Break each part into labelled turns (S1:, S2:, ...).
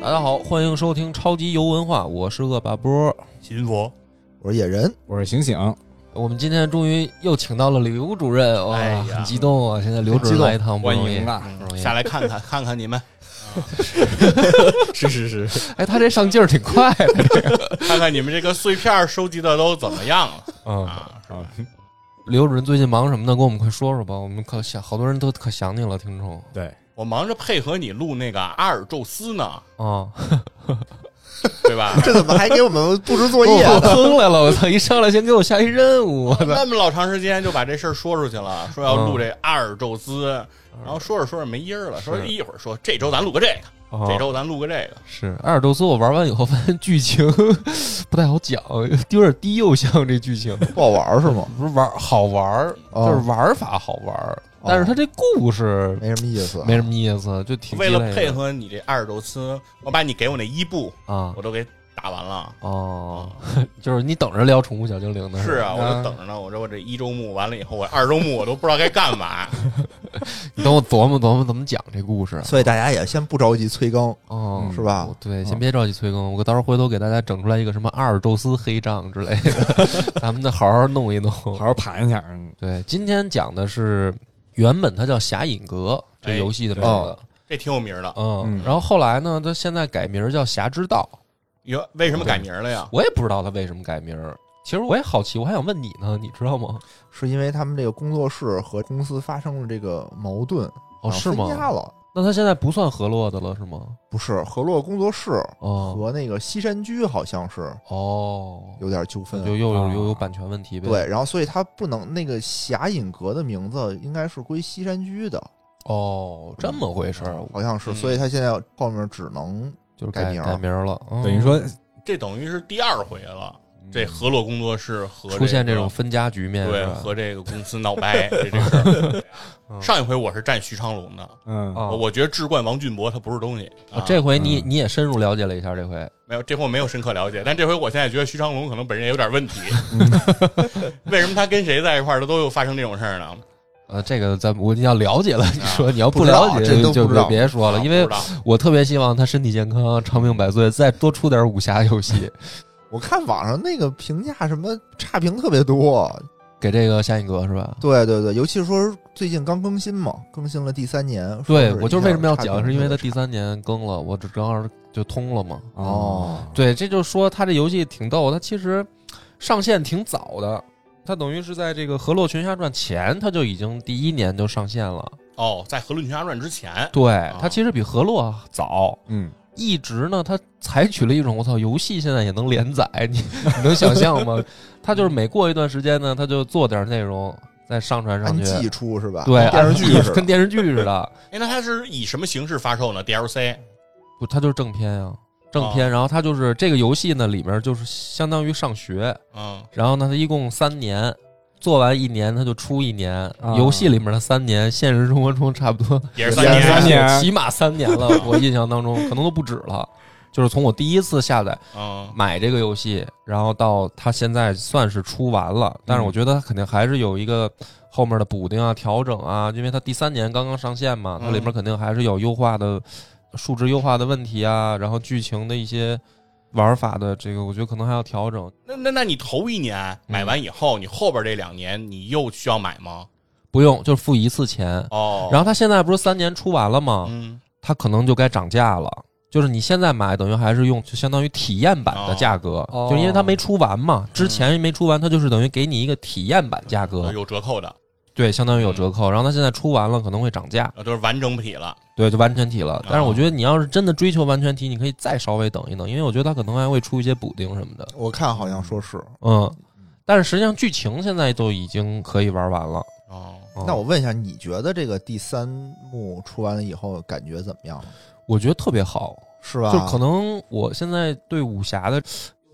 S1: 大家好，欢迎收听超级游文化，我是恶霸波。
S2: 秦佛，
S3: 我说野人，
S4: 我是醒醒，
S1: 我们今天终于又请到了刘主任，哇，
S2: 哎呀嗯
S1: 很激动啊！现在刘主任来一趟不容易。
S4: 啊！
S1: 不容易
S2: 下来看看 看看你们，
S4: 是是是，
S1: 哎，他这上劲儿挺快的，
S2: 看看你们这个碎片儿收集的都怎么样了
S1: 嗯。
S2: 啊？是吧？
S1: 刘主任最近忙什么呢？跟我们快说说吧，我们可想好多人都可想你了，听众
S4: 对，
S2: 我忙着配合你录那个阿尔宙斯呢，
S1: 啊，
S2: 对吧？
S3: 这怎么还给我们布置作
S1: 给
S3: 业
S1: 我
S3: 呢？
S1: 坑来了！我操，一上来先给我下一任务，
S2: 那么老长时间就把这事儿说出去了，说要录这阿尔宙斯，然后说着说着没音儿了，说
S1: 嗯是
S2: 一会儿说这周咱录个这个，
S1: 啊
S2: 这周咱录个这个，
S1: 是阿尔宙斯，我玩完以后发现剧情 不太好讲，有点低幼向这剧情，
S3: 不好玩是吗？
S1: 不是玩好玩儿，
S3: 哦
S1: 就是玩法好玩儿，但是他这故事
S3: 没什么意思。啊
S1: 没什么意思，就挺
S2: 为
S1: 鸡
S2: 了
S1: 肋的
S2: 配合你这阿尔宙斯，我把你给我那一部
S1: 啊
S2: 我都给打完了。
S1: 哦， 就是你等着聊宠物小精灵呢，
S2: 是啊，我就
S1: 就
S2: 等着呢。我说我这一周目完了以后，我二周目我都不知道该干嘛。
S1: 等我琢磨琢磨怎么讲这故事
S3: 所以大家也先不着急催更，
S1: 哦。
S3: 是吧
S1: 我？对，
S3: 嗯
S1: 先别着急催更，我到时候回头给大家整出来一个什么阿尔宙斯黑账之类的，咱们得好好弄一弄。
S4: 好好盘一下，嗯
S1: 对，今天讲的是原本它叫《侠隐阁》这
S2: 哎
S1: 游戏的名
S4: 对
S1: 字，
S2: 这挺有名儿的。
S1: 嗯
S4: 嗯，
S1: 然后后来呢，它现在改名儿叫《侠之道》，
S2: 你说为什么改名儿了呀？
S1: 我也不知道它为什么改名儿。其实我也好奇，我还想问你呢，你知道吗？
S3: 是因为他们这个工作室和公司发生了这个矛盾，
S1: 哦，
S3: 然后
S1: 是
S3: 分家
S1: 吗？
S3: 了，
S1: 那它现在不算河洛的了，是吗？
S3: 不是河洛工作室
S1: 哦
S3: 和那个西山居好像是
S1: 哦，
S3: 有点纠纷
S1: 就，又有
S4: 啊
S1: 又有版权问题呗。，
S3: 对，然后所以他不能那个侠隐阁的名字应该是归西山居的，
S1: 哦，这么回事儿，
S3: 好像是，
S2: 嗯
S3: 所以他现在后面只能
S1: 就是
S3: 改
S1: 改
S3: 名儿
S1: 改名儿了，哦
S4: 等于说嗯
S2: 这等于是第二回了。这河洛工作室和、
S1: 出现这种分家局面，
S2: 对
S1: 是吧
S2: 和这个公司闹掰这这事儿。上一回我是站徐长龙的，
S4: 嗯
S1: 哦
S2: 我觉得志冠王俊博他不是东西。
S1: 啊
S2: 啊
S1: 这回你
S4: 嗯
S1: 你也深入了解了一下这回，
S2: 没有这回我没有深刻了解，但这回我现在觉得徐长龙可能本人也有点问题。
S1: 嗯
S2: 为什么他跟谁在一块儿的都有发生这种事儿呢？
S1: 呃，这个咱们我要了解了，你说你要
S3: 啊不知道
S1: 了解
S3: 这都
S1: 就就
S3: 不知道
S1: 别别说了，
S2: 啊
S1: 因为
S2: 不知道
S1: 我特别希望他身体健康，长命百岁，再多出点武侠游戏，
S3: 我看网上那个评价什么差评特别多，
S1: 给这个夏影阁是吧？
S3: 对对对，尤其是说最近刚更新嘛，更新了第三年。
S1: 对
S3: 说，
S1: 我就是为什么要
S3: 一下
S1: 讲，
S3: 差
S1: 是
S3: 评
S1: 因为
S3: 特
S1: 他
S3: 别
S1: 第
S3: 差
S1: 三年更了，我这正好就通了嘛。
S3: 哦，
S1: 对，这就说他这游戏挺逗，他其实上线挺早的，他等于是在这个《河洛群侠传》前，他就已经第一年就上线了。
S2: 哦，在《河论群侠传》之前，
S3: 啊
S1: 对，他其实比河洛早。
S4: 嗯，
S1: 一直呢，他采取了一种我操，游戏现在也能连载，你 你能想象吗？他就是每过一段时间呢，他就做点内容再上传上
S3: 按
S1: 去，
S3: 季出是吧？
S1: 对，
S3: 跟电视剧
S1: 按
S3: 似
S1: 跟
S3: 的。
S1: 电视剧似的，
S2: 哎，那他是以什么形式发售呢？DLC
S1: 不，它就是正片啊，正
S4: 哦
S1: 片。然后它就是这个游戏呢，里面就是相当于上学，
S2: 嗯，
S1: 然后呢，它一共三年。做完一年，它就出一年。
S4: 啊
S1: 游戏里面的三年，现实生活中差不多
S2: 也是三
S4: 也是三
S2: 年。
S4: 年
S1: 起码三年 了。我印象当中可能都不止了。就是从我第一次下载
S2: 嗯，
S1: 买这个游戏，然后到它现在算是出完了，但
S2: 嗯
S1: 是我觉得它肯定还是有一个后面的补丁啊、调整啊，因为它第三年刚刚上线嘛，它
S2: 嗯
S1: 里面肯定还是有优化的、数值优化的问题啊，然后剧情的一些玩法的这个，我觉得可能还要调整。
S2: 那那那你头一年买完以后，你后边这两年你又需要买吗？
S1: 不用，就是付一次钱。
S2: 哦，
S1: 然后它现在不是三年出完了吗？
S2: 嗯，
S1: 它可能就该涨价了。就是你现在买，等于还是用就相当于体验版的价格，
S4: 哦
S1: 就是因为它没出完嘛，之前没出完，它就是等于给你一个体验版价格。
S2: 嗯哦有折扣的，
S1: 对，相当
S3: 嗯
S1: 于有折扣。然后它现在出完了可能会涨价，
S2: 呃，都是完整体了。
S1: 对，就完全体了。但
S3: 哦
S1: 是我觉得你要是真的追求完全体，你可以再稍微等一等，因为我觉得它可能还会出一些补丁什么的。
S3: 我看好像说是。
S1: 嗯，但是实际上剧情现在都已经可以玩完了。
S2: 哦，
S1: 嗯
S3: 那我问一下，你觉得这个第三幕出完了以后感觉怎么样？
S1: 我觉得特别好，
S3: 是吧？
S1: 就可能我现在对武侠的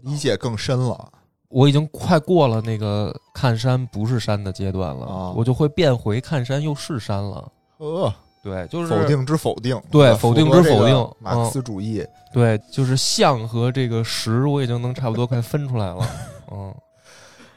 S3: 理解更深了。
S1: 我已经快过了那个看山不是山的阶段了，
S3: 啊
S1: 我就会变回看山又是山了。
S3: 呃，
S1: 对，就是
S3: 否定之否定，
S1: 对
S3: 呃
S1: 否定之
S3: 符合这个
S1: 否定嗯
S3: 马克思主义。
S1: 对，就是相和这个实，我已经能差不多快分出来了。嗯，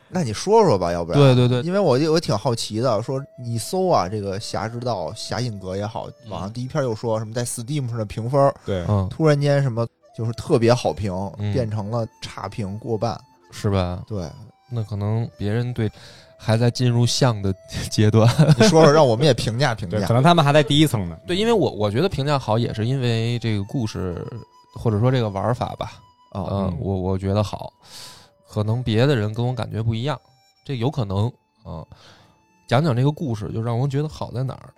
S3: 那你说说吧，要不然
S1: 对对对，
S3: 因为我我挺好奇的，说你搜啊，这个《侠之道》《侠影阁》也好，网上第一篇又说什么在 Steam 上的评分儿，
S4: 对，
S1: 嗯，
S3: 突然间什么就是特别好评，
S1: 嗯
S3: 变成了差评过半。
S1: 是吧？
S3: 对，
S1: 那可能别人对还在进入像的阶段，
S3: 你说说，让我们也评价评
S4: 对，
S3: 价
S4: 可。能他们还在第一层呢。
S1: 对，因为我我觉得评价好也是因为这个故事或者说这个玩法吧，
S3: 啊，
S1: 嗯
S4: 嗯，
S1: 我我觉得好，可能别的人跟我感觉不一样，这有可能啊。讲讲这个故事，就让我觉得好在哪儿？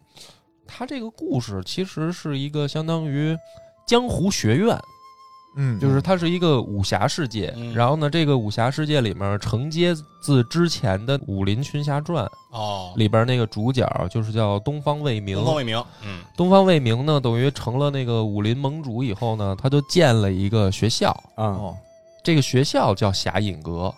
S1: 他这个故事其实是一个相当于江湖学院，
S3: 嗯，
S1: 就是它是一个武侠世界。
S2: 嗯
S1: 然后呢，这个武侠世界里面承接自之前的《武林群侠传》
S2: 哦，
S1: 里边那个主角，就是叫东方未明。
S2: 东方未明，嗯，
S1: 东方未明呢，等于成了那个武林盟主以后呢，他就建了一个学校，
S4: 啊，
S3: 哦，
S1: 这个学校叫侠隐阁。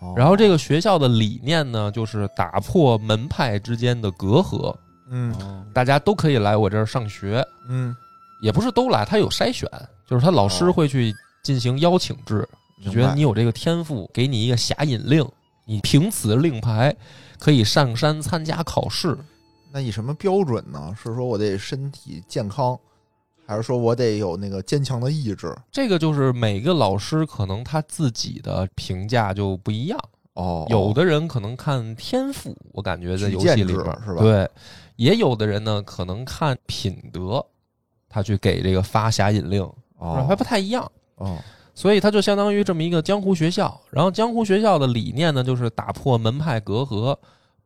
S3: 哦
S1: 然后这个学校的理念呢，就是打破门派之间的隔阂，
S3: 嗯
S1: 大家都可以来我这儿上学，
S3: 嗯，
S1: 也不是都来，他有筛选，就是他老师
S3: 哦
S1: 会去进行邀请制，
S3: 明白
S1: 觉得你有这个天赋，给你一个侠隐令，你凭此令牌可以上山参加考试。
S3: 那以什么标准呢？是说我得身体健康，还是说我得有那个坚强的意志？
S1: 这个就是每个老师可能他自己的评价就不一样，
S3: 哦，
S1: 有的人可能看天赋，我感觉在游戏里
S3: 举荐制
S1: 边
S3: 是吧
S1: 对，也有的人呢可能看品德，他去给这个发侠引令，
S3: 哦，
S1: 还不太一样。
S3: 哦，
S1: 所以它就相当于这么一个江湖学校，然后江湖学校的理念呢，就是打破门派隔阂，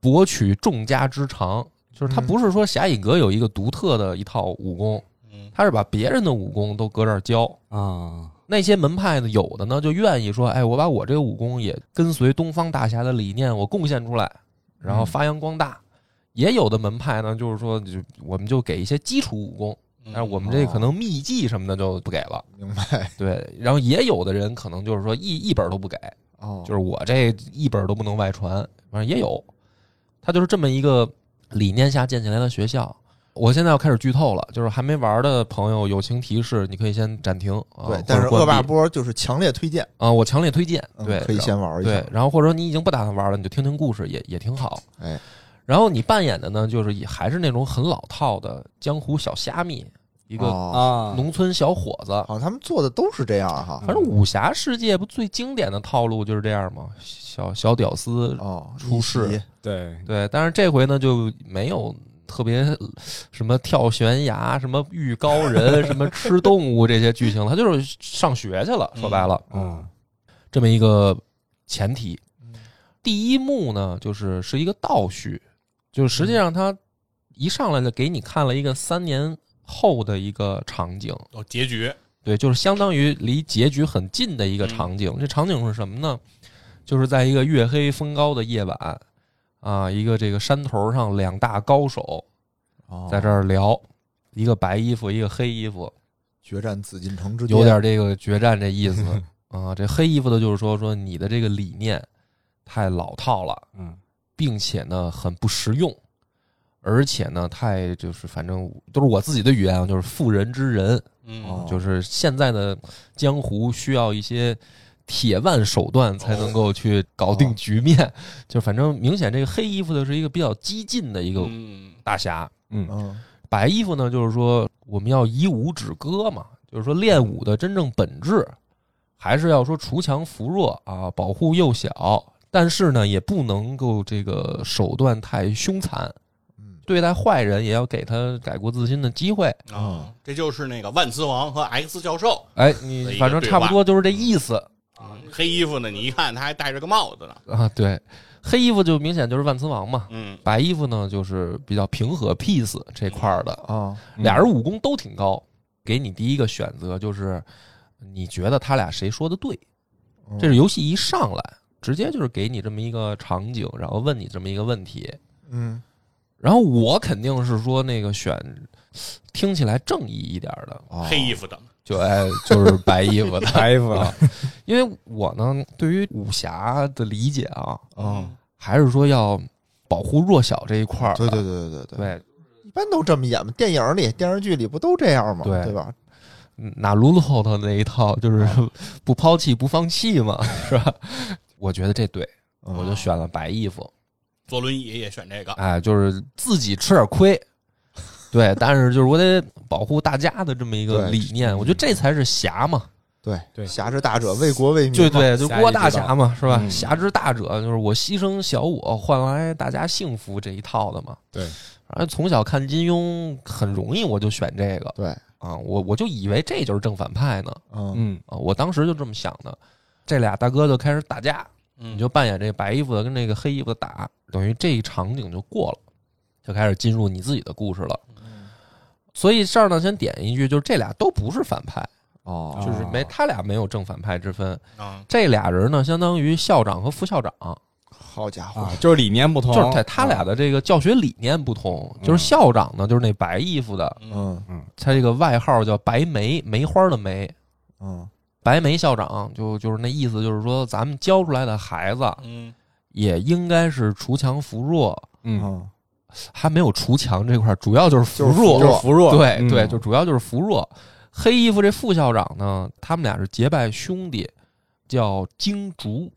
S1: 博取众家之长。就是它
S3: 嗯
S1: 不是说侠隐阁有一个独特的一套武功，
S2: 嗯
S1: 它是把别人的武功都搁这儿教。
S3: 哦
S4: 啊，
S1: 那些门派呢，有的呢就愿意说，哎，我把我这个武功也跟随东方大侠的理念，我贡献出来，然
S3: 嗯
S1: 后发扬光大。也有的门派呢，就是说，就我们就给一些基础武功，
S2: 嗯
S1: 但是我们这可能秘技什么的就不给了。
S3: 哦明白。
S1: 对，然后也有的人可能就是说一一本都不给，
S3: 哦，
S1: 就是我这一本都不能外传，反正也有。他就是这么一个理念下建起来的学校。我现在要开始剧透了，就是还没玩的朋友友情提示，你可以先暂停啊。
S3: 对，但是
S1: 或者
S3: 恶霸
S1: 关闭
S3: 波就是强烈推荐，
S1: 啊，我强烈推荐，
S3: 嗯
S1: 对，
S3: 可以
S1: 然
S3: 先玩一下
S1: 对。，然后或者说你已经不打算玩了，你就听听故事也也挺好。
S3: 哎，
S1: 然后你扮演的呢，就是也还是那种很老套的江湖小虾米，一
S3: 一
S1: 个啊
S4: 啊，
S1: 农村小伙子，
S3: 哦好像他们做的都是这样哈。
S1: 反正武侠世界不最经典的套路就是这样吗？小小屌丝，
S3: 哦，
S1: 嗯出
S3: 逆
S1: 世
S3: 袭
S4: 对，嗯
S1: 对，但是这回呢就没有特别呃什么跳悬崖、什么遇高人、什么吃动物这些剧情，他就是上学去了。说白了，
S4: 嗯
S3: 哦
S1: 这么一个前提
S3: 嗯。
S1: 第一幕呢，就是是一个倒叙，就是实际上他一上来就给你看了一个三年后的一个场景，
S2: 哦结局，
S1: 对，就是相当于离结局很近的一
S3: 嗯
S1: 个场景。这场景是什么呢？就是在一个月黑风高的夜晚，啊，一个这个山头上，两大高手
S3: 哦
S1: 在这儿聊，一个白衣服，一个黑衣服，
S3: 决战紫禁城之巅
S1: 有点这个决战这意思啊。这黑衣服的就是说说你的这个理念太老套了，
S4: 嗯
S1: 并且呢很不实用，而且呢太就是反正都是我自己的语言啊，就是妇人之仁。
S2: 嗯
S3: 哦
S1: 就是现在的江湖需要一些铁腕手段才能够去搞定局面。就反正明显这个黑衣服的是一个比较激进的一个
S2: 嗯
S1: 大侠，
S4: 嗯
S3: 嗯
S1: 白衣服呢就是说我们要以武止戈嘛，就是说练武的真正本质还是要说锄强扶弱啊，保护幼小。但是呢，也不能够这个手段太凶残，
S3: 嗯
S1: 对待坏人也要给他改过自新的机会。嗯
S2: 啊，这就是那个万磁王和 X 教授，
S1: 哎，
S2: 的一
S1: 你
S2: 个
S1: 反正
S2: 对
S1: 差不
S2: 话
S1: 多就是这意思。嗯
S2: 黑衣服呢，你一看他还戴着个帽子呢，
S1: 啊，对，黑衣服就明显就是万磁王嘛，
S2: 嗯，
S1: 白衣服呢就是比较平和 peace 这块儿的，
S3: 啊
S2: 嗯
S1: 俩人武功都挺高，给你第一个选择就是你觉得他俩谁说的对，
S3: 嗯
S1: 这是游戏一上来直接就是给你这么一个场景，然后问你这么一个问题，
S3: 嗯
S1: 然后我肯定是说那个选听起来正义一点儿的，
S3: 哦
S2: 黑衣服的，
S1: 就爱就是白衣服的，
S4: 白衣服了，
S1: 因为我呢对于武侠的理解啊，
S2: 嗯
S3: 啊，
S1: 还是说要保护弱小这一块儿的，啊
S3: 对对对对对对，
S1: 对。
S3: 一般都这么演嘛，电影里、电视剧里不都这样吗？
S1: 对
S3: 对吧？
S1: 哪路路头的那一套，就是不抛弃不放弃嘛，是吧？我觉得这对，我就选了白衣服。
S2: 坐轮椅也选这个，
S1: 哎，就是自己吃点亏， 对，但是就是我得保护大家的这么一个理
S3: 对
S1: 念，我觉得这才是侠嘛，
S3: 对
S4: 对
S3: 侠之大者，为国为民。
S1: 对，对，就
S4: 嗯侠
S1: 郭
S4: 义
S1: 大
S4: 之道
S1: 侠嘛，是吧？
S4: 嗯
S1: 侠之大者就是我牺牲小我换来大家幸福这一套的嘛。
S4: 对，
S1: 反正从小看金庸，很容易我就选这个
S3: 对，
S1: 啊，我我就以为这就是正反派呢
S3: 嗯，
S4: 嗯
S1: 啊，我当时就这么想的。这俩大哥就开始打架，
S2: 嗯
S1: 你就扮演这白衣服的跟那个黑衣服的打，等于这一场景就过了，就开始进入你自己的故事了。
S4: 嗯
S1: 所以这儿呢，先点一句，就是这俩都不是反派，
S3: 哦，
S1: 就是没
S4: 哦
S1: 他俩没有正反派之分。
S2: 啊，
S1: 这俩人呢，相当于校长和副校长，
S3: 好家伙
S4: 啊，，就是理念不同，
S1: 就是在他俩
S4: 的
S1: 的这个教学理念不同。
S4: 嗯
S1: 就是校长呢，就是那白衣服的，
S2: 嗯
S3: 嗯
S1: 他这个外号叫白梅，梅花的梅，
S3: 嗯
S1: 白梅校长就就是那意思，就是说咱们教出来的孩子
S2: 嗯
S1: 也应该是锄强扶弱，
S4: 嗯，
S3: 嗯，
S1: 还没有锄强这块儿，主要就是扶
S3: 就是
S1: 弱，
S4: 就是扶弱，
S1: 对
S4: 嗯
S1: 对，就主要就是扶弱。黑衣服这副校长呢，他们俩是结拜兄弟，叫金竹，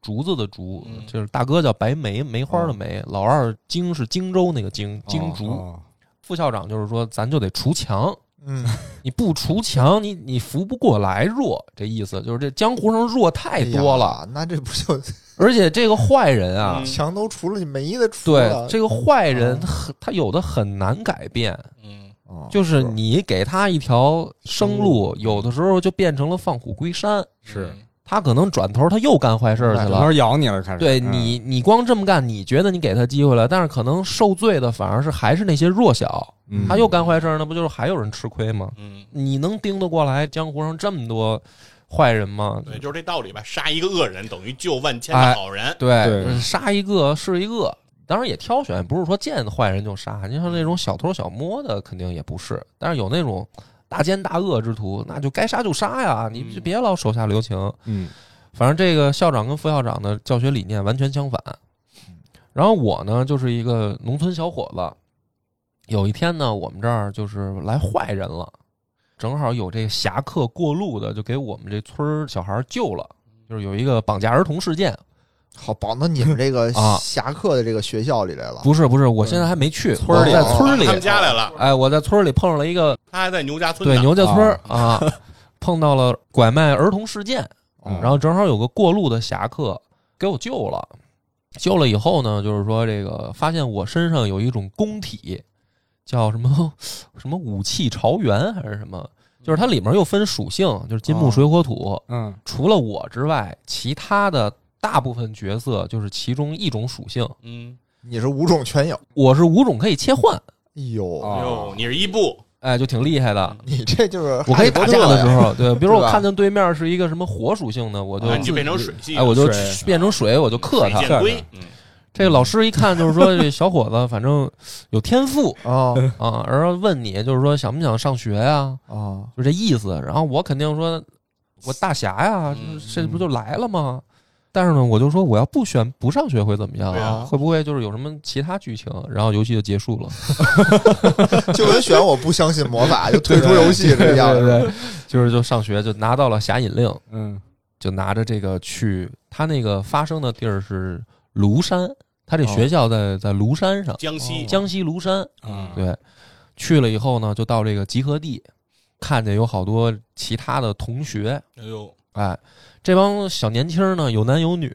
S1: 竹子的竹
S2: 嗯，
S1: 就是大哥叫白梅，梅花的梅，老二荆是荆州那个荆，荆
S4: 哦
S1: 竹。
S4: 哦
S1: 副校长就是说，咱就得除强，
S3: 嗯，
S1: 你不除强，你你扶不过来弱，这意思就是这江湖上弱太多了，
S3: 哎呀，那这不就
S1: 而且这个坏人啊
S2: 嗯，
S3: 墙都除了，你没得除
S1: 对
S3: 了。
S1: 这个坏人
S3: 啊
S1: 很，他有的很难改变，
S2: 嗯
S4: 啊
S3: 哦
S1: 就是你给他一条生
S4: 嗯
S1: 路，有的时候就变成了放虎归山。
S4: 是
S1: 他可能转头他又干坏事儿去
S4: 哎
S1: 了。
S4: 头咬你了，开始
S1: 对
S4: 嗯
S1: 你，你光这么干，你觉得你给他机会了，但是可能受罪的反而是还是那些弱小，
S4: 嗯
S1: 他又干坏事儿，那不就是还有人吃亏吗？
S2: 嗯，
S1: 你能盯得过来江湖上这么多坏人吗？
S2: 对，就是这道理吧。杀一个恶人等于救万千
S1: 哎
S2: 的好人，
S1: 对，
S4: 对
S1: 就是杀一个是一个。当然也挑选，不是说见坏人就杀。你像那种小偷小摸的，肯定也不是。但是有那种大奸大恶之徒，那就该杀就杀呀，你就
S2: 嗯
S1: 别老手下留情。
S4: 嗯
S1: 反正这个校长跟副校长的教学理念完全相反。然后我呢，就是一个农村小伙子。有一天呢，我们这儿就是来坏人了，正好有这侠客过路的，就给我们这村儿小孩儿救了。就是有一个绑架儿童事件，
S3: 好绑到你们这个
S1: 啊
S3: 侠客的这个学校里来了。
S1: 不是不是，我现在还没去，
S4: 嗯村儿
S1: 我
S4: 里哦
S1: 在村儿
S2: 他们
S1: 里，
S2: 家来了，
S1: 哎，我在村儿里碰上了一 个
S2: 他还在牛家村
S1: 对
S2: 呢。
S1: 牛家村儿啊，碰到了拐卖儿童事件，
S4: 哦
S1: 然后正好有个过路的侠客给我救了，救了以后呢，就是说这个发现我身上有一种功体，叫什么什么武器朝元还是什么，就是它里面又分属性，就是金木
S3: 哦
S1: 水火土，
S4: 嗯
S1: 除了我之外，其他的大部分角色就是其中一种属性，
S2: 嗯，
S3: 你是五种全有。
S1: 我是五种可以切换。
S3: 哎呦，
S1: 啊
S4: 哦
S2: 哟，你是一步，
S1: 哎，就挺厉害的。
S3: 你这就是
S1: 我可以打架的时
S3: 候，
S1: 候，对，比如
S3: 是
S1: 我
S3: 吧
S1: 看见对面是一个什么火属性的，我就
S2: 啊你
S1: 自
S2: 就变成水系，
S1: 哎，我就
S4: 水
S1: 变成水，我就克他
S2: 水。箭龟，嗯
S1: 这个老师一看就是说，这小伙子反正有天赋
S3: 啊
S1: 啊，然后问你就是说想不想上学呀、
S3: 啊，
S1: 就这意思。然后我肯定说，我大侠呀，
S2: 嗯
S1: 就是这不就来了吗？但是呢，我就说我要不选不上学会怎么样
S2: 对啊
S1: 会不会就是有什么其他剧情？然后游戏就结束了。
S3: 就跟选我不相信魔 法就退出游戏这个样子。
S1: 对，就是就上学就拿到了侠引令，
S4: 嗯
S1: 就拿着这个去，他那个发生的地儿是庐山，他这学校在、
S3: 哦
S1: 在庐山上，
S2: 江西
S1: 哦江西庐山。
S4: 啊
S1: 对，去了以后呢，就到这个集合地，看见有好多其他的同学，
S2: 哎呦，
S1: 哎，这帮小年轻儿呢，有男有女，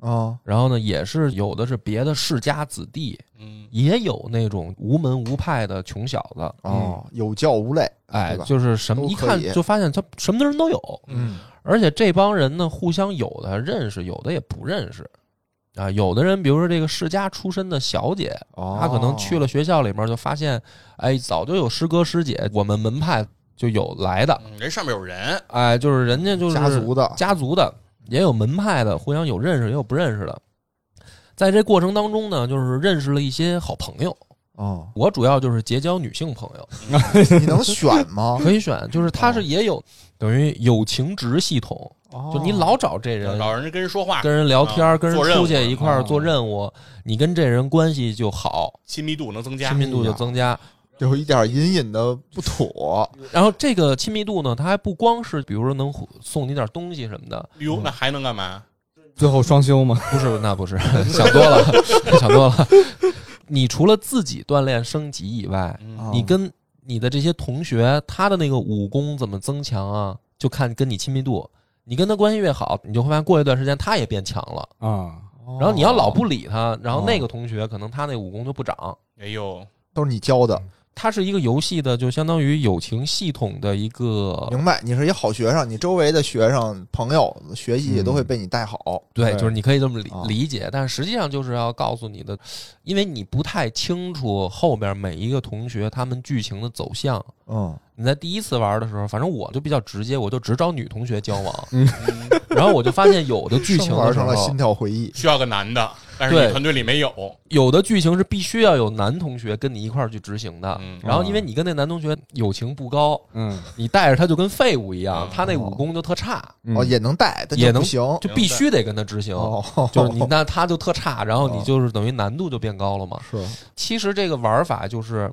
S3: 啊
S1: 然后呢，也是有的是别的世家子弟，
S2: 嗯，
S1: 也有那种无门无派的穷小子，嗯
S3: 哦，有教无类，
S1: 哎
S3: 对，吧
S1: 就是什么
S3: 都
S1: 一
S3: 可
S1: 看
S3: 以
S1: 就发现他什么的人都有，
S3: 嗯
S1: 而且这帮人呢，互相有的认识，有的也不认识。啊，有的人，比如说这个世家出身的小姐，
S3: 哦，
S1: 她可能去了学校里面就发现，哎，早就有师哥师姐，我们门派就有来的，
S2: 嗯人上面有人，
S1: 哎，就是人家就是
S3: 家族的，
S1: 家族的，也有门派的，互相有认识，也有不认识的。在这过程当中呢，就是认识了一些好朋友。
S3: 哦，
S1: 我主要就是结交女性朋 友，
S3: 你能选 吗？
S1: 可以选，就是她
S3: 哦
S1: 是也有等于友情值系统，就
S3: 就
S1: 你老找这人，
S2: 老人家跟人说话，
S1: 跟人聊天儿，
S2: 啊
S1: 跟人
S2: 做任务
S1: 出去一块儿
S4: 啊
S1: 做任务，你跟这人关系就好，
S2: 亲密度能增加
S1: 亲，密度就增加。
S3: 有一点隐隐的不妥，
S1: 然后这个 亲密度呢，它还不光是比如说能互送你点东西什么的，
S2: 哟，那还能干嘛？
S4: 最后双休嘛，
S1: 不是，那不 是，想多了，想多了。你除了自己锻炼升级以外，
S2: 嗯
S1: 哦你跟你的这些同学，他的那个武功怎么增强啊？就看跟你亲密度。你跟他关系越好，你就会发现过一段时间他也变强了。
S4: 啊，
S1: 然后你要
S3: 哦
S1: 老不理他，然后那个同学可能他那武功就不长。
S2: 哎呦，
S3: 都是你教的，
S1: 它是一个游戏的，就相当于友情系统的一个，
S3: 明白？你是一好学生，你周围的学生朋友学习也都会被你带好。
S1: 对，
S4: 对
S1: 就是你可以这么理
S3: 啊
S1: 理解，但实际上就是要告诉你的，因为你不太清楚后边每一个同学他们剧情的走向。
S3: 嗯，
S1: 你在第一次玩的时候，反正我就比较直接，我就只找女同学交往，
S2: 嗯
S1: 然后我就发现有的剧情
S3: 玩
S1: 的时
S3: 成了
S1: 候
S3: 心，跳回忆。
S2: 需要个男的，但是
S1: 对
S2: 你团队里没有，
S1: 有的剧情是必须要有男同学跟你一块儿去执行的。
S2: 嗯
S1: 啊然后，因为你跟那男同学友情不高，
S4: 嗯，
S1: 你带着他就跟废物一样
S2: 嗯，
S1: 他那武功就特差，
S4: 嗯
S3: 哦，也能带，但就
S1: 也能
S3: 不行。
S1: 就必须得跟他执行。
S3: 哦，
S1: 就是 你那他就特差，然后你就是等于难度就变高了嘛。
S3: 是
S1: 其实这个玩法就是，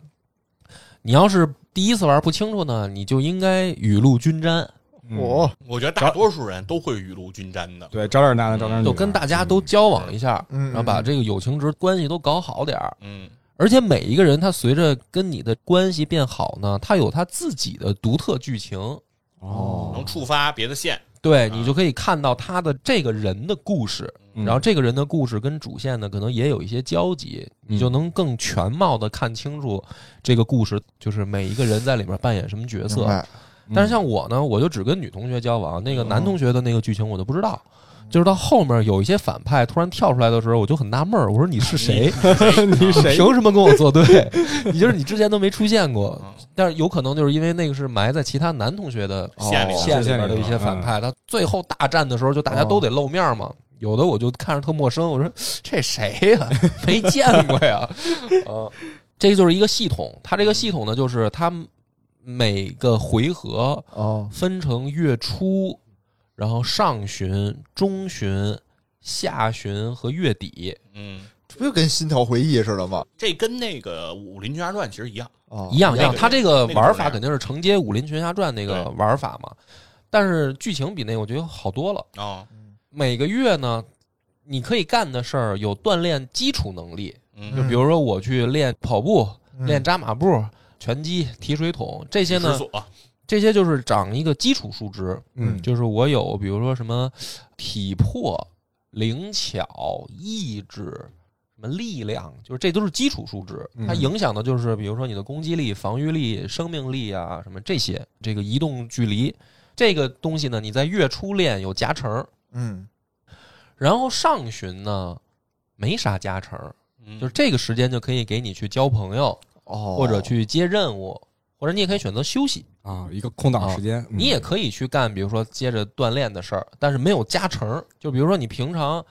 S1: 你要是第一次玩不清楚呢，你就应该雨露均沾，
S4: 嗯
S3: 我
S2: 我觉得大多数人都会雨露均沾的。
S4: 对，找点男的，找点女的，
S1: 就跟大家都交往一下，
S3: 哎嗯嗯嗯
S1: 然后把这个友情值关系都搞好点儿。
S2: 嗯，
S1: 而且每一个人他随着跟你的关系变好呢，他有他自己的独特剧情，嗯
S4: 哦
S2: 能，触发别的线。
S1: 对
S2: 啊
S1: 你就可以看到他的这个人的故事。
S4: 嗯
S1: 然后这个人的故事跟主线呢，可能也有一些交集，你就能更全貌的看清楚这个故事，就是每一个人在里面扮演什么角
S3: 明
S1: 色。
S3: 白
S4: 嗯
S1: 但是像我呢，我就只跟女同学交往，那个男同学的那个剧情我就不知道。就是到后面有一些反派突然跳出来的时候，我就很纳闷儿，我说 你是谁？
S4: 你谁？
S1: 凭什么跟我作对？ 你就是你之前都没出现
S2: 嗯
S1: 过，但是有可能就是因为那个是埋在其他男同学的
S2: 线里
S3: 哦
S1: 线里边的一些反派，他最后大战的时候，就大家都得露面嘛。有的我就看着特陌生，我说 这谁呀、 没见过呀。 嗯，这就是一个系统，它这个系统呢，就是它每个回合
S3: 哦，
S1: 分成月初，然后上旬、中旬、下旬和月底
S2: 嗯，
S3: 这不就跟心跳回忆似的吗？
S2: 这跟那个《武林群侠传》其实一样。
S3: 哦，
S1: 一样一
S2: 那个
S1: 样。它这个
S2: 那个
S1: 玩
S2: 怎么
S1: 法
S2: 样
S1: 肯定是承接《武林群侠传》那个
S2: 对
S1: 玩法嘛，但是剧情比那个我觉得好多了。
S2: 哦，
S3: 嗯
S1: 每个月呢，你可以干的事儿有锻炼基础能力，
S2: 嗯，
S1: 就比如说我去练跑步、
S3: 嗯
S1: 练扎马步、拳击、提水桶这些
S2: 解
S1: 呢，
S2: 锁
S1: 这些就是长一个基础数值，
S4: 嗯
S1: 就是我有比如说什么体魄、灵巧、意志。什么力量，就是这都是基础数值，
S4: 嗯
S1: 它影响的就是比如说你的攻击力、防御力、生命力啊，什么这些，这个移动距离，这个东西呢，你在月初练有加成，
S3: 嗯，
S1: 然后上旬呢，没啥加成，
S2: 嗯
S1: 就是这个时间就可以给你去交朋友，
S3: 哦，
S1: 或者去接任务，或者你也可以选择休息，
S4: 啊，一个空档时间，嗯
S1: 你也可以去干，比如说接着锻炼的事儿，但是没有加成。就比如说你平常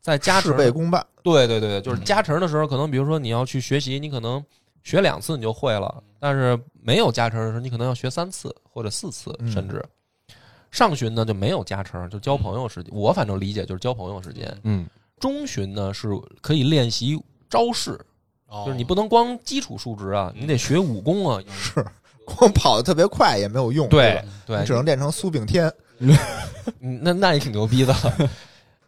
S1: 在加成
S3: 事，倍功半，
S1: 对对对对，就是加成的时候，可能比如说你要去学习，你可能学两次你就会了，但是没有加成的时候，你可能要学三次或者四次，
S3: 嗯
S1: 甚至。上旬呢就没有加成，就交朋友时间。我反正理解就是交朋友时间。
S4: 嗯
S1: 中旬呢是可以练习招式，
S2: 哦
S1: 就是你不能光基础数值啊，你得学武功啊。
S3: 是光跑的特别快也没有用，
S1: 对对
S3: 你只，能练成苏炳添。
S1: 嗯那那也挺牛逼的。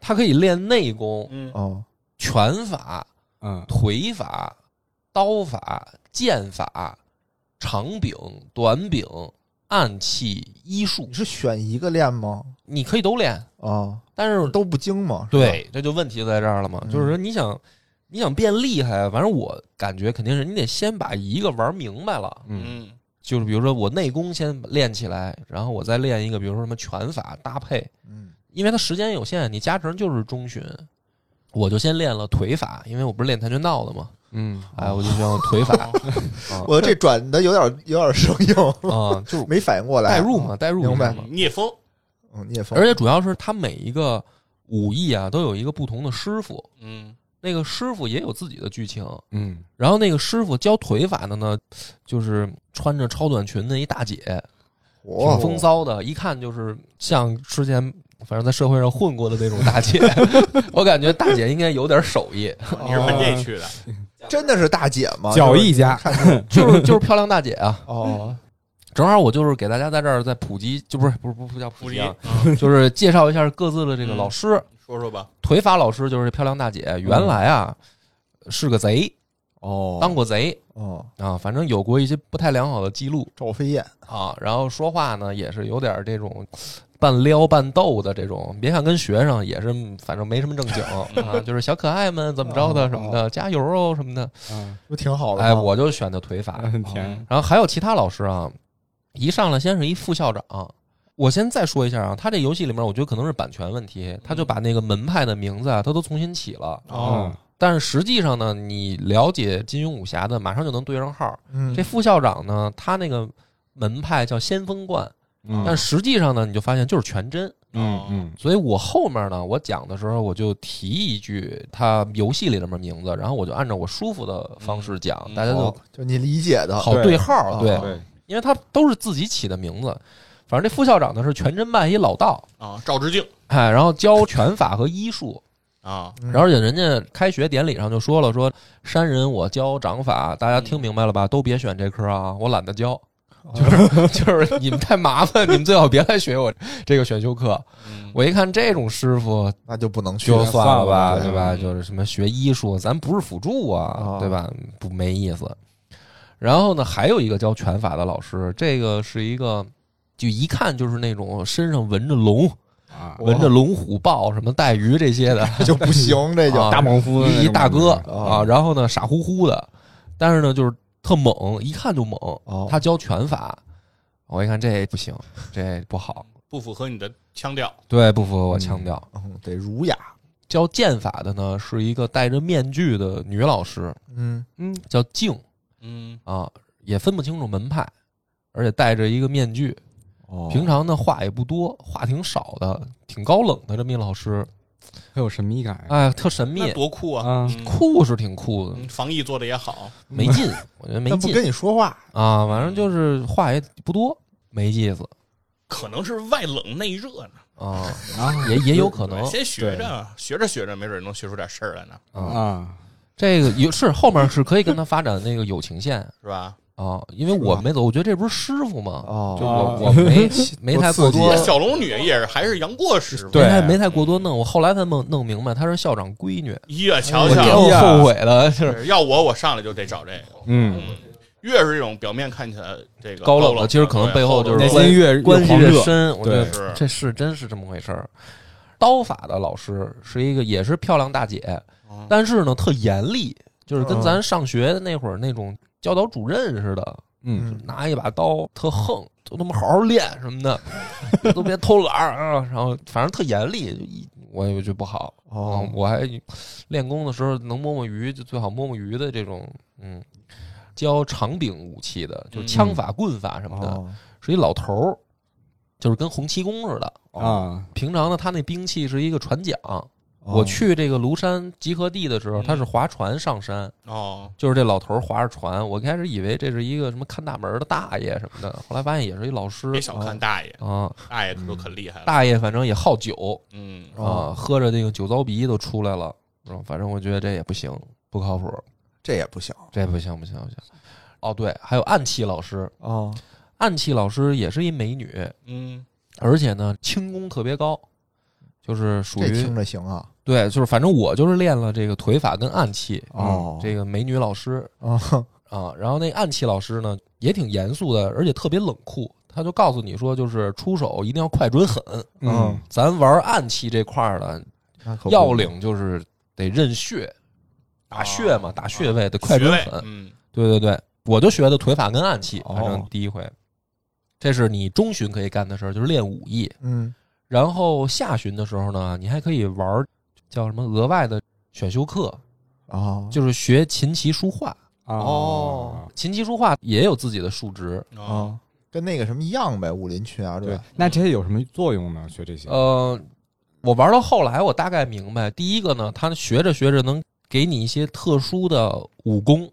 S1: 他可以练内功、
S2: 嗯
S3: 哦，
S1: 拳法、
S4: 嗯
S1: 腿法、刀法、剑法、长柄、短柄、暗器、医术
S3: 你，是选一个练吗？
S1: 你可以都练。
S3: 啊，
S1: 但是
S3: 都不精吗？是吧，
S1: 哦对，这就问题就在这儿了嘛，
S3: 嗯
S1: 就是说你想你想变厉害，反正我感觉肯定是你得先把一个玩明白了。
S4: 嗯
S2: 嗯
S1: 就是比如说我内功先练起来，然后我再练一个，比如说什么拳法搭配，
S3: 嗯，
S1: 因为它时间有限，你加成就是中旬。我就先练了腿法，因为我不是练跆拳道的嘛，
S4: 嗯，
S3: 哦
S1: 哎，我就先用腿法
S3: 我这转的有点 有点生硬，
S1: 啊，就是
S3: 没反应过来。
S1: 代入嘛，代入
S3: 明白
S1: 嘛。
S2: 聂风
S3: 嗯，聂风
S1: 而，且主要是他每一个武艺啊，都有一个不同的师傅，
S2: 嗯
S1: 那个师傅也有自己的剧情。
S4: 嗯
S1: 然后那个师傅教腿法的呢，就是穿着超短裙的一大姐，
S3: 我
S1: 挺风骚的，一看就是像之前反正在社会上混过的那种大姐。 我感觉大姐应该有点手艺，
S2: 你是奔这去的，
S3: 真的是大姐吗？
S4: 哦脚艺家
S3: 就是看着
S1: 就是就是漂亮大姐啊。
S3: 哦，
S1: 正好我就是给大家在这儿再普及，就不是不是不是不叫普
S2: 不
S1: 及
S2: 是
S3: 嗯
S1: 啊，就是介绍一下各自的这个老师。
S2: 嗯说说吧。
S1: 颓法老师就是这漂亮大姐，原来啊、是个贼，
S3: 嗯哦
S1: 当过贼
S3: 哦，
S1: 啊，反正有过一些不太良好的记录
S3: 赵飞燕
S1: 啊。然后说话呢也是有点这种半撩半逗的这种，别看跟学生也是，反正没什么正经
S3: 嗯
S1: 啊，就是小可爱们怎么着的什么的，加油哦什么的。
S4: 啊，
S3: 不挺好的吗？
S1: 哎，我就选的颓法。
S4: 很 甜。
S1: 然后还有其他老师啊，一上来先是一副校长。我先再说一下啊，他这游戏里面，我觉得可能是版权问题，他就把那个门派的名字啊，他都重新起了。
S4: 哦，
S1: 但是实际上呢，你了解金庸武侠的，马上就能对上号。
S3: 嗯
S1: 这副校长呢，他那个门派叫先锋观，
S4: 嗯
S1: 但实际上呢，你就发现就是全真。
S4: 嗯嗯
S1: 所以我后面呢，我讲的时候我就提一句他游戏里的名字，然后我就按照我舒服的方式讲，
S2: 嗯
S1: 大家就
S3: 哦就你理解的，
S1: 好
S4: 对
S1: 对号。对
S3: 啊，
S4: 对，
S1: 因为他都是自己起的名字。反正这副校长呢是全真派一老道，
S2: 啊，赵志敬
S1: 哎，然后教拳法和医术，
S2: 啊，
S3: 嗯
S1: 然后而且人家开学典礼上就说了，说山人我教掌法，大家听明白了吧？都别选这科啊，我懒得教，就是就是你们太麻烦，你们最好别来学我这个选修课。
S2: 嗯
S1: 我一看这种师傅
S3: 那就不能去
S1: 就
S3: 了。
S1: 算了吧，
S4: 对
S1: 对吧？就是什么学医术，咱不是辅助啊
S3: 啊，
S1: 对吧？不没意思。然后呢，还有一个教拳法的老师，这个是一个，就一看就是那种身上纹着龙、
S4: 啊，
S1: 纹着龙虎豹、什么带鱼这些的，
S3: 就不行，这就
S1: 啊
S4: 大莽夫的那
S1: 一一
S4: 种
S1: 大哥
S4: 感觉
S1: 啊。然后呢，傻乎乎的，但是呢，就是特猛，一看就猛。
S3: 哦
S1: 他教拳法，我一看这不行，这不好，
S2: 不符合你的腔调，
S1: 对，不符合我腔调。
S3: 嗯得儒雅，
S1: 教剑法的呢，是一个戴着面具的女老师，
S3: 嗯
S1: 嗯，叫静
S2: 嗯，
S1: 啊，也分不清楚门派，而且戴着一个面具。
S4: 哦
S1: 平常呢话也不多，话挺少的，挺高冷的这么一老师，
S4: 很有神秘感
S1: 哎，特神
S2: 那
S1: 秘，
S2: 多酷啊
S4: 啊！
S2: 嗯
S1: 酷是挺酷的，
S2: 嗯防疫做的也好，
S1: 没劲，我觉得没
S3: 但不
S1: 劲
S3: 跟你说话，
S1: 啊，反正就是话也不多，没意思
S2: 可能是外冷内热呢。
S1: 啊，
S4: 啊
S1: 也也有可能
S2: 对先学
S4: 对
S2: 着，学着学着，没准能学出点事儿来呢，
S1: 啊，
S4: 啊，
S1: 这个有是后面是可以跟他发展那个友情线
S2: 是吧？
S1: 啊，因为我没走，我觉得这不是师傅吗？
S3: 哦
S1: 就我 我没没太过
S3: 多刺激
S1: 多
S3: 啊
S2: 小龙女也是，还是杨过哎师傅。
S1: 没
S4: 对
S1: 太没太过多弄，我后来才弄弄明白她是校长闺女，
S2: 呀，瞧
S1: 我
S4: 哎
S1: 挺
S4: 呦
S2: 瞧，
S1: 后悔的，就是
S2: 要我我上来就得找这个。
S4: 嗯，
S2: 越是这种表面看起来这个
S1: 高冷
S2: 冷
S1: 的
S2: 的，
S1: 其实可能
S2: 对
S1: 背后就是
S4: 内
S2: 头
S4: 心越
S1: 关系
S4: 越
S1: 越
S4: 狂热
S1: 深，我觉得
S2: 对
S1: 这是真是这么回事儿。刀法的老师是一个也是漂亮大姐，
S2: 嗯
S1: 但是呢特严厉，就是跟咱上学那会儿那种教导主任似的，
S4: 嗯，
S1: 拿一把刀特横，就他妈好好练什么的， 都别偷懒儿啊。然后反正特严厉，就一我也觉得不好。
S3: 哦
S1: 嗯，我还练功的时候能摸摸鱼，就最好摸摸鱼的这种，嗯，教长柄武器的，就枪法、棍法什么的，
S3: 哦
S1: 是一老头儿，就是跟洪七公似的。
S4: 啊，
S1: 平常呢，他那兵器是一个船桨。
S3: 哦嗯
S1: 我去这个庐山集合地的时候，他是划船上山，
S2: 哦，
S1: 就是这老头儿划着船。我开始以为这是一个什么看大门儿的大爷什么的，后来发现也是一老师
S2: 别小看大爷，
S1: 啊。
S2: 大爷都可厉害了。
S1: 大爷反正也好酒
S2: 嗯，
S1: 啊，
S3: 哦
S1: 喝着这个酒糟鼻都出来了。然后反正我觉得这也不行，不靠谱，
S3: 这也不行
S1: 这不行不行不行。哦，对，还有暗器老师，
S3: 哦
S1: 暗器老师也是一美女，
S2: 嗯，
S1: 而且呢轻功特别高，就是属
S3: 这
S1: 于
S3: 听着行啊，
S1: 对，就是反正我就是练了这个腿法跟暗器。嗯
S3: 哦
S1: 这个美女老师
S3: 哦
S1: 啊，然后那暗器老师呢也挺严肃的，而且特别冷酷，他就告诉你说，就是出手一定要快准狠。
S4: 嗯，
S1: 咱玩暗器这块儿的，
S3: 啊那可不
S1: 要领就是得认血，打
S3: 啊
S1: 血嘛，
S2: 哦
S1: 打穴位得快
S2: 学
S1: 准
S2: 位，
S1: 狠。
S2: 嗯，
S1: 对对对，我就学的腿法跟暗器，
S3: 哦
S1: 反正第一回。这是你中旬可以干的事儿，就是练武艺。
S3: 嗯
S1: 然后下旬的时候呢，你还可以玩儿叫什么额外的选修课，
S3: 啊
S1: 就是学琴棋书画。
S4: 啊
S3: 哦，
S1: 琴棋书画也有自己的数值，
S2: 哦，
S3: 啊，跟那个什么一样呗，武林群啊，
S4: 对
S3: 吧？，
S4: 那这些有什么作用呢？学这些，
S1: 呃，我玩到后来，我大概明白，第一个呢，他学着学着能给你一些特殊的武功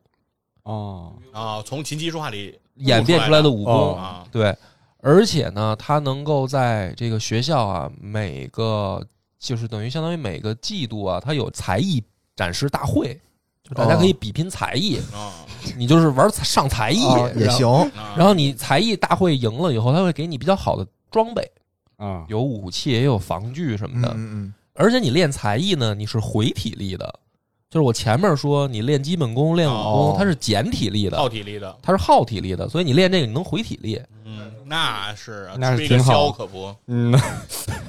S4: 哦，
S2: 啊，从琴棋书画里
S1: 演变出来的武功，
S4: 哦
S2: 啊，
S1: 对，而且呢，他能够在这个学校啊，每个就是等于相当于每个季度啊，他有才艺展示大会，就大家
S3: 哦
S1: 可以比拼才艺，
S2: 啊
S1: 你就是玩才上才艺、
S3: 啊也
S1: 然后
S3: 行。
S2: 啊，
S1: 然后你才艺大会赢了以后，他会给你比较好的装备，
S4: 啊，
S1: 有武器也有防具什么的。
S3: 嗯嗯，
S1: 而且你练才艺呢，你是回体力的，就是我前面说你练基本功、练武功，
S3: 哦
S1: 它是减体力的，
S2: 耗体力的，
S1: 它是耗体力的，所以你练这个你能回体力。
S2: 嗯，那是啊
S4: 那是
S2: 吹个
S4: 挺好
S2: 箫可不，
S4: 嗯，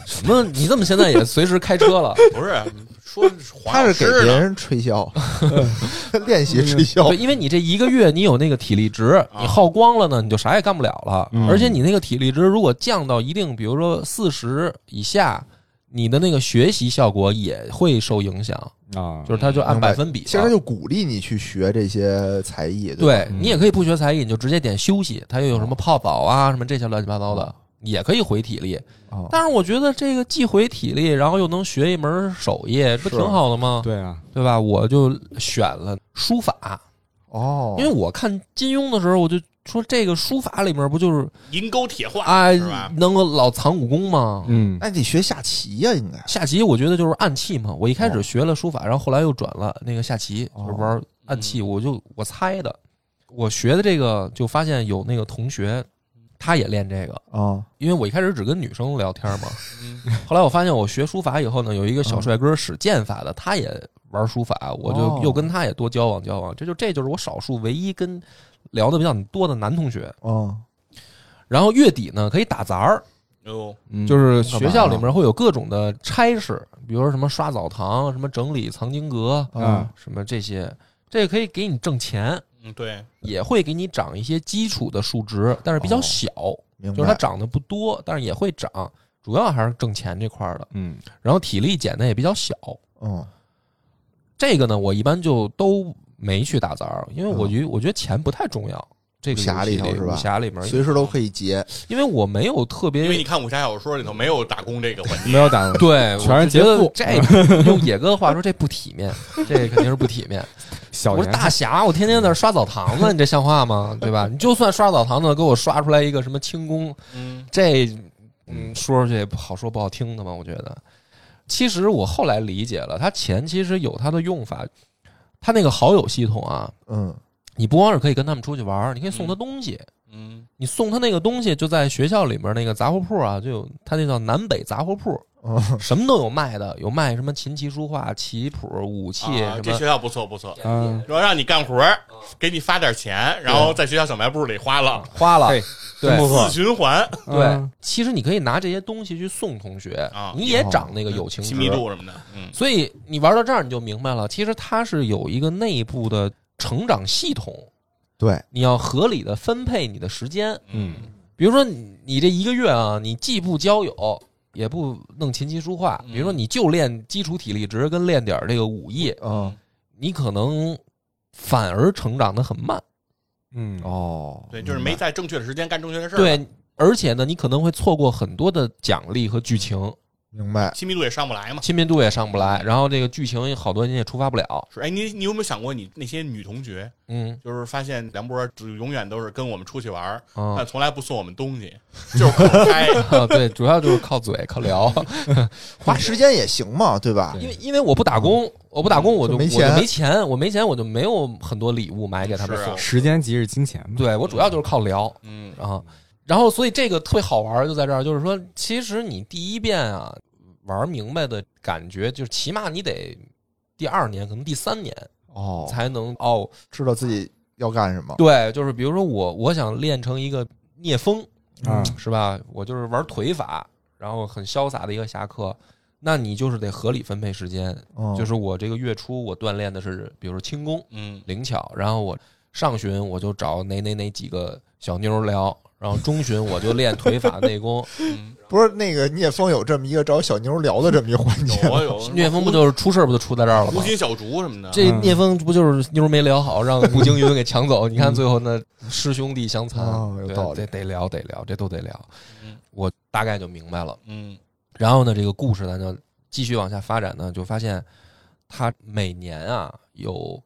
S1: 什么？你怎么现在也随时开车了？
S2: 不是说
S3: 他是给
S2: 人。
S3: 别人吹箫， 练习吹箫
S1: 对，。因为你这一个月你有那个体力值，
S3: 啊
S1: 你耗光了呢，你就啥也干不了了。
S4: 嗯
S1: 而且你那个体力值如果降到一定，比如说四十以下，你的那个学习效果也会受影响，
S4: 啊，
S1: 就是它就按
S3: 明白
S1: 百分比了。
S3: 其实他就鼓励你去学这些才艺，吧
S1: 对
S4: 嗯
S1: 你也可以不学才艺，你就直接点休息，它又有什么泡澡啊，什么这些乱七八糟
S3: 哦
S1: 的，也可以回体力。
S3: 啊
S1: 但是我觉得这个既回体力，然后又能学一门手艺，不挺好的吗？
S4: 对啊，
S1: 对吧？我就选了书法，
S3: 哦，
S1: 因为我看金庸的时候，我就说这个书法里面不就是
S2: 银钩铁哎画
S1: 啊
S2: 是吧？
S1: 能够老藏武功吗？
S4: 嗯
S3: 那你得学下棋呀，应该
S1: 下棋我觉得就是暗器嘛，我一开始学了书法，然后后来又转了那个下棋，
S3: 哦
S1: 就是玩暗器，我就我猜的，我学的这个就发现有那个同学，他也练这个，
S3: 啊
S1: 因为我一开始只跟女生聊天嘛，
S2: 嗯
S1: 后来我发现我学书法以后呢，有一个小帅哥使剑法的，他也玩书法，我
S3: 哦
S1: 就又跟他也多交往交往，这就这就是我少数唯一跟聊的比较多的男同学。
S3: 啊
S1: 然后月底呢可以打杂儿，
S2: 哟，
S4: 嗯，
S1: 就是学校里面会有各种的差事，比如说什么刷澡堂、什么整理藏经阁、
S3: 啊
S1: 什么这些，这个可以给你挣钱，
S2: 嗯，对，
S1: 也会给你涨一些基础的数值，但是比较小，
S3: 哦明
S1: 就是它
S3: 白
S1: 涨的不多，但是也会涨，主要还是挣钱这块儿的。
S4: 嗯
S1: 然后体力减的也比较小，
S3: 嗯
S1: 这个呢，我一般就都没去打杂儿，因为我
S3: 嗯
S1: 觉我觉得钱不太重要。这个
S3: 武侠
S1: 游戏
S3: 里头是吧
S1: 武侠里面，
S3: 随时都可以结，
S1: 因为我没有特别
S2: 因为你看武侠小说里头没有打工这个环节，
S4: 没有 打，
S1: 对，
S4: 全是
S1: 我觉
S4: 劫
S1: 得
S4: 富
S1: 这用野哥的话说，这不体面，这肯定是不体面。
S4: 小
S1: 我是
S4: 年
S1: 大侠，我天天在那刷澡堂子，你这像话吗？对吧？你就算刷澡堂子，给我刷出来一个什么轻功，
S2: 嗯，
S1: 这嗯，说出去也不好说不好听的嘛。我觉得，其实我后来理解了，它钱其实有它的用法，它那个好友系统啊，
S3: 嗯
S1: 你不光是可以跟他们出去玩儿，你可以送他东西。
S2: 嗯，
S1: 你送他那个东西，就在学校里面那个杂货铺啊，就有他那叫南北杂货铺，
S3: 嗯
S1: 什么都有卖的，有卖什么琴棋书画、棋谱、武器
S2: 啊
S1: 什
S2: 这
S1: 么
S2: 学。校不错不错，
S4: 嗯
S2: 主要让你干活儿，给你发点钱，然后在学校小卖部里花了，
S1: 花了
S4: 嘿，
S1: 对
S4: 真不错
S2: 四，循环
S1: 对
S4: 嗯，
S1: 其实你可以拿这些东西去送同学
S2: 啊，
S1: 你也长那个友情
S2: 亲密
S1: 值。
S2: 度什么的，嗯
S1: 所以你玩到这儿，你就明白了，其实它是有一个内部的成长系统，
S3: 对，
S1: 你要合理的分配你的时间。
S4: 嗯
S1: 比如说你你这一个月啊，你既不交友，也不弄琴棋书画，
S2: 嗯
S1: 比如说你就练基础体力值跟练点儿这个武艺，
S3: 嗯
S1: 你可能反而成长的很慢。
S4: 嗯
S3: 哦，
S2: 对，就是没
S3: 明白
S2: 在正确的时间干正确的事儿，，
S1: 对，而且呢，你可能会错过很多的奖励和剧情，
S3: 明白
S2: 亲密度也上不来嘛。
S1: 亲密度也上不来，然后这个剧情好多人也触发不了。
S2: 是，哎，你你有没有想过，你那些女同学，
S1: 嗯
S2: 就是发现梁博只永远都是跟我们出去玩儿，
S1: 啊
S2: 但从来不送我们东西，就是口 嗨，
S1: 啊，对，主要就是靠嘴靠聊，
S3: 花时间也行嘛，对吧？
S1: 因为因为我不打工，我不打工我就
S3: 就没
S1: 我
S3: 钱
S1: 就没钱，我没钱我就没有很多礼物买给他们
S2: 是啊
S1: 送。
S4: 时间即是金钱嘛，
S1: 对我主要就是靠聊，
S2: 嗯
S1: 啊，然后所以这个特别好玩儿就在这儿，就是说，其实你第一遍啊玩明白的感觉，就是起码你得第二年，可能第三年
S3: 哦，
S1: 才能哦，
S3: 知道自己要干什么，
S1: 对，就是比如说我我想练成一个聂风，
S4: 啊
S1: 是吧？我就是玩腿法，然后很潇洒的一个侠客。那你就是得合理分配时间，
S3: 嗯
S1: 就是我这个月初我锻炼的是，比如说轻功，
S2: 嗯
S1: 灵巧，然后我上旬我就找哪哪哪几个小妞儿聊，然后中旬我就练腿法内功。
S2: 嗯，
S3: 不是那个聂风有这么一个找小妞聊的这么一环节
S2: 有啊有，
S1: 聂风不就是出事儿不就出在这儿了
S2: 胡
S1: 吗？
S2: 心小竹什么的，
S1: 这聂风不就是妞儿没聊好， 让顾京云给抢走？你看最后那师兄弟相残，
S3: 哦有
S1: 对
S3: 道理
S1: 嗯得得聊得聊，这都得聊
S2: 嗯。
S1: 我大概就明白了。
S2: 嗯
S1: 然后呢，这个故事咱就继续往下发展呢，就发现他每年啊有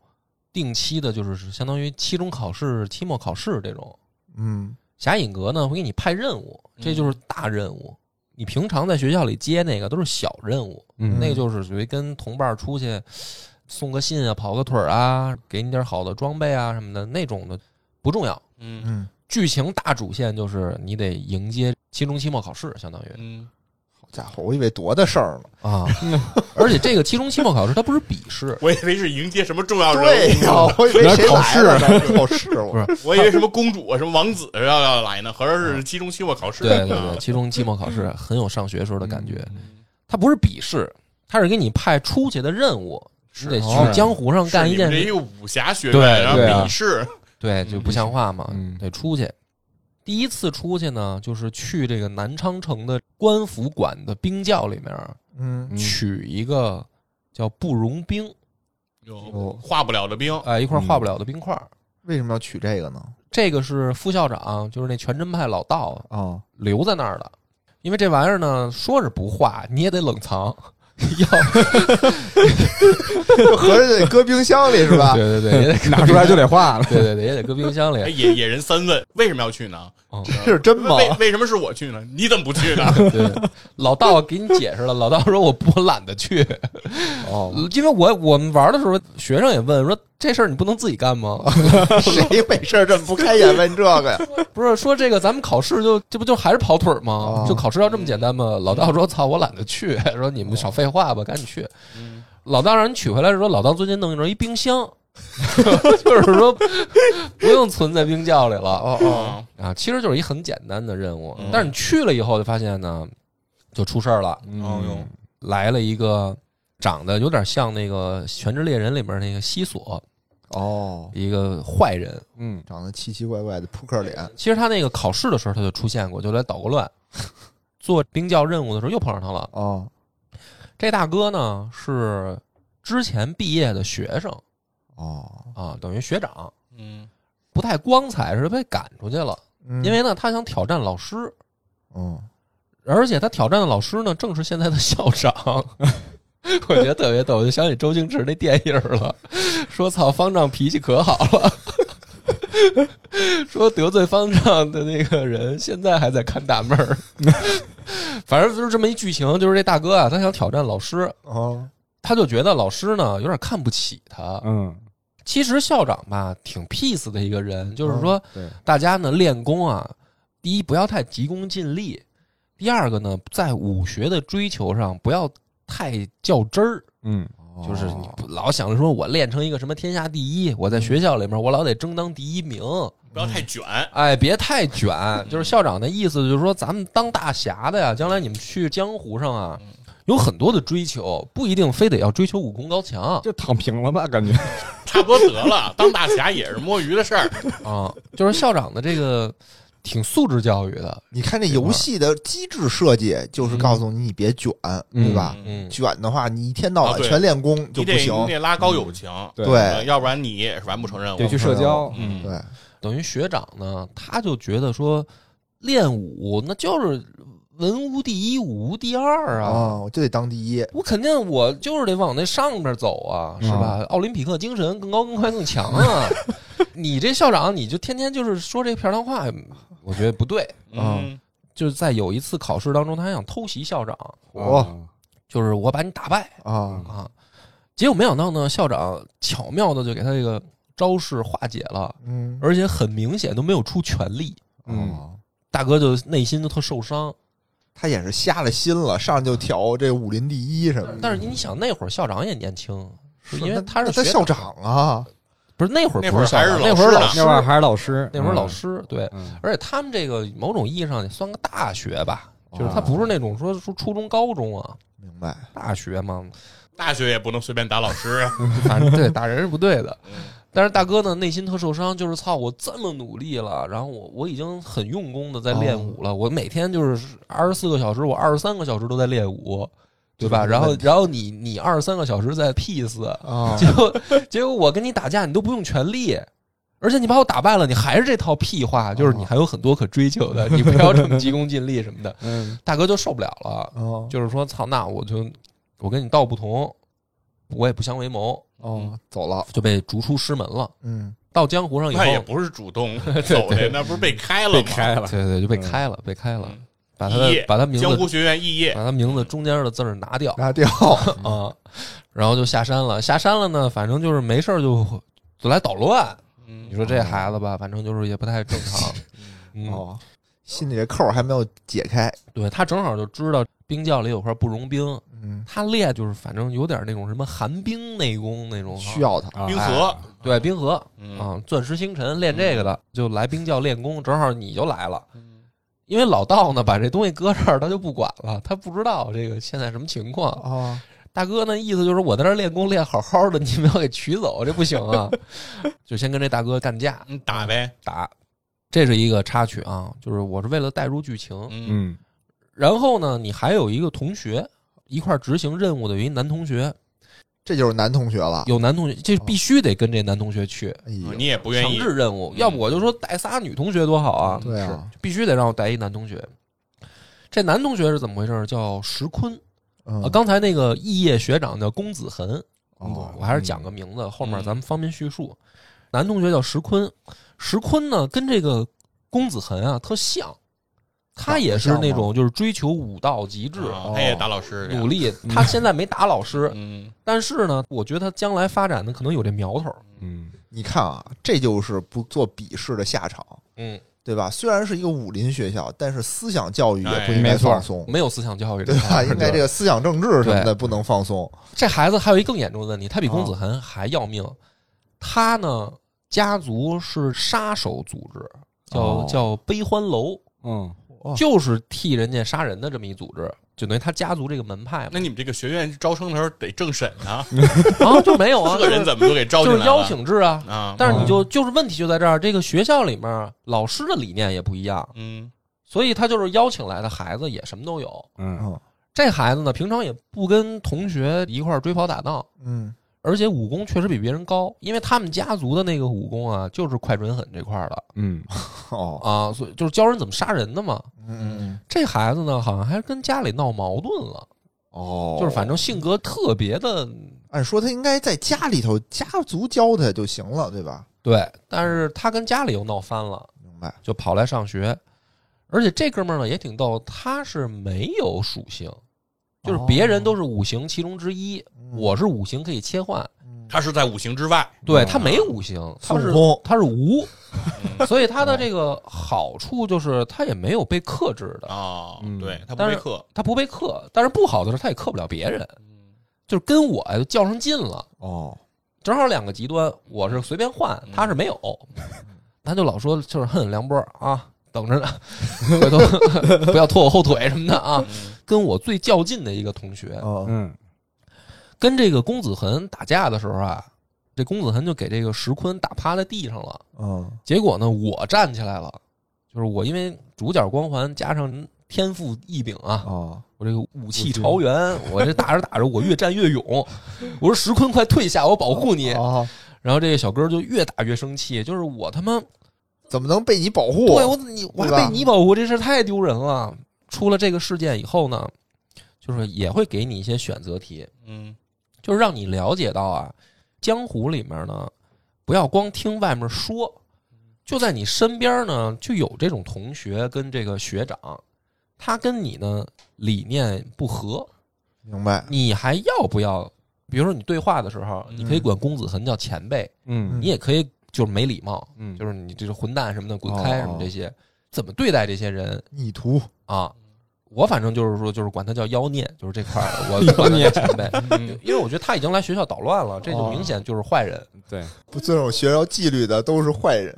S1: 定期的，就是相当于期中考试、期末考试这种，
S3: 嗯，
S1: 侠影阁呢会给你派任务，
S2: 嗯
S1: 这就是大任务。你平常在学校里接那个都是小任务，
S4: 嗯
S1: 那个就是属于跟同伴出去送个信啊、跑个腿儿啊，给你点好的装备啊什么的那种的不重要。
S2: 嗯
S3: 嗯
S1: 剧情大主线就是你得迎接期中、期末考试，相当于
S2: 嗯
S3: 家伙，我以为多大事儿呢。
S1: 啊！ 而且这个期中期末考试它不是笔试，
S2: 我以为是迎接什么重要
S3: 对
S2: 人物，
S3: 呀、我以为谁来了呢考试，啊
S1: 不
S3: 我
S1: 是
S2: 我以为什么公主啊、什么王子要要来呢，合着 是嗯期中期末考试啊
S1: 对
S2: 呢。
S1: 对对，期中期末考试很有上学时候的感觉。
S4: 嗯
S1: 它不是笔试，它是给你派出去的任务，你得
S3: 哦
S1: 去江湖上
S2: 是
S1: 干一
S2: 你
S1: 件
S2: 们这
S1: 事
S2: 一个武侠学
S1: 对
S2: 院，然
S3: 对
S2: 后
S3: 啊
S2: 笔试，
S1: 对，就不像话嘛，
S4: 嗯
S1: 得出去。第一次出去呢，就是去这个南昌城的官府馆的冰窖里面
S3: 嗯
S4: 嗯
S1: 取一个叫不溶冰，
S2: 有
S3: 哦
S2: 化不了的冰，
S1: 哎，一块化不了的冰块儿。
S3: 为什么要取这个呢？
S1: 这个是副校长，就是那全真派老道
S3: 啊，
S1: 留在那儿的，因为这玩意儿呢，说是不化，你也得冷藏。 要
S3: 就合着得搁冰箱里是吧？
S1: 对对对，也 得
S4: 拿出来就得化了。
S1: 对 对对，也得搁冰箱
S2: 哎
S1: 里。
S2: 野野人三问为什么要去呢？
S1: 嗯
S3: 这 是真 吗？
S2: 为为什么是我去呢？你怎么不去呢？
S1: 对，老道给你解释了，老道说我不懒得去，
S3: 哦，
S1: 因为我我们玩的时候，学生也问说这事儿你不能自己干 吗？
S3: 谁没事儿这么不开眼问这个呀？
S1: 不是说这个咱们考试就这不就还是跑腿儿吗
S3: 哦？
S1: 就考试要这么简单吗？老道说操，我懒得去， 说你们少废话吧，赶紧去。
S2: 嗯
S1: 老道让人取回来的时候，老道最近弄着一冰箱， 就是说不用存在冰窖里了
S3: 哦哦，
S2: 啊
S1: 啊，其实就是一很简单的任务
S2: 嗯。
S1: 但是你去了以后就发现呢，就出事儿了，
S4: 嗯
S2: 哦哟
S1: 来了一个长得有点像那个《全职猎人》里面那个西索，
S3: 哦，
S1: 一个坏人。
S4: 嗯，
S3: 长得奇奇怪怪的扑克脸，
S1: 其实他那个考试的时候他就出现过，就来捣过乱。 做冰窖任务的时候又碰上他了。
S3: 哦
S1: 这大哥呢是之前毕业的学生
S3: 哦，
S1: 啊，等于学长，
S2: 嗯，
S1: 不太光彩，是被赶出去了。
S3: 嗯
S1: 因为呢，他想挑战老师，
S3: 嗯，
S1: 而且他挑战的老师呢，正是现在的校长。 我觉得特别逗，我就想起周星驰那电影了，说操方丈脾气可好了， 说得罪方丈的那个人现在还在看纳闷儿， 反正就是这么一剧情，就是这大哥啊，他想挑战老师，
S3: 哦
S1: 他就觉得老师呢有点看不起他。
S4: 嗯，
S1: 其实校长吧挺 peace 的一个人，就是说
S4: 对，
S1: 大家呢练功啊，第一不要太急功近利，第二个呢在武学的追求上不要太较真儿，
S4: 嗯，
S3: 哦
S1: 就是你不老想着说我练成一个什么天下第一，我在学校里面我老得争当第一名，
S2: 不要太卷，
S1: 哎，别太卷。就是校长的意思就是说，咱们当大侠的呀，将来你们去江湖上啊。有很多的追求，不一定非得要追求武功高强啊、
S4: 就躺平了吧，感觉。
S2: 差不多得了。当大侠也是摸鱼的事儿，
S1: 啊就是校长的这个挺素质教育的，
S3: 你看这游戏的机制设计，就是告诉你你别卷，对吧？
S1: 嗯，
S3: 卷的话，你一天到
S2: 啊
S3: 晚
S2: 对
S3: 全练功就
S2: 你
S3: 不
S2: 得
S3: 行。
S2: 你得拉高友情，
S4: 对
S2: 呃
S3: 对啊
S2: 要不然你也完不成任务。
S4: 得去社交。
S2: 嗯，
S3: 对，
S1: 等于学长呢，他就觉得说练武那就是文无第一，武无第二啊。
S3: 啊，我就得当第一。
S1: 我肯定，我就是得往那上边走啊，是吧？奥林匹克精神更高、更快、更强啊！你这校长，你就天天就是说这片儿汤话，我觉得不对。
S2: 嗯，
S1: 就是在有一次考试当中，他还想偷袭校长，
S4: 哦，
S1: 就是我把你打败
S3: 啊
S1: 啊。结果没想到呢，校长巧妙的就给他这个招式化解了，
S3: 嗯
S1: 而且很明显都没有出全力。
S4: 嗯，
S3: 哦
S1: 大哥就内心就特受伤。
S3: 他也是瞎了心了，上就调这武林第一什么的。
S1: 但是你想，那会儿校长也年轻，是因为
S3: 那
S1: 他是
S3: 那他
S1: 学
S3: 校长啊，
S1: 不是那会
S2: 那
S1: 儿
S2: 会
S1: 不
S2: 儿
S1: 校
S2: 还是
S1: 长，
S2: 老
S1: 那会儿
S2: 师呢
S1: 老
S4: 那会儿还是老师，
S1: 那会儿老师对，
S4: 嗯，
S1: 而且他们这个某种意义上也算个大学吧，
S3: 哦
S1: 就是他不是那种说说初中、高中啊，
S3: 明白？
S1: 大学嘛，
S2: 大学也不能随便打老师。
S1: 反正啊对打人是不对的。
S2: 嗯
S1: 但是大哥呢，内心特受伤，就是操，我这么努力了，然后我我已经很用功的在
S3: 哦
S1: 练武了，我每天就是二十四个小时，我二十三个小时都在练武，对吧？
S3: 这是
S1: 然后
S3: 问
S1: 然后你你二十三个小时在 peace，
S3: 啊
S1: 结果 结果我跟你打架，你都不用全力，而且你把我打败了，你还是这套屁话，就是
S3: 哦
S1: 你还有很多可追求的，你不要这么急功近利什么的。
S4: 嗯，
S1: 大哥就受不了了，
S3: 哦
S1: 就是说，操，那我就我跟你道不同，我也不相为谋，
S3: 哦，走了。
S1: 就被逐出师门了。
S3: 嗯，
S1: 到江湖上以后
S2: 那，也不是主动走的，那不是被开了吗？
S4: 被开了。
S1: 对对，就被开了，被开了
S2: 嗯，
S1: 把他
S2: 异
S1: 的
S2: 业
S1: 把他名
S2: 江
S1: 字
S2: 湖学院肄业，
S1: 把他名字中间的字儿拿掉
S3: 拿掉。
S2: 嗯
S1: 啊，然后就下山了。下山了呢，反正就是没事儿就就来捣乱。你
S2: 嗯，
S1: 说这孩子吧，反正就是也不太 正常。嗯，
S3: 哦，心里这扣儿还没有解开。
S1: 对他正好就知道冰窖里有块不溶冰，
S3: 嗯，
S1: 他练就是反正有点那种什么寒冰内功那种，
S3: 需要它，
S4: 啊
S2: 冰河，
S1: 哎对冰河
S2: 嗯，
S1: 啊，钻石星辰练这个的就来冰窖练功，正好你就来了。因为老道呢把这东西搁这儿，他就不管了，他不知道这个现在什么情况。
S3: 啊，
S1: 大哥那意思就是我在这儿练功练好好的，你们要给取走，这不行啊！就先跟这大哥干架
S2: 你嗯打呗，
S1: 打，这是一个插曲啊，就是我是为了带入剧情。
S2: 嗯
S4: 嗯
S1: 然后呢，你还有一个同学一块儿执行任务的有一男同学，
S3: 这就是男同学了。
S1: 有哦男同学这必须得跟这男同学去
S3: 哎呦，
S2: 你也不
S1: 嗯
S2: 愿
S1: 强
S2: 意，嗯
S1: 制任务，要不我就说带仨女同学多好啊，
S3: 对啊，
S1: 必须得让我带一男同学。这男同学是怎么回事儿？叫石坤
S3: 嗯
S1: 啊，刚才那个异业学长叫龚子恒，
S3: 哦嗯
S1: 我还是讲个名字，后面咱们方便叙述。男同学叫石坤，石坤呢跟这个龚子恒啊特像，他也是那种就是追求武道极致，
S2: 啊
S3: 哦
S2: 他也打老师，
S1: 哦努 力。他现在没打老师，
S2: 嗯，
S1: 但是呢，我觉得他将来发展的可能有这苗头。
S4: 嗯
S3: 你看啊，这就是不做鄙视的下场，
S1: 嗯，
S3: 对吧？虽然是一个武林学校，但是思想教育也不
S2: 哎
S3: 应该
S4: 没错
S3: 放松，
S1: 嗯没有思想教育这
S3: 对
S1: 块
S3: 吧？
S1: 儿。
S3: 应该这个思想政治什么
S1: 对
S3: 的不能放松。
S1: 这孩子还有一更严重的问题，他比
S3: 哦
S1: 龚子恒还要命。他呢，家族是杀手组织，叫、
S4: 哦
S1: 叫悲欢楼。
S4: 嗯
S3: 哦
S1: 就是替人家杀人的这么一组织，就等于他家族这个门派嘛
S2: 那。你们这个学院招生的时候得政审啊，
S1: 啊， 就没有啊，
S2: 这人怎么就给招
S1: 就
S2: 进
S1: 是
S2: 来了？
S1: 邀请制啊。
S2: 啊，
S1: 但是你就就是问题就在这儿，这个学校里面老师的理念也不一样，
S2: 嗯
S1: 所以他就是邀请来的孩子也什么都有。
S4: 嗯
S3: 嗯
S1: 这孩子呢，平常也不跟同学一块儿追跑打闹，
S3: 嗯，
S1: 而且武功确实比别人高，因为他们家族的那个武功啊，就是快准狠这块儿的
S4: 嗯
S3: 哦，
S1: 啊，所以就是教人怎么杀人的嘛。
S3: 嗯嗯，
S1: 这孩子呢，好像还跟家里闹矛盾了，
S3: 哦，
S1: 就是反正性格特别的
S3: 按说他应该在家里头家族教他就行了，对吧？
S1: 对，但是他跟家里又闹翻了，
S3: 明白？
S1: 就跑来上学。而且这哥们儿呢也挺逗，他是没有属性，就是别人都是五行其中之一，
S3: 哦嗯
S1: 我是五行可以切换，
S3: 嗯
S2: 他是在五行 之外，
S1: 对他没五行，他
S3: 孙
S1: 是
S3: 悟空
S1: 他是无，
S2: 嗯
S1: 所以他的这个好处就是他也没有被克制的，
S2: 哦，
S4: 嗯
S2: 对他不
S1: 但
S2: 备
S1: 是
S2: 课，
S1: 他不被克，但是不好的是他也克不了别人，
S2: 嗯
S1: 就是跟我呀就较上劲了。
S3: 哦，
S1: 正好两个极端，我是随便换，他是没有，他就老说就是哼梁波儿啊，等着呢，回头不要拖我后腿什么的啊。
S2: 嗯
S1: 跟我最较劲的一个同学，
S3: 嗯
S4: 嗯
S1: 跟这个公子恒打架的时候啊，这公子恒就给这个石坤打趴在地上了。
S3: 嗯
S1: 结果呢，我站起来了，就是我因为主角光环加上天赋异禀啊，
S3: 哦，
S1: 我这个武器朝元，我这打着打着我越战越勇，我说石坤快退下，我保护你。
S3: 哦，
S1: 然后这个小哥就越打越生气，就是我他妈，
S3: 怎么能被你保护？
S1: 对我你我还
S3: 对吧
S1: 被你保护，这事儿太丢人了。出了这个事件以后呢，就是也会给你一些选择题，
S2: 嗯
S1: 就是让你了解到啊，江湖里面呢，不要光听外面说，就在你身边呢，就有这种同学跟这个学长，他跟你呢理念不合，
S3: 明白？
S1: 你还要不要？比如说你对话的时候，
S2: 嗯
S1: 你可以管公子恒叫前辈，
S4: 嗯
S1: 你也可以就是没礼貌，
S4: 嗯哦
S1: 就是你这是混蛋什么的，滚开什么这些，怎么对待这些人
S3: 逆徒
S1: 啊？我反正就是说，就是管他叫妖孽，就是这块儿， 我管他叫前辈，
S2: 嗯
S1: 因为我觉得他已经来学校捣乱了，这
S4: 哦
S1: 就明显就是坏人
S4: 对
S3: 不遵守学校纪律的都是坏人。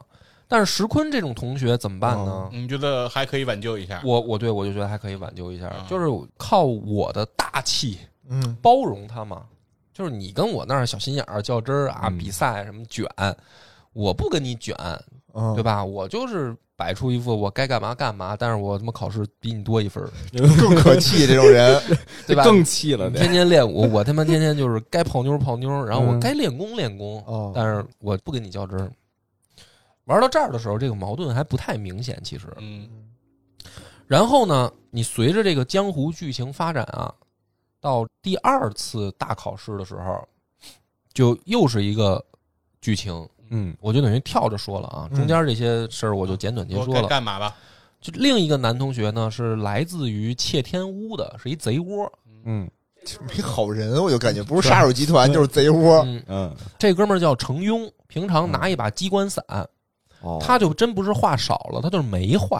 S1: 啊、但是石坤这种同学怎么办呢？
S2: 嗯你觉得还可以挽救一下？
S1: 我我对我就觉得还可以挽救一下，
S4: 哦
S2: 嗯
S1: 就是靠我的大气
S3: 嗯
S1: 包容他嘛。就是你跟我那儿小心眼儿较真儿啊，
S4: 嗯
S1: 比赛什么卷，我不跟你卷，
S3: 嗯，
S1: 对？吧？我就是摆出一副我该干嘛干嘛，但是我他妈考试比你多一分儿，
S3: 更可气这种人，
S1: 对吧？
S4: 更气了
S1: 你
S4: 得
S1: 天天练武，我他妈天天就是该泡妞泡妞，然后我
S4: 嗯
S1: 该练功练功，
S3: 哦
S1: 但是我不跟你较真儿。玩到这儿的时候，这个矛盾还不太明显，其实。
S2: 嗯
S1: 然后呢，你随着这个江湖剧情发展啊，到第二次大考试的时候，就又是一个剧情，
S4: 嗯
S1: 我就等于跳着说了啊，
S3: 嗯
S1: 中间这些事儿我就简短截
S2: 我
S1: 说
S2: 哦该
S1: 了。
S2: 干嘛吧？
S1: 就另一个男同学呢，是来自于窃天屋的，是一贼窝。
S4: 嗯
S3: 没好人，我就感觉不是杀手集团就是贼窝。
S1: 嗯，
S4: 嗯
S1: 这哥们儿叫程庸，平常拿一把机关伞，
S4: 哦
S1: 他就真不是话少了，他就是没话。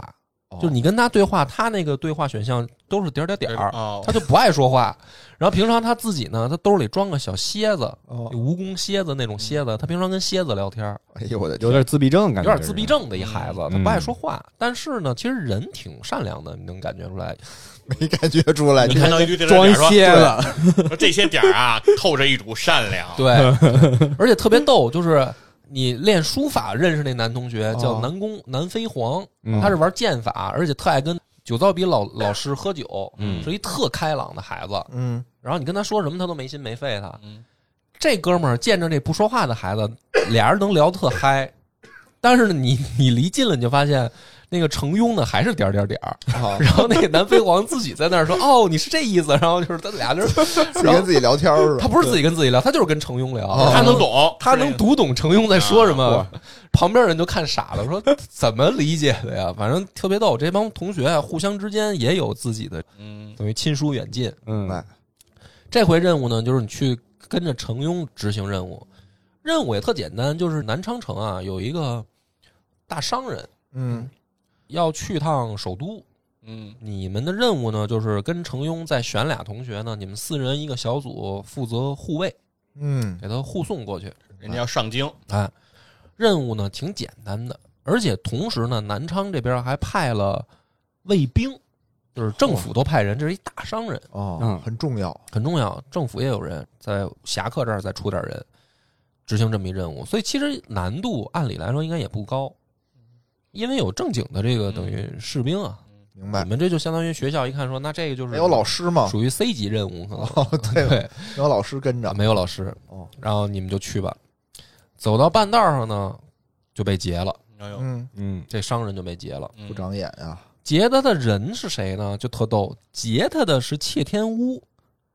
S4: 哦
S1: 就是你跟他对话，他那个对话选项都是点儿点儿点儿，
S2: 哦
S1: 他就不爱说话。然后平常他自己呢，他兜里装个小蝎子，
S3: 哦
S1: 有，蜈蚣蝎子那种蝎子，他平常跟蝎子聊天儿，
S3: 哎呦我的
S4: 有
S3: 天，
S4: 点自闭症
S1: 有
S4: 嗯感觉，
S1: 点自闭症的一孩子，他
S4: 嗯
S1: 不爱说话。但是呢，其实人挺善良的，你能感觉出来。
S3: 没感觉出来，
S2: 你
S3: 这
S2: 看到一堆
S4: 这
S2: 这
S4: 人，装
S2: 点
S4: 一
S2: 儿说
S4: 蝎子，
S2: 说这些点儿啊，透着一股善良。
S1: 对，而且特别逗，就是你练书法认识那男同学叫
S3: 哦
S1: 南宫南飞黄，
S4: 嗯
S1: 他是玩剑法，而且特爱跟酒糟比老老师喝酒，
S4: 嗯
S1: 是一特开朗的孩子。
S3: 嗯，
S1: 然后你跟他说什么，他都没心没肺的。
S2: 嗯，
S1: 这哥们儿见着这不说话的孩子，俩人能聊得特嗨。但是呢，你你离近了，你就发现那个程雍呢还是点儿点儿点儿，
S3: 好，
S1: 然后那个南飞黄自己在那儿说：“哦，你是这意思。”然后就是他俩人，
S3: 自己跟自己聊天儿是吧？
S1: 他不是自己跟自己聊，他就是跟程雍聊，
S3: 哦
S2: 他能懂，
S1: 他能读懂程雍在说什么
S4: 啊，
S1: 旁边人就看傻了，说怎么理解的呀？反正特别逗，这帮同学啊，互相之间也有自己的
S2: 嗯，
S1: 等于亲疏远近。
S4: 嗯
S3: 哎，
S1: 这回任务呢，就是你去跟着程雍执行任务，任务也特简单，就是南昌城啊有一个大商人
S3: 嗯
S1: 要去趟首都，
S2: 嗯
S1: 你们的任务呢就是跟程雍再选俩同学呢，你们四人一个小组负责护卫，
S3: 嗯，
S1: 给他护送过去。
S2: 人家要上京，
S1: 哎，任务呢挺简单的，而且同时呢，南昌这边还派了卫兵，就是政府都派人，这是一大商人，
S3: 哦
S4: 嗯，
S3: 很重要，
S1: 很重要。政府也有人在侠客这儿再出点人，执行这么一任务，所以其实难度按理来说应该也不高，因为有正经的这个
S2: 嗯
S1: 等于士兵啊，
S3: 明白
S1: 你？们这就相当于学校一看说，那这个就是
S3: 没有老师嘛？
S1: 属于 C 级任务，可能、
S3: 哦，对，
S1: 对。
S3: 没有老师跟着
S1: 啊，，没有老师
S3: 哦，
S1: 然后你们就去吧。走到半道上呢，就被劫了，
S2: 哎呦
S3: 嗯，
S4: 嗯，
S1: 这商人就被劫了。
S2: 嗯
S3: 不长眼啊，
S1: 劫他的人是谁呢？就特逗，劫他的是窃天屋，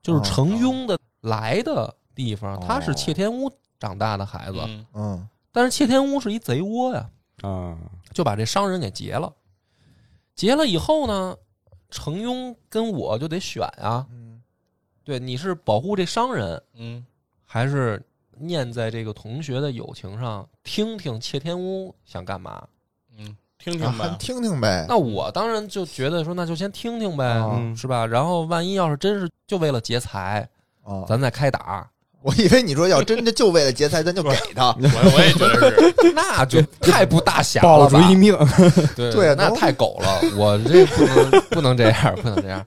S1: 就是
S3: 哦
S1: 程雍的来的地方，他是
S3: 哦
S1: 窃天屋长大的孩子，
S2: 嗯
S3: 嗯，
S1: 但是窃天屋是一贼窝呀，
S4: 啊，
S1: 就把这商人给劫了。劫了以后呢，程雍跟我就得选啊，
S3: 嗯
S1: 对，你是保护这商人，
S2: 嗯
S1: 还是念在这个同学的友情上，听听窃天屋想干嘛。
S2: 嗯，听
S3: 啊
S2: 听
S3: 还
S2: 吧，
S3: 听听呗，
S1: 那我当然就觉得说，那就先听听呗，
S4: 嗯
S1: 是吧？然后万一要是真是就为了劫财，
S3: 啊，
S1: 咱再开打，
S3: 我以为你说要真的就为了劫财，咱 就给他，
S2: 我我也觉得是，
S1: 那就太不大侠
S4: 保
S1: 了
S4: 住
S1: 吧？
S4: 一命，
S1: 对
S3: 对
S1: 那
S3: 能
S1: 太狗了，我这不能不能这样，不能这样。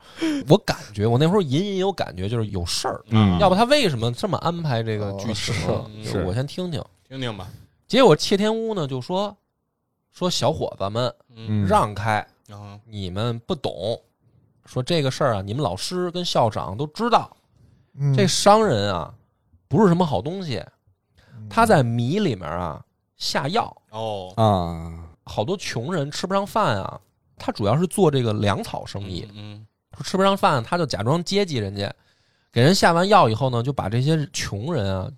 S1: 我感觉我那会儿隐隐有感觉，就是有事儿，
S4: 嗯
S1: 要不他为什么这么安排这个
S3: 哦
S1: 剧情？
S2: 是
S1: 就是我先听听。
S2: 听听吧，
S1: 结果窃天屋呢就说说小伙子们
S2: 嗯，
S4: 嗯
S1: 让开，
S2: 然后
S1: 你们不懂，说这个事儿啊，你们老师跟校长都知道，
S3: 嗯
S1: 这商人啊不是什么好东西，
S3: 嗯
S1: 他在米里面啊下药，
S2: 哦，
S4: 啊，
S1: 好多穷人吃不上饭啊。他主要是做这个粮草生意，
S2: 嗯
S1: 说吃不上饭，他就假装接济人家，给人下完药以后呢，就把这些穷人啊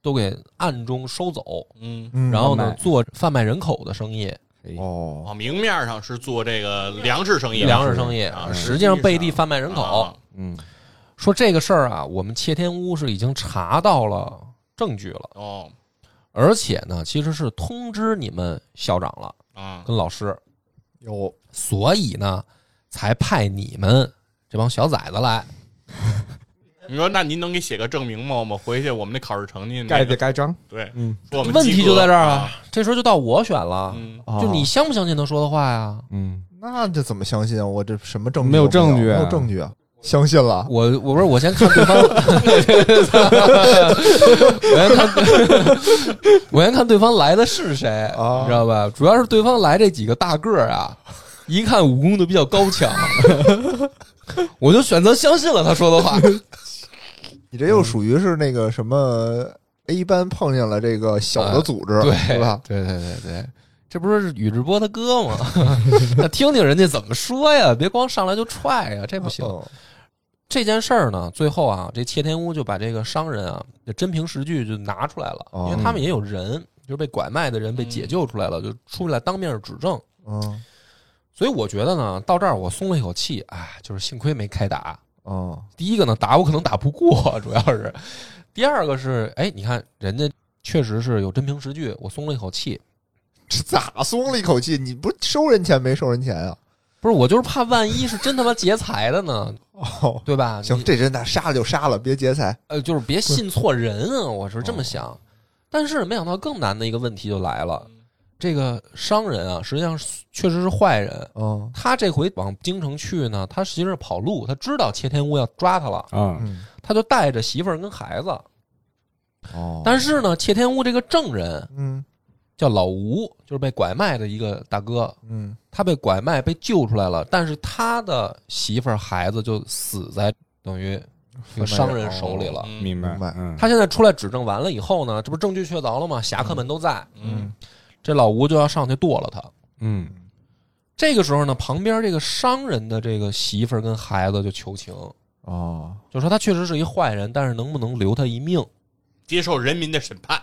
S1: 都给暗中收走，
S2: 嗯，
S3: 嗯
S1: 然后呢
S4: 贩卖
S1: 做贩卖人口的生意，
S3: 哦，
S2: 哦，明面上是做这个粮食生意，
S1: 粮食生意
S2: 啊，
S1: 实际上背地贩卖人
S2: 人
S1: 口。
S4: 嗯
S1: 说这个事儿啊，我们窃天屋是已经查到了证据了，
S2: 哦
S1: 而且呢，其实是通知你们校长了，
S2: 啊，
S1: 跟老师，
S3: 有
S1: 所以呢，才派你们这帮小崽子来。
S2: 你说那您能给写个证明吗？我们回去我们那考试成绩那
S4: 盖
S2: 个
S4: 的盖章，
S2: 对，
S4: 嗯
S2: 说我们
S1: 问
S2: 及
S1: 题
S2: 格
S1: 就在这儿啊，，这时候就到我选了，
S2: 嗯
S1: 就你
S3: 哦
S1: 相不相信他说的话呀？
S4: 嗯，
S3: 那这怎么相信啊？我这什么证据
S4: 没有
S3: 都
S4: 证据
S3: 没有证据啊，相信
S2: 哦
S3: 了，
S1: 我我不是我先看对方， 我先看， 我先看对方来的是谁，
S2: 哦
S3: 啊
S1: 你知道吧？主要是对方来这几个大个儿 啊，一看武功都比较高强， 我就选择相信了他说的话。
S3: 你这又属于是那个什么 A 班碰见了这个小的组织，
S1: 对，
S3: 是吧？
S1: 对对对对，这不是宇智波他哥吗？ 那听听人家怎么说呀，别光上来就踹呀， 这不行。
S3: 嗯
S1: 这件事儿呢，最后啊，这窃天屋就把这个商人啊，这真凭实据就拿出来了，
S3: 哦
S1: 因为他们也有人，就是被拐卖的人被
S2: 嗯
S1: 解救出来了，就出来当面指证。
S3: 嗯
S1: 所以我觉得呢，到这儿我松了一口气，哎，就是幸亏没开打。
S3: 嗯
S1: 第一个呢，打我可能打不过，主要是；第二个是，哎，你看人家确实是有真凭实据，我松了一口气。
S3: 这咋松了一口气？你不是收人钱没收人钱啊？
S1: 不不是我就是怕万一是真他妈劫财的 呢，
S3: 哦，
S1: 对吧？
S3: 行，
S1: 你
S3: 这人呐，杀了就杀了，别劫财。
S1: 呃，就是别信错人啊，我是这么
S3: 哦
S1: 想。但是没想到更难的一个问题就来了，
S3: 嗯
S1: 这个商人啊，实际上是确实是坏人。
S3: 嗯
S1: 他这回往京城去呢，他实际上是跑路，他知道切天屋要抓他了，
S4: 啊，
S3: 嗯，
S1: 他就带着媳妇儿跟孩子。
S3: 哦
S1: 但是呢，切天屋这个证人
S3: 嗯
S1: 叫老吴，就是被拐卖的一个大哥，
S3: 嗯，
S1: 他被拐卖被救出来了，但是他的媳妇儿孩子就死在等于这个商人手
S3: 哦
S1: 里了。哦
S2: 嗯
S4: 明白
S3: 明白
S4: 嗯，
S1: 他现在出来指证完了以后呢，这不证据确凿了吗？侠客们都在，
S2: 嗯，
S1: 这老吴就要上去剁了他。
S4: 嗯
S1: 这个时候呢，旁边这个商人的这个媳妇儿跟孩子就求情，
S3: 哦，
S1: 就说他确实是一坏人，但是能不能留他一命？
S2: 接受人民的审判，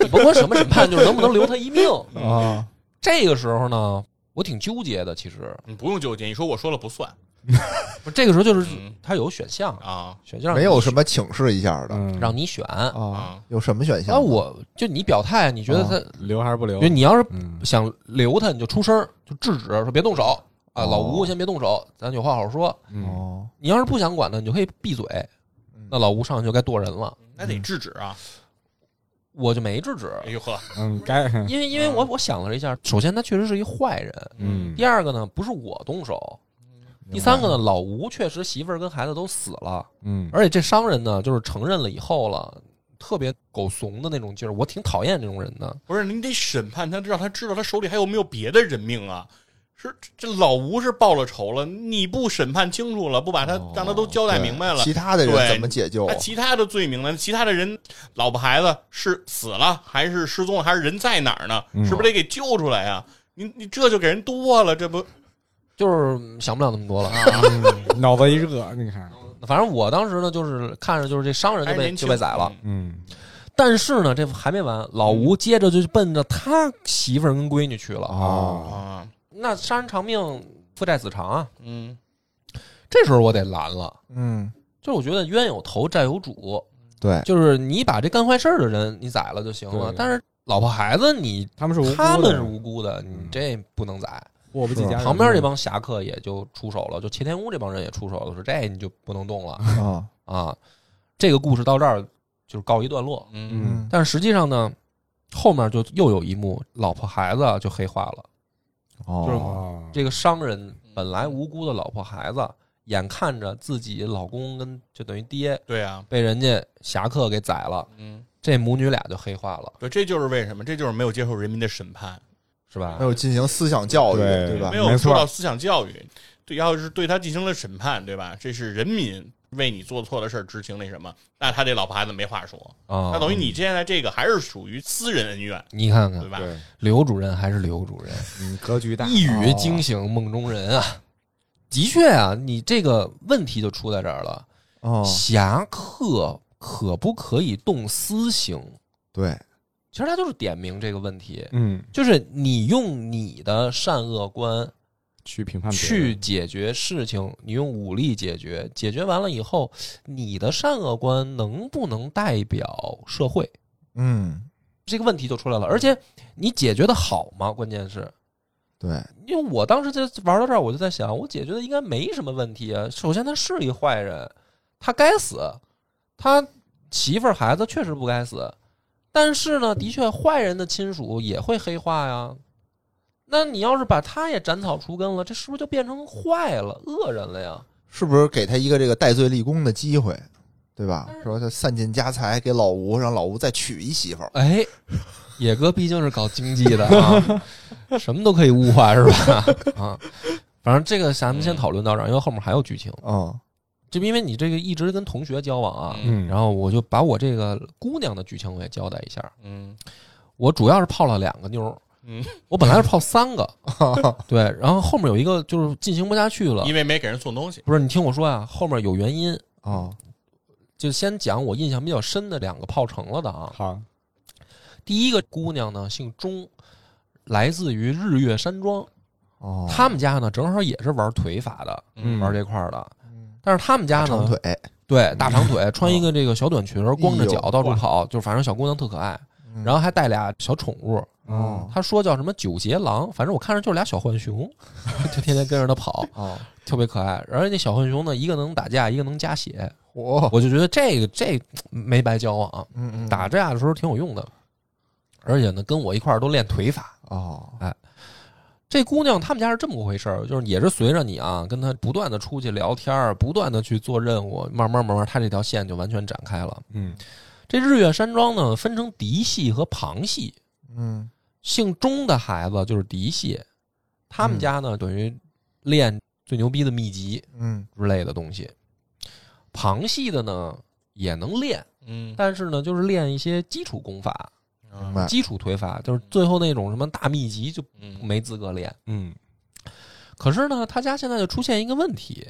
S1: 你甭管什么审判，就是能不能留他一命。
S3: 啊，
S1: 这个时候呢，我挺纠结的。其实
S2: 你不用纠结，你说我说了不算
S1: 不是这个时候就是
S2: 嗯
S1: 他有选项，
S2: 啊
S1: 选项
S3: 没有
S1: 什
S3: 什么请示一下的
S4: 嗯，
S1: 让你选。啊，
S3: 啊
S2: 啊？
S3: 有什么选项？
S1: 我就你表态，你觉得他，
S4: 哦留还是不留
S1: 因为？你要是
S4: 嗯
S1: 想留他，你就出声儿就制止，说别动手啊，
S3: 哦
S1: 老吴先别动手，咱有话好好说。
S4: 嗯
S3: 哦，
S1: 你要是不想管他，你就可以闭嘴。
S3: 嗯
S1: 那老吴上去就该剁人了，
S2: 那得制止啊！
S1: 我就没制止，
S2: 哎呦呵，
S4: 嗯，该
S1: 因为因为我我想了一下，首先他确实是一坏人，
S4: 嗯
S1: 第二个呢不是我动手，嗯第三个呢老吴确实媳妇儿跟孩子都死了，
S4: 嗯
S1: 而且这商人呢就是承认了以后了，特别狗怂的那种劲儿，我挺讨厌这种人的。
S2: 不是你得审判他，让他知道他手里还有没有别的人命啊？是这这老吴是报了仇了，你不审判清楚了，不把他
S3: 哦
S2: 让他都交代明白了
S3: 对，其他的人
S2: 对
S3: 怎么解救
S2: 那？其他的罪名呢？其他的人，老婆孩子是死了，还是失踪了，还是人在哪儿呢？
S4: 嗯
S2: 是不是得给救出来啊？你你这就给人剁了，这不
S1: 就是想不了那么多了，
S4: 嗯脑子一热，你看，
S1: 反正我当时呢，就是看着就是这商人就
S2: 还是
S1: 被
S2: 年轻
S1: 就被宰了，。
S4: 嗯
S1: 但是呢，这还没完，老吴接着就奔着他媳妇儿跟闺女去了。
S2: 嗯
S3: 哦，
S2: 啊，
S1: 那杀人偿命，父债子偿啊！
S2: 嗯，
S1: 这时候我得拦了，
S3: 嗯，
S1: 就是我觉得冤有头债有主，
S3: 对，
S1: 就是你把这干坏事儿的人你宰了就行了，
S4: 对
S1: 但是老婆孩子你
S4: 他们是无辜的
S1: 他们是无辜的，
S4: 嗯
S1: 你这不能宰。
S4: 祸不及家人，
S1: 旁边这帮侠客也就出手了，就齐天屋这帮人也出手了，说这你就不能动了
S3: 啊，
S1: 啊！这个故事到这儿就是告一段落，
S2: 嗯
S4: 嗯
S3: 嗯，
S1: 但是实际上呢，后面就又有一幕，老婆孩子啊就黑化了。
S3: 哦，
S4: 哦
S1: 这个商人本来无辜的老婆孩子，啊眼看着自己老公跟就等于爹
S2: 对啊，
S1: 被人家侠客给宰了，
S2: 嗯，
S1: 这母女俩就黑化了，
S2: 对，这就是为什么，这就是没有接受人民的审判，
S1: 是吧
S3: 没？有进行思想教育，
S4: 对
S3: 对吧
S2: 没？
S4: 没
S2: 有
S4: 错
S2: 受到思想教育，对，要是对他进行了审判，对吧？这是人民为你做错的事儿执行那什么，那他这老婆孩子没话说，
S1: 啊
S2: 那，等于你现在这个还是属于私人恩怨，
S1: 你看看
S2: 对吧？
S4: 嗯对，
S1: 刘主任还是刘主任，
S4: 嗯，格局大，
S1: 一语惊醒梦中人啊！的确啊，你这个问题就出在这儿了。
S3: 哦，
S1: 侠客可不可以动私刑？
S3: 对，
S1: 其实他就是点明这个问题，
S4: 嗯，
S1: 就是你用你的善恶观
S4: 去评判别
S1: 去
S4: 人，
S1: 解决事情，你用武力解决，解决完了以后，你的善恶观能不能代表社会？
S3: 嗯，
S1: 这个问题就出来了。而且你解决的好吗？关键是，
S3: 对，
S1: 因为我当时在玩到这儿，我就在想，我解决的应该没什么问题啊。首先，他是一坏人，他该死，他媳妇儿孩子确实不该死，但是呢，的确坏人的亲属也会黑化呀。那你要是把他也斩草除根了，这是不是就变成坏了恶人了呀？
S3: 是不是给他一个这个戴罪立功的机会，对吧？说他散尽家财给老吴，让老吴再娶一媳妇儿，
S1: 哎，野哥毕竟是搞经济的 啊，什么都可以物化是吧？啊，嗯反正这个咱们先讨论到这儿，因为后面还有剧情。
S3: 嗯，
S1: 就因为你这个一直跟同学交往啊，
S4: 嗯，
S1: 然后我就把我这个姑娘的剧情我也交代一下。
S2: 嗯
S1: 我主要是泡了两个妞儿，
S2: 嗯，
S1: 我本来是泡三 个，对，然后后面有一个就是进行不下去了
S2: 因。为没给人送东西，
S1: 不是你听我说啊，后面有原因，
S3: 哦，
S1: 就先讲我印象比较深的两个泡成了的啊。
S4: 好，
S1: 第一个姑娘呢姓钟，来自于日月山庄，
S3: 哦，
S1: 他们家呢正好也是玩腿法的，
S4: 嗯
S1: 玩这块儿的。
S3: 嗯
S1: 但是他们家
S3: 长
S1: 呢，
S3: 腿，嗯
S1: 对大长腿，穿一个这个小短裙儿，光着
S3: 哎呦
S1: 脚到处跑，就反正小姑娘特可爱。
S3: 嗯
S1: 然后还带俩小宠物，
S4: 哦
S1: 他说叫什么九节狼，反正我看着就是俩小浣熊， 就天天跟着他跑，
S3: 哦，
S1: 特别可爱。而且那小浣熊呢，一个能打架，一个能加血，
S3: 我
S1: 我就觉得这个这没白交往，
S3: 嗯嗯
S1: 打架的时候挺有用的。而且呢，跟我一块儿都练腿法。
S3: 哦
S1: 这姑娘他们家是这么回事儿，就是也是随着你啊，跟她不断的出去聊天儿，不断的去做任务，慢慢慢慢，她这条线就完全展开了。
S4: 嗯
S1: 这日月山庄呢，分成嫡系和旁系，
S3: 嗯
S1: 姓钟的孩子就是嫡系，他们家呢等于练最牛逼的秘籍
S3: 嗯
S1: 之类的东西，旁系的呢也能练，
S2: 嗯，
S1: 但是呢就是练一些基础功法、
S3: 明白
S1: 基础腿法，就是最后那种什么大秘籍就
S2: 嗯
S1: 没资格练。
S4: 嗯
S1: 可是呢，他家现在就出现一个问题，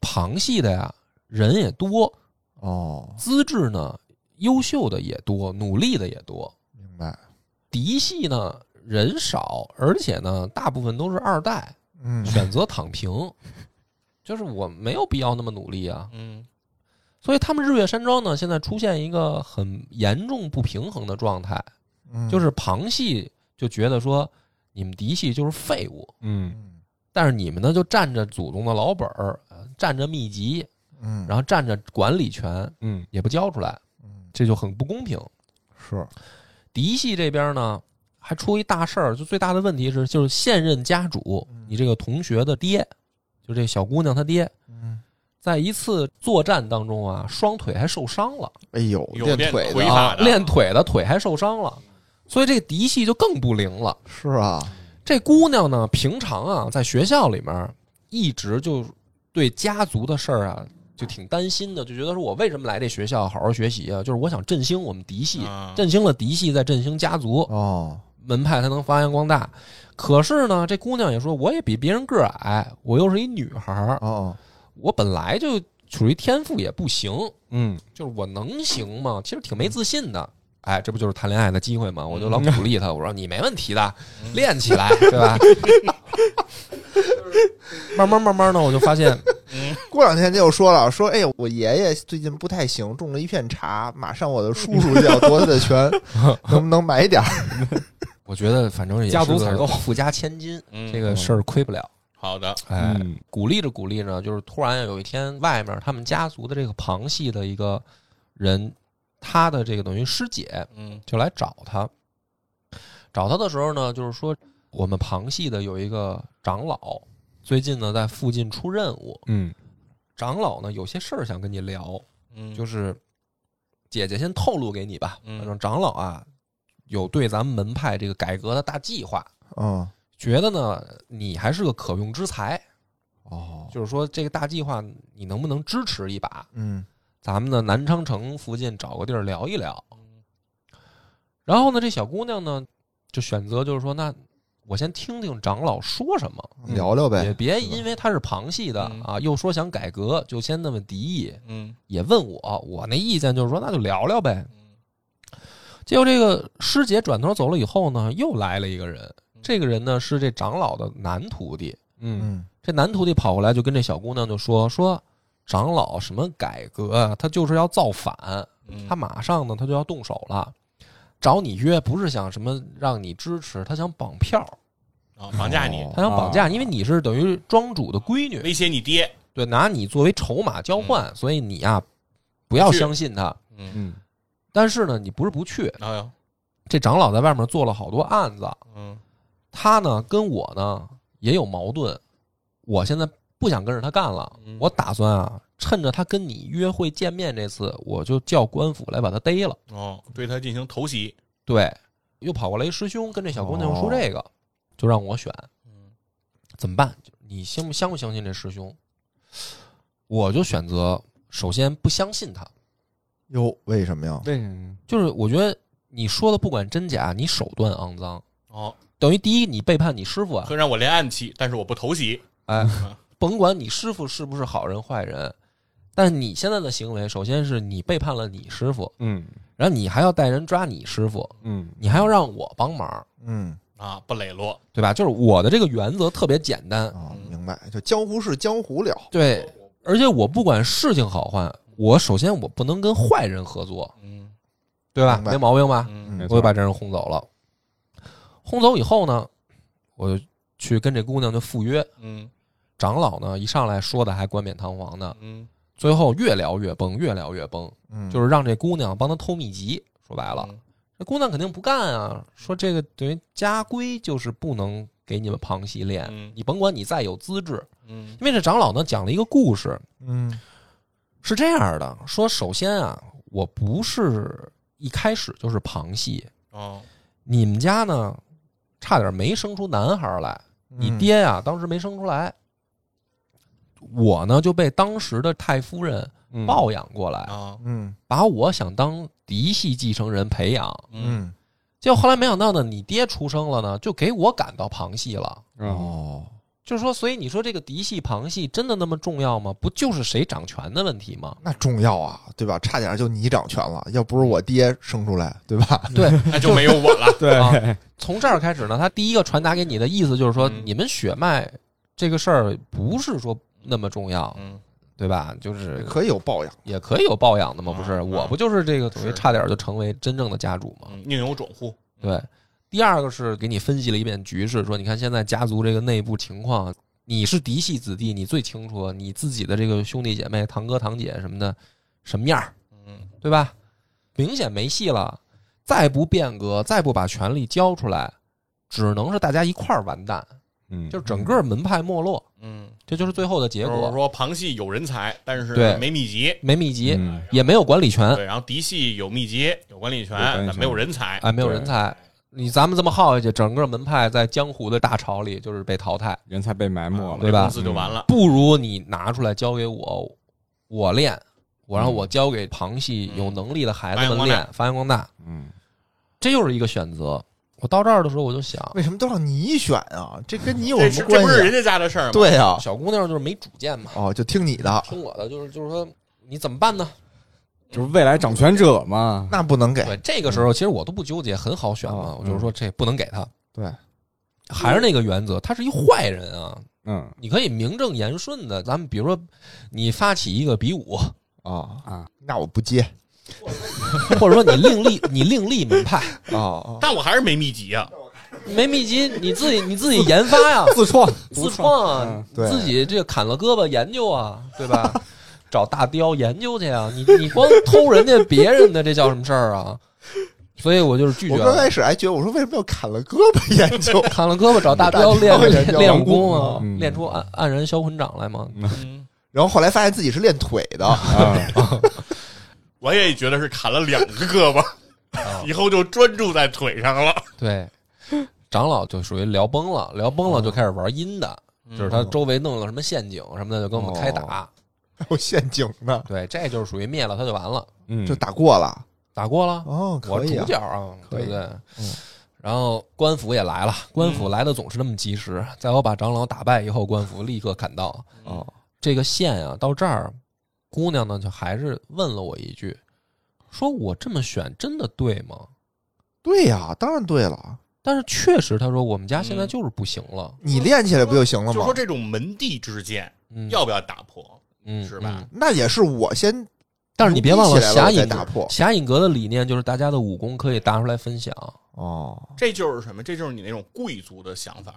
S1: 旁系的呀人也多，
S3: 哦，
S1: 资质呢优秀的也多，努力的也多，
S3: 明白，
S1: 嫡系呢人少，而且呢大部分都是二代，
S3: 嗯
S1: 选择躺平，就是我没有必要那么努力啊。
S2: 嗯
S1: 所以他们日月山庄呢，现在出现一个很严重不平衡的状态，
S3: 嗯
S1: 就是旁系就觉得说你们嫡系就是废物，
S4: 嗯
S3: 嗯
S1: 但是你们呢就占着祖宗的老本儿，呃占着秘籍，
S3: 嗯，
S1: 然后占着管理权，
S4: 嗯
S1: 也不交出来，
S3: 嗯
S1: 这就很不公平。
S3: 是
S1: 嫡系这边呢，还出一大事儿，就最大的问题是，就是现任家主
S3: 嗯，
S1: 你这个同学的爹，就这小姑娘她爹，
S3: 嗯，
S1: 在一次作战当中啊，双腿还受伤了，
S3: 哎呦，
S2: 有
S3: 练
S2: 练
S3: 腿
S2: 腿
S3: 的
S2: 法
S3: 啊
S2: 的
S1: 练腿的腿还受伤了，所以这嫡系就更不灵了。
S3: 是啊，
S1: 这姑娘呢，平常啊，在学校里面一直就对家族的事儿啊，就挺担心的，就觉得说我为什么来这学校好好学习啊？就是我想振兴我们嫡系，
S2: 啊
S1: 振兴了嫡系，再振兴家族。
S3: 哦，
S1: 门派才能发扬光大。可是呢，这姑娘也说，我也比别人个儿矮，我又是一女孩儿，
S3: 哦，
S1: 我本来就属于天赋也不行，
S4: 嗯
S1: 就是我能行吗？其实挺
S2: 嗯
S1: 没自信的。哎，这不就是谈恋爱的机会吗？我就老鼓励她，我说你没问题的，
S2: 嗯
S1: 练起来，对吧？ 慢慢慢慢呢，我就发现，
S3: 过两天他又说了，说哎，我爷爷最近不太行，种了一片茶，马上我的叔叔就要夺他的权，能不能买点儿？
S1: 我觉得反正也
S4: 家
S1: 是
S4: 族
S1: 个
S4: 采购
S1: 富家千金，
S2: 嗯
S1: 这个事儿亏不了。
S2: 好的，
S1: 哎，
S4: 嗯
S1: 鼓励着鼓励着，就是突然有一天，外面他们家族的这个旁系的一个人，他的这个等于师姐
S2: 嗯
S1: 就来找他。找他的时候呢，就是说我们旁系的有一个长老，最近呢在附近出任务，
S4: 嗯
S1: 长老呢有些事儿想跟你聊，
S2: 嗯，
S1: 就是是姐姐先透露给你吧，
S2: 嗯
S1: 反正长老啊有对咱们门派这个改革的大计划，
S3: 嗯，
S1: 觉得呢你还是个可用之才。
S3: 哦，
S1: 就是说这个大计划你能不能支持一把？
S3: 嗯
S1: 咱们呢南昌城附近找个地儿聊一聊。
S2: 嗯
S1: 然后呢，这小姑娘呢就选择就是说，那我先听听长老说什么，
S4: 嗯
S3: 聊聊
S1: 也
S3: 呗，
S1: 别因为她是旁系的
S2: 嗯
S1: 啊，又说想改革，就先那么敌意，
S2: 嗯
S1: 也问我，我那意见就是说，那就聊聊呗。
S2: 嗯
S1: 结果这个师姐转头走了以后呢，又来了一个人，这个人呢是这长老的男徒弟，
S4: 嗯
S3: 嗯
S1: 这男徒弟跑过来就跟这小姑娘就说说，长老什么改革啊，他就是要造反，
S2: 嗯，
S1: 他马上呢他就要动手了，找你约不是想什么让你支持，他想绑票，
S2: 啊绑架你
S3: 哦，
S1: 他想绑架，
S4: 啊
S1: 因为你是等于庄主的闺女，
S2: 威胁你爹，
S1: 对，拿你作为筹码交换，所以你呀不要
S2: 不去
S1: 相信他。
S2: 嗯，
S4: 嗯
S1: 但是呢，你不是不去，
S2: 哎呦，
S1: 这长老在外面做了好多案子，
S2: 嗯
S1: 他呢跟我呢也有矛盾，我现在不想跟着他干了
S2: 嗯，
S1: 我打算啊趁着他跟你约会见面这次，我就叫官府来把他逮了。
S2: 哦，对他进行偷袭，
S1: 对，又跑过来一师兄跟这小姑娘说这个，就让我选
S2: 嗯
S1: 哦怎么办？你相不相不相信这师兄？我就选择首先不相信他，
S3: 哟，为什么呀？
S4: 为什么？
S1: 就是我觉得你说的不管真假，你手段肮脏，
S2: 哦，
S1: 等于第一你背叛你师傅啊，
S2: 虽然我连暗器，但是我不偷袭，
S1: 哎，甭管你师傅是不是好人坏人，但你现在的行为，首先是你背叛了你师傅，
S4: 嗯
S1: 然后你还要带人抓你师傅，
S4: 嗯
S1: 你还要让我帮忙，
S3: 嗯，
S2: 啊，不磊落，
S1: 对吧？就是我的这个原则特别简单，
S3: 哦，明白，就江湖是江湖了，
S1: 对，而且我不管事情好坏，我首先我不能跟坏人合作，
S2: 嗯
S1: 对吧？
S3: 明白
S1: 没毛病吧？
S2: 嗯
S3: 嗯
S4: 没错
S1: 我就把这人轰走了。轰走以后呢，我就去跟这姑娘就赴约。
S2: 嗯
S1: 长老呢一上来说的还冠冕堂皇的，
S2: 嗯，
S1: 最后越聊越崩，越聊越崩，
S3: 嗯，
S1: 就是让这姑娘帮他偷秘籍。说白了，
S2: 嗯，
S1: 这姑娘肯定不干啊，说这个等于家规就是不能给你们旁系练，
S2: 嗯
S1: 你甭管你再有资质，
S2: 嗯
S1: 因为这长老呢讲了一个故事，
S3: 嗯
S1: 是这样的，说首先啊，我不是一开始就是旁系，
S2: 哦，
S1: 你们家呢差点没生出男孩来，
S3: 嗯
S1: 你爹呀、当时没生出来，我呢就被当时的太夫人
S4: 嗯
S1: 抱养过来，
S2: 啊，
S3: 嗯
S1: 把我想当嫡系继承人培养，
S2: 嗯
S3: 嗯
S1: 结果后来没想到呢，你爹出生了呢，就给我赶到旁系了。
S4: 哦，
S1: 就是说，所以你说这个嫡系、旁系真的那么重要吗？不就是谁掌权的问题吗？
S3: 那重要啊，对吧？差点就你掌权了，要不是我爹生出来，对吧？
S1: 对，
S2: 嗯那就没有我了。
S4: 对
S1: 啊从这儿开始呢，他第一个传达给你的意思就是说，
S2: 嗯
S1: 你们血脉这个事儿不是说那么重要，
S2: 嗯，
S1: 对吧？就是
S3: 可以有抱养，
S1: 也可以有抱养的嘛，
S2: 啊
S1: 不是？
S2: 啊
S1: 我不就是这个等于
S2: 是
S1: 差点就成为真正的家主嘛？
S2: 嗯宁有种乎？
S1: 对。第二个是给你分析了一遍局势，说你看现在家族这个内部情况，你是嫡系子弟，你最清楚你自己的这个兄弟姐妹、堂哥堂姐什么的什么样儿，
S2: 嗯
S1: 对吧？明显没戏了，再不变革，再不把权力交出来，只能是大家一块儿完蛋。
S4: 嗯，
S1: 就是整个门派没落，
S2: 嗯，
S1: 这就是最后的结
S2: 就是
S1: 果。
S2: 说旁系有人才，但是
S1: 对
S2: 没秘籍。哎
S1: 没秘籍，
S4: 嗯
S1: 也没有管理权，
S2: 对，然后嫡系有秘籍、有管理权，
S4: 有管
S2: 但
S4: 理权
S2: 没有人才。
S1: 哎，没有人才。你咱们这么耗下去，整个门派在江湖的大潮里就是被淘汰，
S4: 人才被埋没了，
S1: 对吧
S2: 啊嗯公司就完了。
S1: 不如你拿出来交给我，我练，我让我交给旁系有能力的孩子
S2: 嗯发扬
S1: 们
S2: 光大
S1: 练，发扬光大，
S4: 嗯，
S1: 这又是一个选择。我到这儿的时候，我就想，
S3: 啊为什么都让你选啊？这跟你有
S2: 这
S3: 什
S2: 是
S3: 么
S2: 这
S3: 关
S2: 不是人
S3: 系？啊
S2: 家家的事儿吗？
S3: 对啊，
S1: 小姑娘就是没主见嘛，
S3: 哦，就听你的，
S1: 听我的，就是就是说你怎么办呢？
S4: 就是未来掌权者嘛，
S3: 那不能给。
S1: 对，这个
S2: 嗯
S1: 时候其实我都不纠结，很好选嘛。
S2: 哦
S4: 嗯
S1: 我就是说这不能给他，
S3: 对，
S1: 还是那个原则，他是一坏人啊。
S4: 嗯
S1: 你可以名正言顺的，咱们比如说，你发起一个比武，
S3: 啊，
S4: 啊，
S3: 那我不接
S1: 或者说你另立你另立门派，哦
S3: 啊，
S2: 但我还是没秘籍啊。
S1: 没秘籍你自己你自己研发呀，
S4: 自创
S1: 自创
S4: 嗯
S1: 啊，
S3: 对
S1: 自己这砍了胳膊研究啊，对吧？找大雕研究去啊，你 你光偷人家别人的，这叫什么事儿啊？所以我就是拒绝
S3: 我刚
S1: 了
S3: 开，始还觉得我说为什么要砍了胳膊研究？
S1: 砍了胳膊找大雕
S3: 大
S1: 练
S3: 雕研究
S1: 练武功啊，
S4: 嗯
S1: 练出黯黯然销魂掌来嘛。
S2: 嗯
S3: 然后后来发现自己是练腿的，
S4: 啊，
S2: 我也觉得是砍了两个胳膊，以后就专注在腿上了。
S1: 对，长老就属于聊崩了，聊崩了就开始玩阴的，就是他周围弄了什么陷阱什么的，就跟我们开打。
S3: 还有陷阱呢，
S1: 对，这就是属于灭了他就完了，
S4: 嗯，
S3: 就打过了。
S1: 打过了，
S3: 哦，
S1: 我
S3: 可
S1: 是
S3: 以
S1: 主
S3: 啊，
S1: 角啊，
S3: 可
S1: 对
S3: 以
S1: 不对
S3: 嗯？
S1: 然后官府也来了，官府来的总是那么及时。在我把长老打败以后，官府立刻赶到。
S3: 哦，
S1: 这个线啊，到这儿，姑娘呢就还是问了我一句，说我这么选真的对吗？
S3: 对呀，当然对了，
S1: 但是确实，她说我们家现在
S2: 嗯
S1: 就是不行了，
S3: 你练起来不就行了
S2: 就
S3: 吗
S2: 说？这种门第之见
S1: 嗯，
S2: 要不要打破？
S1: 嗯
S2: 是吧
S1: 嗯
S3: 那也是我先，
S1: 但是你别忘了，
S3: 起来了
S1: 侠
S3: 我再
S1: 隐
S3: 打破
S1: 侠隐阁的理念就是大家的武功可以拿出来分享，
S3: 哦
S2: 这就是什么？这就是你那种贵族的想法，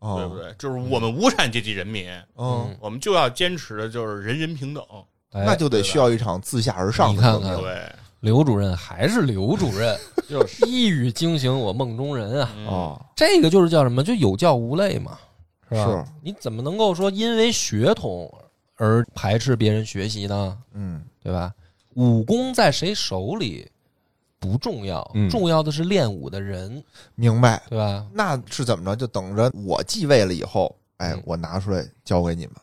S3: 哦，
S2: 对不？对？就是我们无产阶级人民，
S3: 嗯，
S2: 我们就要坚持的就是人人平等。
S1: 哎
S3: 那就得需要一场自下而上
S1: 你
S3: 的
S1: 看
S3: 革命
S1: 看
S2: 对，
S1: 刘主任还是刘主 任，就是一语惊醒我梦中人啊！
S2: 嗯，
S3: 哦，
S1: 这个就是叫什么？就有教无类嘛，是吧？
S3: 是
S1: 你怎么能够说因为血统而排斥别人学习呢？
S3: 嗯，
S1: 对吧？武功在谁手里不重要，
S4: 嗯
S1: 重要的是练武的人，
S3: 明白。
S1: 对吧？
S3: 那是怎么着？就等着我继位了以后，哎
S1: 嗯，
S3: 我拿出来交给你们。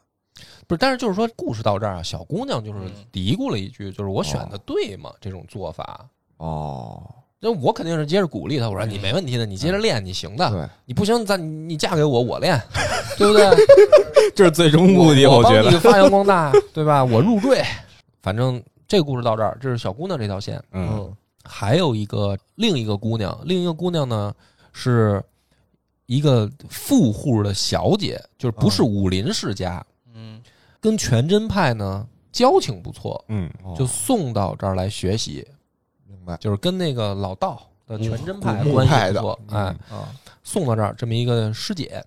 S1: 不是，但是就是说，故事到这儿啊，小姑娘就是
S2: 嗯
S1: 嘀咕了一句，就是我选的对吗？这种做法，
S3: 哦，
S1: 那我肯定是接着鼓励她，我说你没问题的，你接着练，你行的，
S3: 对，
S1: 你不行，咱你你嫁给我，我 练，对不对？
S4: 这是最终目的，
S1: 我我
S4: 觉
S1: 帮你
S4: 得，
S1: 发扬光大，对吧？我入赘，反正这个故事到这儿，这是小姑娘这条线，
S4: 嗯，
S1: 还有一个另一个姑娘，另一个姑娘呢是一个富户的小姐，就是不
S4: 嗯
S1: 是武林世家，
S2: 嗯，
S1: 跟全真派呢交情不错，
S4: 嗯，
S3: 嗯，
S1: 就送到这儿来学习，
S3: 明白。
S1: 就是跟那个老道的
S4: 嗯
S1: 全真派
S3: 古墓
S1: 关系
S3: 派
S1: 不
S3: 的
S1: 错，哎，
S3: 啊，
S1: 送到这儿这么一个师姐，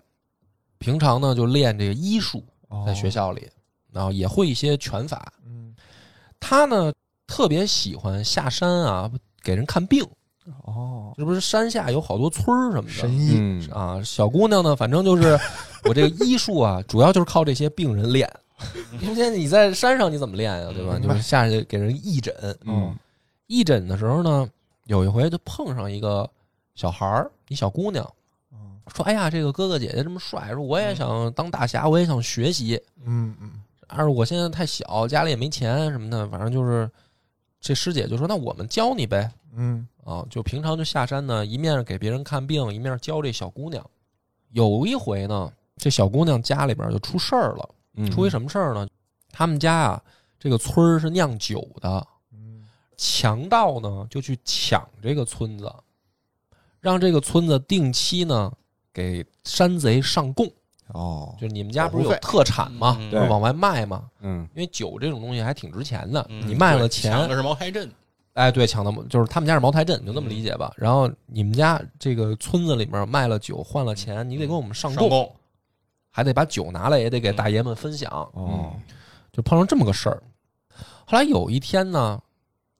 S1: 平常呢就练这个医术，在学，校里，然后也会一些拳法。
S3: 哦嗯，
S1: 她呢特别喜欢下山啊，给人看病。
S3: 哦，
S1: 这不是山下有好多村儿什么的，
S3: 神医，
S4: 嗯，
S1: 啊，小姑娘呢，反正就是我这个医术啊，主要就是靠这些病人练。因为你在山上你怎么练呀、对吧？
S3: 嗯
S1: 你就是下去给人义诊，
S4: 嗯
S1: 义诊的时候呢，有一回就碰上一个小孩儿，一小姑娘，
S3: 嗯
S1: 说：“哎呀，这个哥哥姐姐这么帅，说我也想当大侠，我也想学习，
S3: 嗯嗯，
S1: 但是我现在太小，家里也没钱什么的，反正就是这师姐就说：那我们教你呗，
S3: 嗯
S1: 啊，就平常就下山呢，一面给别人看病，一面教这小姑娘。有一回呢，这小姑娘家里边就出事儿了，
S4: 嗯
S1: 出一什么事儿呢？他们家啊，这个村儿是酿酒的，
S3: 嗯，
S1: 强盗呢就去抢这个村子，让这个村子定期呢给山贼上供，
S3: 哦，
S1: 就是你们家
S3: 保护
S1: 不是有
S3: 费
S1: 特产吗？
S2: 嗯
S1: 不是往外卖吗？
S4: 嗯
S1: 因为酒这种东西还挺值钱的，
S2: 嗯
S1: 你卖了
S2: 对
S1: 钱，
S2: 抢的是茅台镇，
S1: 哎，对，抢的就是他们家是茅台镇，你就这么理解吧。
S2: 嗯
S1: 然后你们家这个村子里面卖了酒换了钱，你得给我们上
S2: 嗯上
S1: 供，
S2: 供，嗯
S1: 还得把酒拿来，也得给大爷们分享。嗯
S4: 哦
S1: 就碰上这么个事儿。后来有一天呢，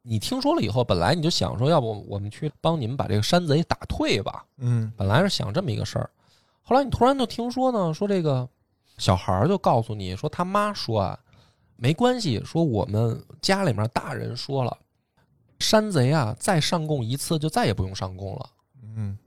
S1: 你听说了以后，本来你就想说，要不我们去帮你们把这个山贼打退吧，
S3: 嗯
S1: 本来是想这么一个事儿。后来你突然就听说呢，说这个小孩儿就告诉你说，他妈说啊，没关系，说我们家里面大人说了，山贼啊再上供一次就再也不用上供了。
S3: 嗯，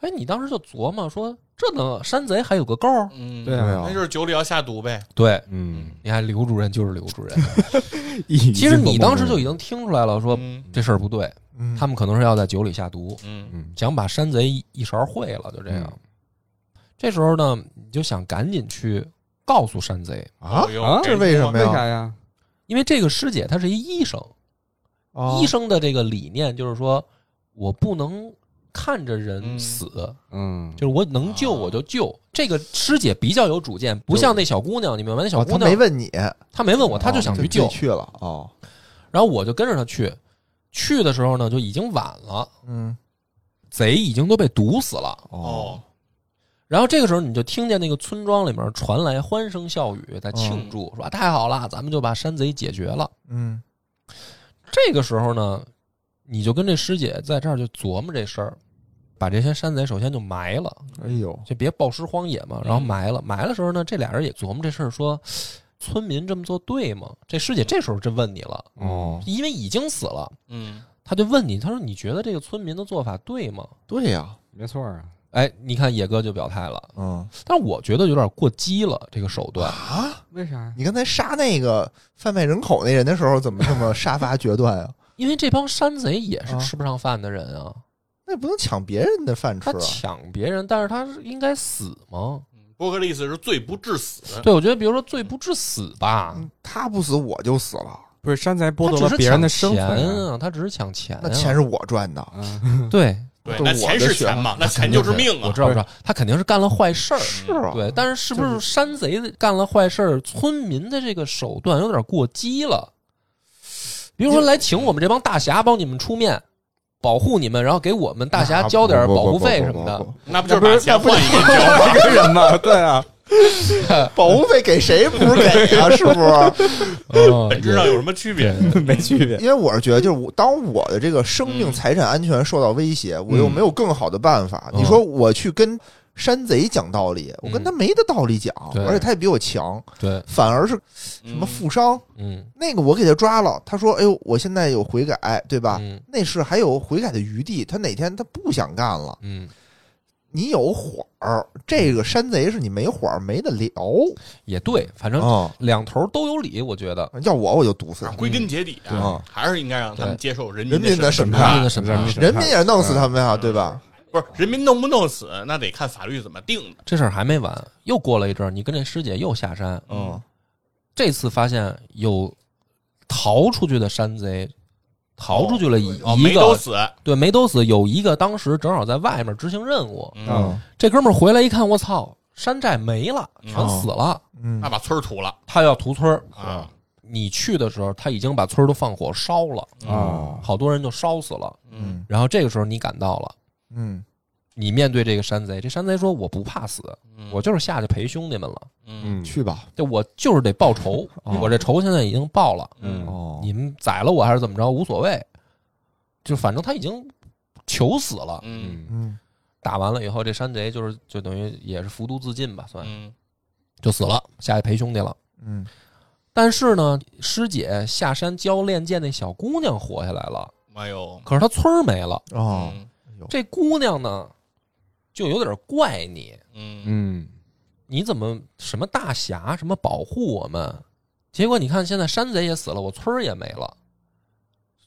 S1: 哎，你当时就琢磨说，这能山贼还有个够儿？
S2: 嗯，
S4: 对啊
S2: 那就是酒里要下毒呗，
S1: 对，
S4: 嗯，
S1: 你看刘主任就是刘主任。
S4: 其
S1: 其实你当时就已经听出来了，说
S2: 嗯
S1: 这事儿不对，
S3: 嗯
S1: 他们可能是要在酒里下毒，
S2: 嗯
S4: 嗯
S1: 想把山贼一一勺烩了，就这样。这时候呢，你就想赶紧去告诉山贼，
S3: 啊
S2: 哦，哟
S4: 啊
S2: 这
S3: 这为什么
S4: 为啥
S3: 呀？
S4: 呀？
S1: 因为这个师姐她是一医生，
S3: 哦
S1: 医生的这个理念就是说我不能看着人死，
S4: 嗯，
S1: 就是我能救
S3: 啊
S1: 我就救。这个师姐比较有主见，不像那小姑娘，你明白？那小
S3: 哦
S1: 姑
S3: 他
S1: 娘、
S3: 没问你，
S1: 她没问我，她就想去救，
S3: 哦自己去了哦，
S1: 然后我就跟着她去。去的时候呢，就已经晚了，
S3: 嗯
S1: 贼已经都被毒死了。
S2: 哦，
S1: 然后这个时候你就听见那个村庄里面传来欢声笑语，在庆祝，说啊太好了，咱们就把山贼解决了。
S3: 嗯
S1: 这个时候呢，你就跟这师姐在这儿就琢磨这事儿，把这些山贼首先就埋了，
S3: 哎呦，
S1: 就别暴尸荒野嘛，然后埋了。埋的时候呢，这俩人也琢磨这事儿，说村民这么做对吗？这师姐这时候就问你了，
S4: 哦，
S1: 因为已经死了，
S2: 嗯，
S1: 她就问你，她说你觉得这个村民的做法对吗？
S3: 对呀，
S4: 没错啊，
S1: 哎，你看野哥就表态了，
S3: 嗯
S1: 但我觉得有点过激了，这个手 段。
S3: 啊，
S4: 为啥呀？
S3: 你刚才杀那个贩卖人口那人的时候，怎么这么杀伐决断啊？
S1: 因为这帮山贼也是吃不上饭的人啊，
S3: 那也不能抢别人的饭吃
S1: 他
S3: 啊！
S1: 抢别人，但是他是应该死吗？
S2: 嗯波哥的意思是罪不至死，
S1: 对，我觉得比如说罪不至死吧，
S3: 嗯他不死我就死了，
S4: 不是山贼剥
S1: 他
S4: 夺
S1: 只
S4: 了
S1: 是
S4: 别人的生
S1: 抢啊钱
S4: 存啊，
S1: 啊，他只是抢钱、啊，
S3: 那钱是我赚的，
S4: 嗯
S1: 对，
S2: 对，
S3: 都
S2: 那
S3: 我
S2: 钱
S3: 的
S2: 是
S3: 血
S2: 钱嘛，那钱就是命
S1: 我
S2: 啊
S1: 知，道，我知道，他肯定是干了坏事儿。
S3: 是啊，
S1: 对，但是是不是山贼干了坏事儿，村民的这个手段有点过激了？比如说，来请我们这帮大侠帮你们出面，保护你们，然后给我们大侠交点保护费什么的。
S2: 那不就是把钱换一个酒吗？
S4: 一个人嘛，对啊，
S3: 保护费给谁不是给啊？是不是？
S1: 嗯
S2: 本质上有什么区别？
S4: 没区别。
S3: 因为我是觉得，就是我当我的这个生命
S2: 嗯
S3: 财产安全受到威胁，我又
S4: 嗯
S3: 没有更好的办法。
S1: 嗯
S3: 你说我去跟山贼讲道理，我跟他没得道理讲，
S1: 对
S3: 而且他也比我强，
S1: 对，
S3: 反而是
S2: 什
S3: 什么负伤，
S1: 嗯，
S3: 那个我给他抓了，他说：“哎呦，我现在有悔改，对吧？”
S1: 嗯
S3: 那是还有悔改的余地，他哪天他不想干了，
S1: 嗯，
S3: 你有火儿，这个山贼是你没火儿没得聊
S1: 也对，反正
S3: 啊、
S1: 两头都有理，我觉得。
S3: 要我我就毒死他，
S2: 归根结底啊
S3: 嗯，
S2: 还是应该让他们
S1: 对
S2: 接受人
S3: 人民
S2: 的
S3: 的
S2: 审
S3: 审
S1: 判
S2: 判，
S1: 审判
S4: 人
S3: 人民也弄死他们呀、对吧？
S2: 不是人民弄不弄死，那得看法律怎么定的。
S1: 这事儿还没完，又过了一阵儿，你跟这师姐又下山，
S3: 嗯，
S1: 这次发现有逃出去的山贼，逃出去了一
S2: 哦，
S1: 一
S2: 没
S1: 个，
S2: 都死，
S1: 对，没都死，有一个当时正好在外面执行任务，
S2: 嗯，
S4: 啊
S1: 这哥们儿回来一看，我
S2: 哦
S1: 操，山寨没了，全死了，
S3: 嗯
S2: 那把村儿屠了
S1: 他要屠村儿
S2: 啊！
S1: 你去的时候，他已经把村儿都放火烧了，
S4: 哦
S1: 好多人就烧死了。
S2: 嗯，
S1: 然后这个时候你赶到了，
S3: 嗯
S1: 你面对这个山贼，这山贼说我不怕死，
S2: 嗯
S1: 啊我就是下去陪兄弟们了，
S2: 嗯
S4: 嗯，
S3: 去吧。
S1: 就我就是得报 仇，
S3: 哦
S1: 我这仇现在已经报了，
S2: 嗯
S3: 哦
S1: 你们宰了我还是怎么着无所谓，就反正他已经求死了。
S2: 嗯
S4: 嗯
S3: 嗯
S1: 打完了以后，这山贼就是就等于也是服毒自尽吧，算
S2: 嗯
S1: 就死了，下去陪兄弟了。
S3: 嗯
S1: 但是呢，师姐下山教练剑那小姑娘活下来了，
S2: 哎呦，
S1: 可是她村儿没了。
S3: 哦，
S2: 嗯
S1: 这姑娘呢，就有点怪你，
S2: 嗯
S4: 嗯
S1: 你怎么什么大侠，什么保护我们？结果你看，现在山贼也死了，我村儿也没了。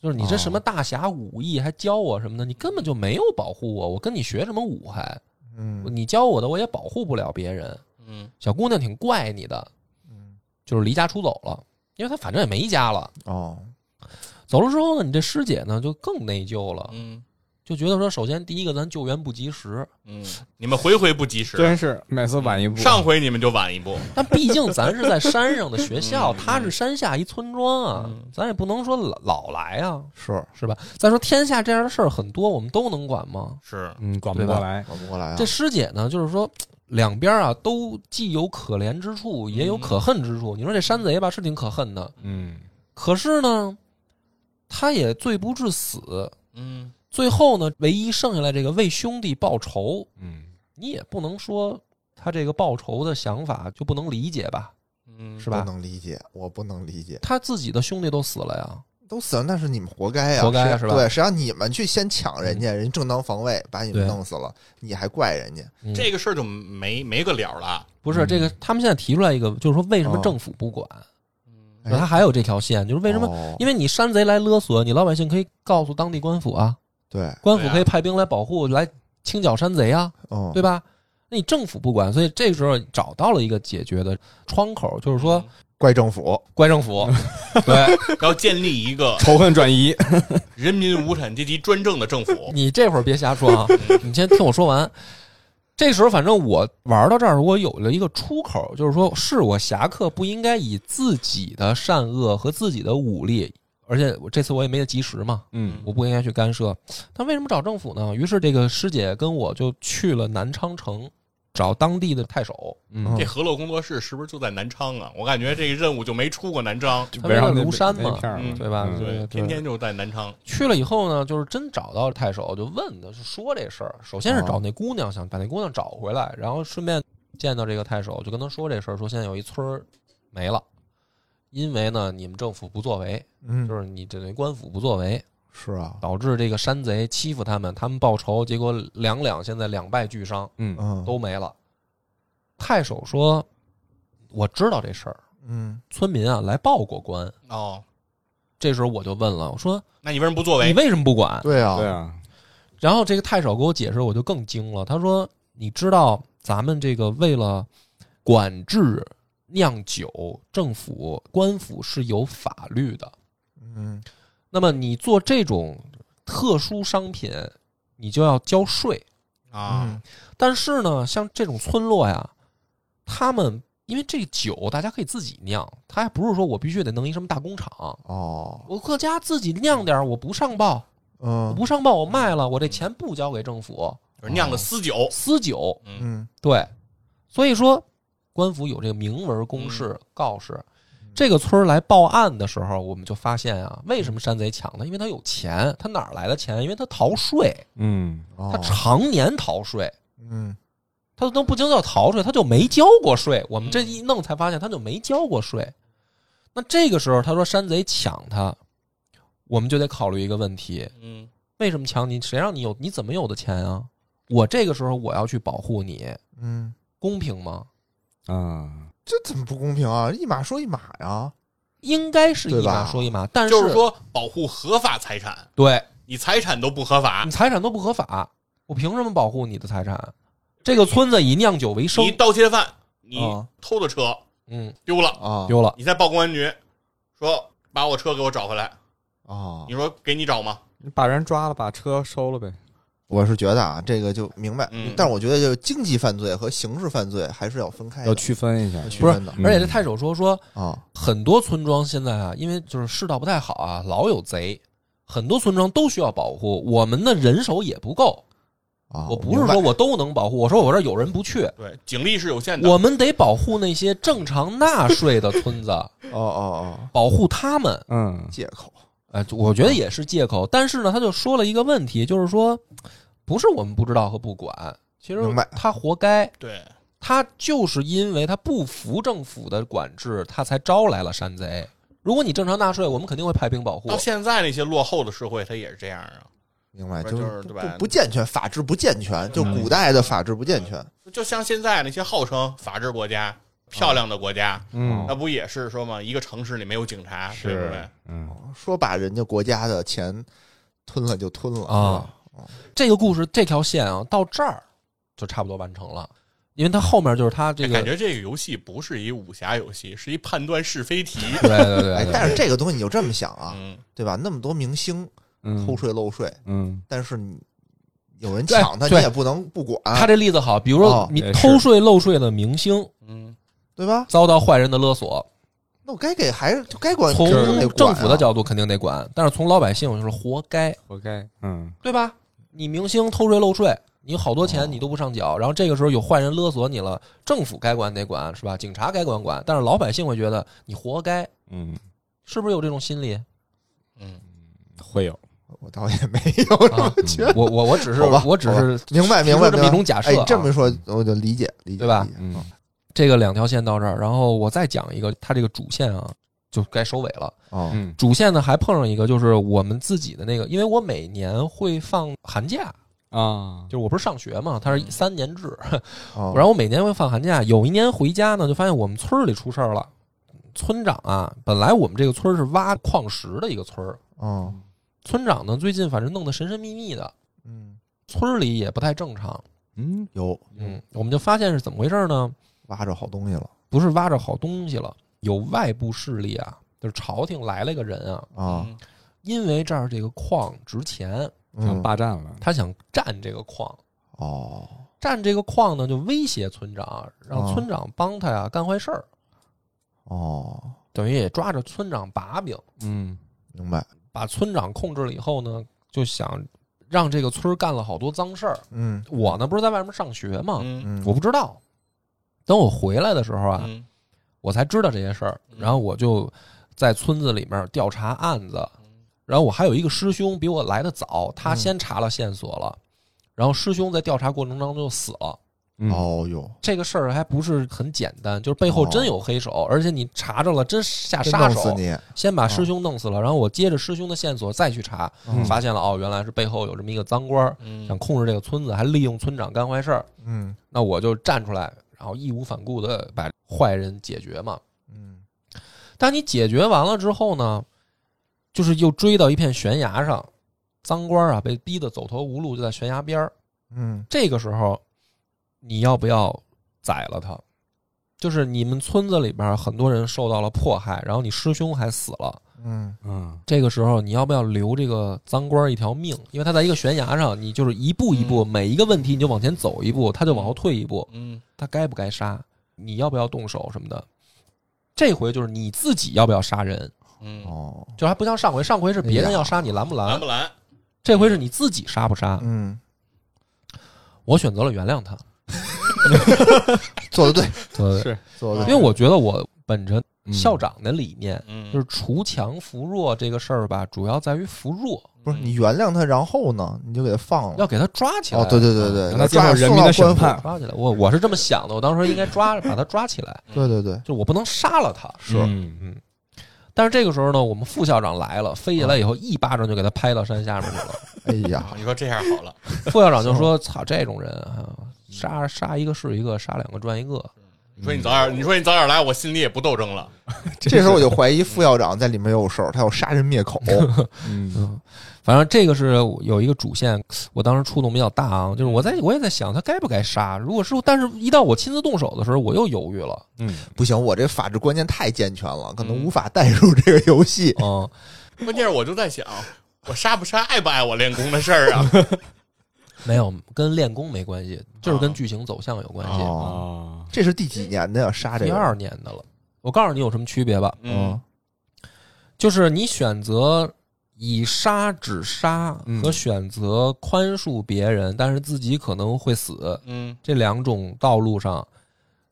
S1: 就是你这
S3: 哦
S1: 什么大侠武艺还教我什么的，你根本就没有保护我，我跟你学什么武还？
S3: 嗯
S1: 你教我的我也保护不了别人。
S2: 嗯
S1: 小姑娘挺怪你的，
S3: 嗯
S1: 就是离家出走了，因为她反正也没家了。
S3: 哦，
S1: 走了之后呢，你这师姐呢就更内疚了，
S2: 嗯
S1: 就觉得说，首先第一个咱救援不及时，
S2: 嗯，你们回回不及时，
S4: 真是每次晚一步。
S2: 上回你们就晚一步，
S1: 但 毕竟咱是在山上的学校，
S2: 嗯
S1: 她是山下一村庄啊
S2: 嗯，
S1: 咱也不能说老老来啊，
S3: 是
S1: 是吧？再说天下这样的事儿很多，我们都能管吗？
S2: 是
S4: 嗯，管不过来。
S3: 搞不过来啊。
S1: 这师姐呢，就是说。两边啊，都既有可怜之处，也
S2: 嗯
S1: 有可恨之处。你说这山贼吧，是挺可恨的，
S4: 嗯
S1: 可是呢，他也罪不至死。
S2: 嗯
S1: 最后呢，唯一剩下来这个为兄弟报仇，
S4: 嗯
S1: 你也不能说他这个报仇的想法就不能理解吧？
S2: 嗯
S1: 是吧
S3: 不能理解，我不能理解，
S1: 他自己的兄弟都死了呀，
S3: 都死了，那是你们活该呀，
S1: 活该
S3: 谁
S1: 是吧嗯
S3: 对，谁让你们去先抢人家，人正当防卫把你们
S1: 对
S3: 弄死了，你还怪人家？
S1: 嗯
S2: 这个事儿就没没个了了，
S1: 不是这个，他们现在提出来一个，就是说为什么
S3: 嗯哦
S1: 政府不管？
S2: 嗯
S3: 哎
S1: 他还有这条线，就是为什么？
S3: 哦
S1: 因为你山贼来勒索，你老百姓可以告诉当地官府啊，
S3: 对，
S1: 官府
S2: 对啊
S1: 可以派兵来保护，来清剿山贼啊，
S3: 嗯，
S1: 对吧？那你政府不管，所以这时候找到了一个解决的窗口，就是说，
S3: 嗯怪政府，
S1: 怪政 府，对
S2: 嗯要建立一个
S4: 仇恨转移。
S2: 人民无产阶级专政的政府，
S1: 你这会儿别瞎说啊，你先听我说完。这时候，反正我玩到这儿，我有了一个出口，就是说，是我侠客不应该以自己的善恶和自己的武力，而且我这次我也没得及时嘛，
S4: 嗯
S1: 我不应该去干涉。但为什么找政府呢？于是这个师姐跟我就去了南昌城，找当地的太守，
S4: 嗯
S2: 这，河洛工作室是不是就在南昌啊？我感觉这个任务就没出过南昌，
S4: 就
S1: 他
S4: 围
S1: 为了
S4: 绕那
S1: 庐山
S4: 那
S1: 嘛
S4: 片儿
S2: 嗯
S1: 对吧？
S4: 嗯
S1: 对对
S2: 天天就在南昌。
S1: 去了以后呢，就是真找到太守，就问他，就说这事儿。首先是找那姑娘，想把那姑娘找回来，然后顺便见到这个太守，就跟他说这事儿，说现在有一村儿没了，因为呢你们政府不作为，
S3: 嗯
S1: 就是你这等于官府不作为，
S3: 是啊，
S1: 导致这个山贼欺负他们，他们报仇，结果两两现在两败俱伤，
S4: 嗯
S3: 嗯，
S1: 都没了。太守说：“我知道这事儿，
S3: 嗯
S1: 村民啊来报过官。
S2: 哦，”
S1: 这时候我就问了，我说
S2: 那你为什么不作：“
S1: 你
S2: 为？
S1: 为什么不管？”
S3: 对啊，
S4: 对啊，
S1: 然后这个太守给我解释，我就更惊了。他说：“你知道咱们这个为了管制酿酒，政府官府是有法律的。
S3: 嗯
S1: 那么你做这种特殊商品，你就要交税。
S3: 嗯
S2: 啊，
S1: 但是呢，像这种村落呀，他们因为这个酒大家可以自己酿，他还不是说我必须得弄一什么大工厂，
S3: 哦，
S1: 我各家自己酿点儿，我不上报，我
S3: 嗯
S1: 不上报我卖了，我这钱不交给政府，
S2: 就是酿个私酒，
S1: 私酒。”
S3: 嗯
S1: 对，所以说官府有这个明文公示告示，这个村儿来报案的时候，我们就发现啊，为什么山贼抢他？因为他有钱，他哪儿来的钱？因为他逃税，
S4: 嗯
S1: 他
S3: 哦，
S1: 常年逃税，
S3: 嗯
S1: 他都不经叫逃税，他就没交过税。我们这一弄才发现，他就没交过税。那这个时候，他说山贼抢他，我们就得考虑一个问题：
S2: 嗯
S1: 为什么抢你？谁让你有？你怎么有的钱啊？我这个时候我要去保护你，
S3: 嗯，
S1: 公平吗？
S4: 啊，
S3: 这怎么不公平啊？一码说一码呀，
S1: 应该是一
S3: 对
S1: 码
S3: 吧
S1: 说一码，但
S2: 就是说保护合法财产，
S1: 对
S2: 你财产都不合法
S1: 你，财产都不合法，我凭什么保护你的财产？啊这个村子以酿酒为生
S2: 你，盗窃犯，你
S1: 哦
S3: 啊
S2: 偷的车
S1: 嗯，
S2: 丢了，
S3: 啊
S1: 丢了，
S2: 你再报公安局，说把我车给我找回来，
S3: 啊
S2: 你说给你找吗？
S4: 你把人抓了，把车收了呗。
S3: 我是觉得啊，这个就明白，
S2: 嗯
S3: 但是我觉得就是经济犯罪和刑事犯罪还是要分开的，
S4: 哎要区分一下
S3: 要，区
S1: 不是
S3: 分的
S4: 嗯
S1: 而且这太守说说，
S3: 啊，
S1: 很多村庄现在啊，因为就是世道不太好啊，老有贼，很多村庄都需要保护，我们的人手也不够。
S3: 啊
S1: 我不是说
S3: 明白
S1: 我都能保护，我说我这儿有人不去，
S2: 对，警力是有限的。
S1: 我们得保护那些正常纳税的村子，
S3: 哦哦哦，
S1: 保护他们。
S4: 嗯
S3: 借口
S1: 呃，我
S3: 啊
S1: 觉得也是借口，但是呢，他就说了一个问题，就是说，不是我们不知道和不管，其实
S3: 明白
S1: 他活该，
S2: 对，
S1: 他就是因为他不服政府的管制，他才招来了山贼。如果你正常纳税，我们肯定会派兵保护
S3: 哦
S2: 到。现在那些落后的社会，它也是这样啊。
S3: 明白，
S2: 不
S3: 就是是
S2: 就是
S3: 不
S2: 对吧
S3: 不健全，法制不健全，就古代的法制不健全，
S2: 就像现在那些号称法治国家、漂亮的国家，
S4: 嗯
S2: 那不也是说嘛，一个城市里没有警察，对不对
S4: 是？嗯
S3: 说把人家国家的钱吞了就吞了
S1: 啊，这个故事这条线啊，到这儿就差不多完成了，因为他后面就是他这个
S2: 感觉这个游戏不是一武侠游戏，是一判断是非题。
S1: 对对对
S3: 哎
S1: 对，
S3: 但是这个东西你就这么想啊，
S2: 嗯，
S3: 对吧？那么多明星
S4: 嗯
S3: 偷税漏税，
S4: 嗯
S3: 但是你有人
S1: 对
S3: 抢他，你
S1: 对
S3: 也不能不管，
S1: 他这例子好，比如说
S3: 啊哦
S1: 你
S4: 也是
S1: 偷税漏税的明星
S2: 嗯，
S3: 对吧？
S1: 遭到坏人的勒索，
S3: 那我该给还是就该管，
S1: 从
S3: 就是得管啊
S1: 政府的角度肯定得管，但是从老百姓就是活该，
S4: 活该嗯
S1: 对吧？你明星偷税漏税，你好多
S3: 哦
S1: 钱你都不上缴，然后这个时候有坏人勒索你了，政府该管得管是吧？警察该管管，但是老百姓会觉得你活该，
S4: 嗯
S1: 是不是有这种心理？
S2: 嗯
S4: 会有
S3: 我倒也没有这
S1: 啊
S3: 么觉得。
S1: 我我我只是
S3: 好吧
S1: 我只是
S3: 明白，
S1: 提
S3: 明
S1: 出
S3: 白，
S1: 这么
S3: 明白
S1: 一种假设
S3: 哎
S1: 啊，
S3: 这么说我就理解，理解，
S1: 对吧
S3: 理解？
S4: 嗯
S1: 这个两条线到这儿，然后我再讲一个，它这个主线啊就该收尾了。
S3: 哦，
S4: 嗯
S1: 主线呢还碰上一个，就是我们自己的那个，因为我每年会放寒假，
S4: 啊
S1: 就是我不是上学嘛，
S3: 嗯
S1: 它是三年制，嗯
S3: 哦
S1: 然后我每年会放寒假。有一年回家呢，就发现我们村儿里出事儿了。村长啊，本来我们这个村儿是挖矿石的一个村儿，
S3: 哦，
S1: 村长呢最近反正弄得神神秘秘的，
S3: 嗯，
S1: 村儿里也不太正常。
S4: 嗯
S3: 有
S1: 嗯，我们就发现是怎么回事呢？
S3: 挖着好东西了
S1: 不是挖着好东西了，有外部势力啊，就是朝廷来了一个人啊，
S3: 啊，
S1: 因为这儿这个矿值钱，
S4: 想
S3: 嗯，
S4: 霸占了
S1: 他想占这个矿。
S3: 哦，
S1: 占这个矿呢，就威胁村长，让村长帮他呀干坏事儿，
S3: 哦，
S1: 等于也抓着村长把柄，
S4: 嗯
S3: 明白，
S1: 把村长控制了以后呢，就想让这个村儿干了好多脏事儿。
S3: 嗯
S1: 我呢不是在外面上学嘛，
S2: 嗯
S3: 嗯，
S1: 我不知道。等我回来的时候啊，
S2: 嗯
S1: 我才知道这些事儿，
S2: 嗯
S1: 然后我就在村子里面调查案子，
S2: 嗯
S1: 然后我还有一个师兄比我来的早，他
S3: 嗯
S1: 先查了线索了，然后师兄在调查过程当中就死了。
S4: 嗯
S3: 哦哟，
S1: 这个事儿还不是很简单，就是背后真有黑手，而且你查着了，真下
S3: 真
S1: 杀
S3: 弄死
S1: 手，
S3: 你，
S1: 先把师兄弄死了，然后我接着师兄的线索再去查，
S4: 嗯
S1: 发现了哦，原来是背后有这么一个脏官儿
S2: 嗯
S1: 想控制这个村子，还利用村长干坏事儿，
S3: 嗯
S1: 那我就站出来，然后义无反顾的把坏人解决嘛。
S3: 嗯，
S1: 但你解决完了之后呢，就是又追到一片悬崖上，脏官啊被逼得走投无路，就在悬崖边儿。
S3: 嗯，
S1: 这个时候，你要不要宰了他？就是你们村子里边很多人受到了迫害，然后你师兄还死了。
S3: 嗯，
S4: 嗯
S1: 这个时候，你要不要留这个脏官一条命？因为他在一个悬崖上，你就是一步一步，
S3: 嗯
S1: 每一个问题你就往前走一步，他就往后退一步。
S2: 嗯
S1: 他该不该杀？你要不要动手什么的？这回就是你自己要不要杀人？
S2: 嗯，
S3: 哦，
S1: 就还不像上回，上回是别人要杀你拦不
S2: 拦
S1: 拦，
S2: 不拦？
S1: 这回是你自己杀不杀？
S3: 哎嗯，
S1: 我选择了原谅他，
S3: 做的对，
S1: 对，
S4: 是
S3: 做的
S1: 因
S3: 对，
S1: 为我觉得我本着
S4: 嗯
S1: 校长的理念，
S2: 嗯，
S1: 就是锄强扶弱这个事儿吧，主要在于扶弱，
S3: 不
S2: 嗯
S3: 是你原谅他，然后呢，你就给他放了，
S1: 要给他抓起来。
S3: 嗯
S1: 嗯
S3: 哦，对对对对，
S4: 让他接
S3: 抓
S4: 受人民的
S3: 送到
S4: 审判
S3: 官府
S1: 抓起来。我我是这么想的，我当时应该抓把他抓起来，
S3: 对对对，
S1: 就我不能杀了他。
S3: 是
S4: 嗯
S1: 但是这个时候呢，我们副校长来了，飞起来以后一巴掌就给他拍到山下面去 了。
S3: 哎
S2: 啊
S3: 呀，
S2: 你说这样好了，
S1: 副校长就说：“操，这种人啊，杀杀一个是一个，杀两个赚一个。
S2: 你说你早点，你说你早点来，我心里也不斗争了。
S3: 这时候我就怀疑副校长在里面有事儿，他要杀人灭 口，
S4: 嗯”
S1: 反正这个是有一个主线，我当时触动比较大啊，就是我在我也在想他该不该杀。如果是，但是一到我亲自动手的时候，我又犹豫了。
S4: 嗯
S3: 不行，我这法制观念太健全了，可能无法带入这个 游戏。
S1: 嗯，
S2: 关键是我就在想，我杀不杀爱不爱我练功的事儿啊？
S1: 没有跟练功没关系，就是跟
S2: 啊
S1: 剧情走向有关系。
S3: 哦，
S4: 啊，
S3: 这是第几年的呀？杀这
S1: 第
S3: 个
S1: 二年的了，我告诉你有什么区别吧，
S3: 哦
S2: 嗯，
S1: 就是你选择以杀止杀
S4: 嗯
S1: 和选择宽恕别人，但是自己可能会死
S2: 嗯
S1: 这两种道路上，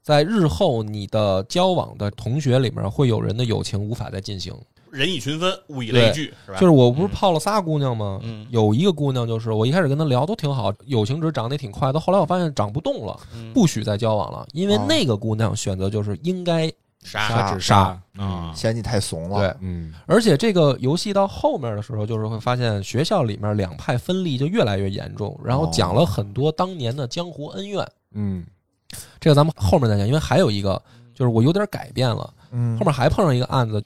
S1: 在日后你的交往的同学里面，会有人的友情无法再进行。
S2: 人以群分，物以类聚，是吧？
S1: 就是我不是
S2: 嗯
S1: 泡了仨姑娘吗？
S2: 嗯
S1: 有一个姑娘就是我一开始跟她聊都挺好，友情值长得也挺快的，后来我发现长不动了，
S2: 嗯啊
S1: 不许再交往了，因为那个姑娘选择就是应该，
S2: 杀
S3: 杀
S4: 杀指
S1: 杀
S4: 啊，
S3: 嫌你太怂了。
S1: 对
S4: 嗯
S1: 而且这个游戏到后面的时候，就是会发现学校里面两派分立就越来越严重，然后讲了很多当年的江湖恩怨，
S4: 嗯
S1: 这个咱们后面再讲，因为还有一个就是我有点改变了，
S3: 嗯，
S1: 后面还碰上一个案子，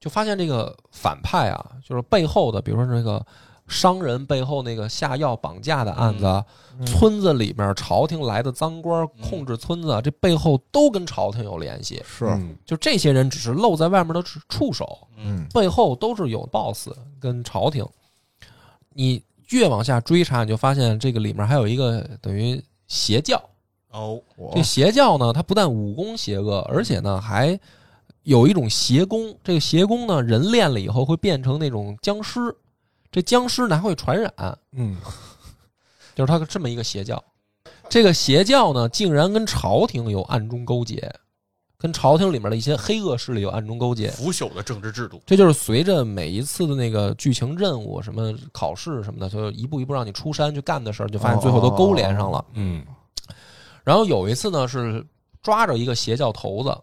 S1: 就发现这个反派啊，就是背后的，比如说这个商人背后那个下药绑架的案子啊，
S3: 嗯
S1: 村子里面朝廷来的赃官控制村子啊，这背后都跟朝廷有联系。
S3: 是
S4: 嗯
S1: 就这些人只是露在外面的触触手，
S3: 嗯
S1: 背后都是有 boss 跟朝廷。你越往下追查，你就发现这个里面还有一个等于邪教。
S2: 哦，
S3: 我
S1: 这邪教呢，它不但武功邪恶，而且呢还有一种邪功。这个邪功呢，人练了以后会变成那种僵尸，这僵尸呢还会传染，
S4: 嗯
S1: 就是它这么一个邪教。这个邪教呢，竟然跟朝廷有暗中勾结，跟朝廷里面的一些黑恶势力有暗中勾结。
S2: 腐朽的政治制度，
S1: 这就是随着每一次的那个剧情任务、什么考试什么的，就一步一步让你出山去干的事儿，就发现最后都勾连上了。
S4: 嗯
S1: 然后有一次呢，是抓着一个邪教头子，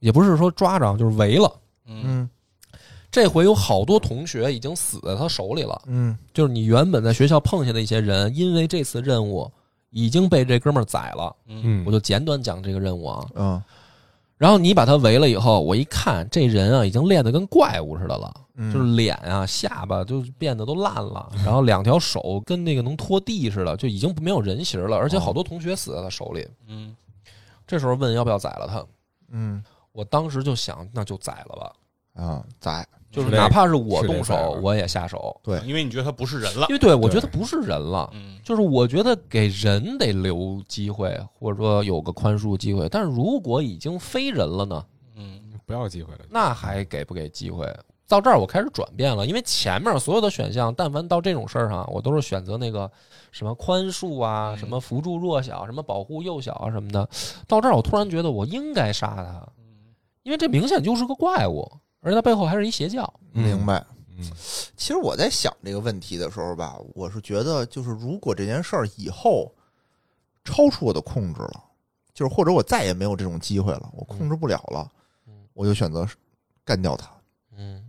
S1: 也不是说抓着，啊就是围了。
S2: 嗯
S3: 嗯
S1: 这回有好多同学已经死在他手里了，
S3: 嗯
S1: 就是你原本在学校碰见的一些人，因为这次任务已经被这哥们儿宰了。
S2: 嗯
S4: 嗯，
S1: 我就简短讲这个任务啊。
S3: 嗯
S1: 然后你把他围了以后，我一看这人啊，已经练得跟怪物似的了。
S3: 嗯，
S1: 就是脸啊、下巴就变得都烂了，然后两条手跟那个能拖地似的，就已经没有人形了。而且好多同学死在他手里。
S2: 嗯
S1: 这时候问要不要宰了他，
S3: 嗯
S1: 我当时就想，那就宰了吧，
S3: 啊，在
S1: 就是
S4: 是这
S1: 哪怕是我
S4: 是这
S1: 动
S4: 啊宰
S1: 手
S4: 了，
S1: 我也下手，
S3: 对
S2: 因为你觉得他不是人了
S1: 因，为对我觉得不是人了。
S2: 嗯
S1: 就是我觉得给人得留机会，或者说有个宽恕机会。但是如果已经非人了呢，
S2: 嗯
S4: 不要机会了，
S1: 那还给不给机会？到这儿我开始转变了，因为前面所有的选项，但凡到这种事儿上，我都是选择那个什么宽恕啊，
S2: 嗯
S1: 什么扶助弱小，什么保护幼小啊什么的。到这儿我突然觉得我应该杀他，
S2: 嗯
S1: 因为这明显就是个怪物，而且他背后还是一邪教。
S4: 嗯
S3: 明白。
S4: 嗯
S3: 其实我在想这个问题的时候吧，我是觉得，就是如果这件事儿以后超出我的控制了，就是或者我再也没有这种机会了，我控制不了了，
S1: 嗯
S3: 我就选择干掉他。
S1: 嗯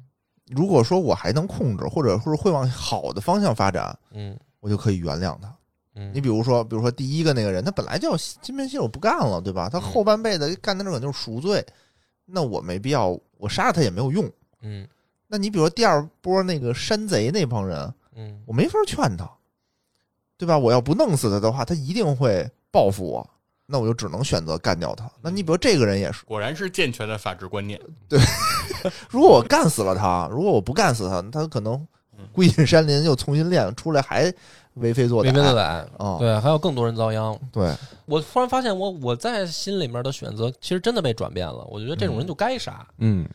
S3: 如果说我还能控制，或者说会往好的方向发展，
S1: 嗯
S3: 我就可以原谅他。
S1: 嗯
S3: 你比如说，比如说第一个那个人，他本来就金盆洗手不干了，对吧？他后半辈子干的这种就是赎罪，那我没必要，我杀了他也没有用。
S1: 嗯
S3: 那你比如说第二波那个山贼那帮人，
S1: 嗯
S3: 我没法劝他，对吧？我要不弄死他的话，他一定会报复我，那我就只能选择干掉他。那你比如这个人也是，
S2: 果然是健全的法治观念，
S3: 如果我干死了他，如果我不干死他，他可能
S1: 嗯
S3: 归隐山林又重新练出来，还为非作歹。
S1: 为非作歹。
S3: 啊，
S1: 对，还有更多人遭殃。
S3: 对，
S1: 我突然发现我，我在心里面的选择其实真的被转变了。我觉得这种人就该杀。
S4: 嗯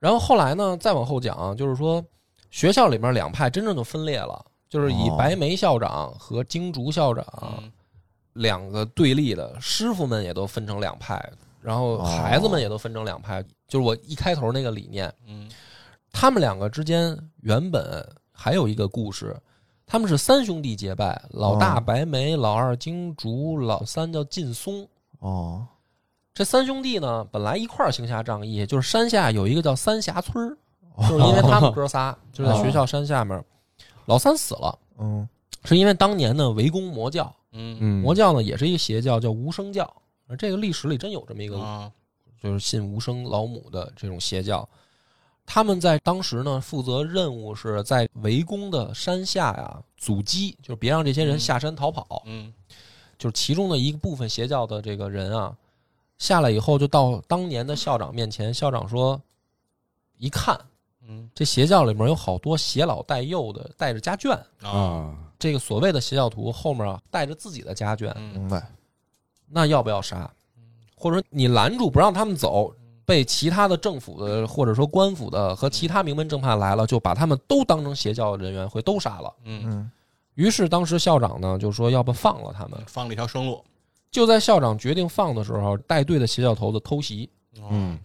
S1: 然后后来呢，再往后讲，就是说学校里面两派真正就分裂了，就是以
S3: 哦
S1: 白眉校长和京竹校长、
S2: 嗯
S1: 两个对立的，师傅们也都分成两派，然后
S3: 哦
S1: 孩子们也都分成两派。就是我一开头那个理念，
S2: 嗯
S1: 他们两个之间原本还有一个故事。他们是三兄弟结拜，老大
S3: 哦
S1: 白眉，老二京竹，老三叫劲松。
S3: 哦，
S1: 这三兄弟呢，本来一块儿行侠仗义，就是山下有一个叫三峡村 儿，就是因为他们哥
S2: 哦
S1: 仨就是在学校山下面，老三死了，
S3: 嗯
S1: 是因为当年呢围攻魔教，
S2: 嗯
S4: 嗯，
S1: 魔教呢也是一个邪教，叫无声教。而这个历史里真有这么一个，
S2: 啊
S1: 就是信无声老母的这种邪教。他们在当时呢，负责任务是在围攻的山下呀阻击，就是别让这些人
S2: 嗯
S1: 下山逃跑。
S2: 嗯
S1: 就是其中的一个部分邪教的这个人啊，下来以后就到当年的校长面前，校长说，一看
S2: 嗯
S1: 这邪教里面有好多携老带幼的带着家眷，
S2: 啊
S4: 啊，
S1: 这个所谓的邪教徒后面啊带着自己的家眷，
S2: 嗯
S3: 明白？
S1: 那要不要杀？或者说你拦住不让他们走，被其他的政府的或者说官府的和其他名门正派来了，就把他们都当成邪教人员，会都杀了。
S2: 嗯，
S3: 嗯
S1: 于是当时校长呢就说，要不放了他们。
S2: 嗯放了一条生路，
S1: 就在校长决定放的时候，带队的邪教头子偷袭，
S4: 嗯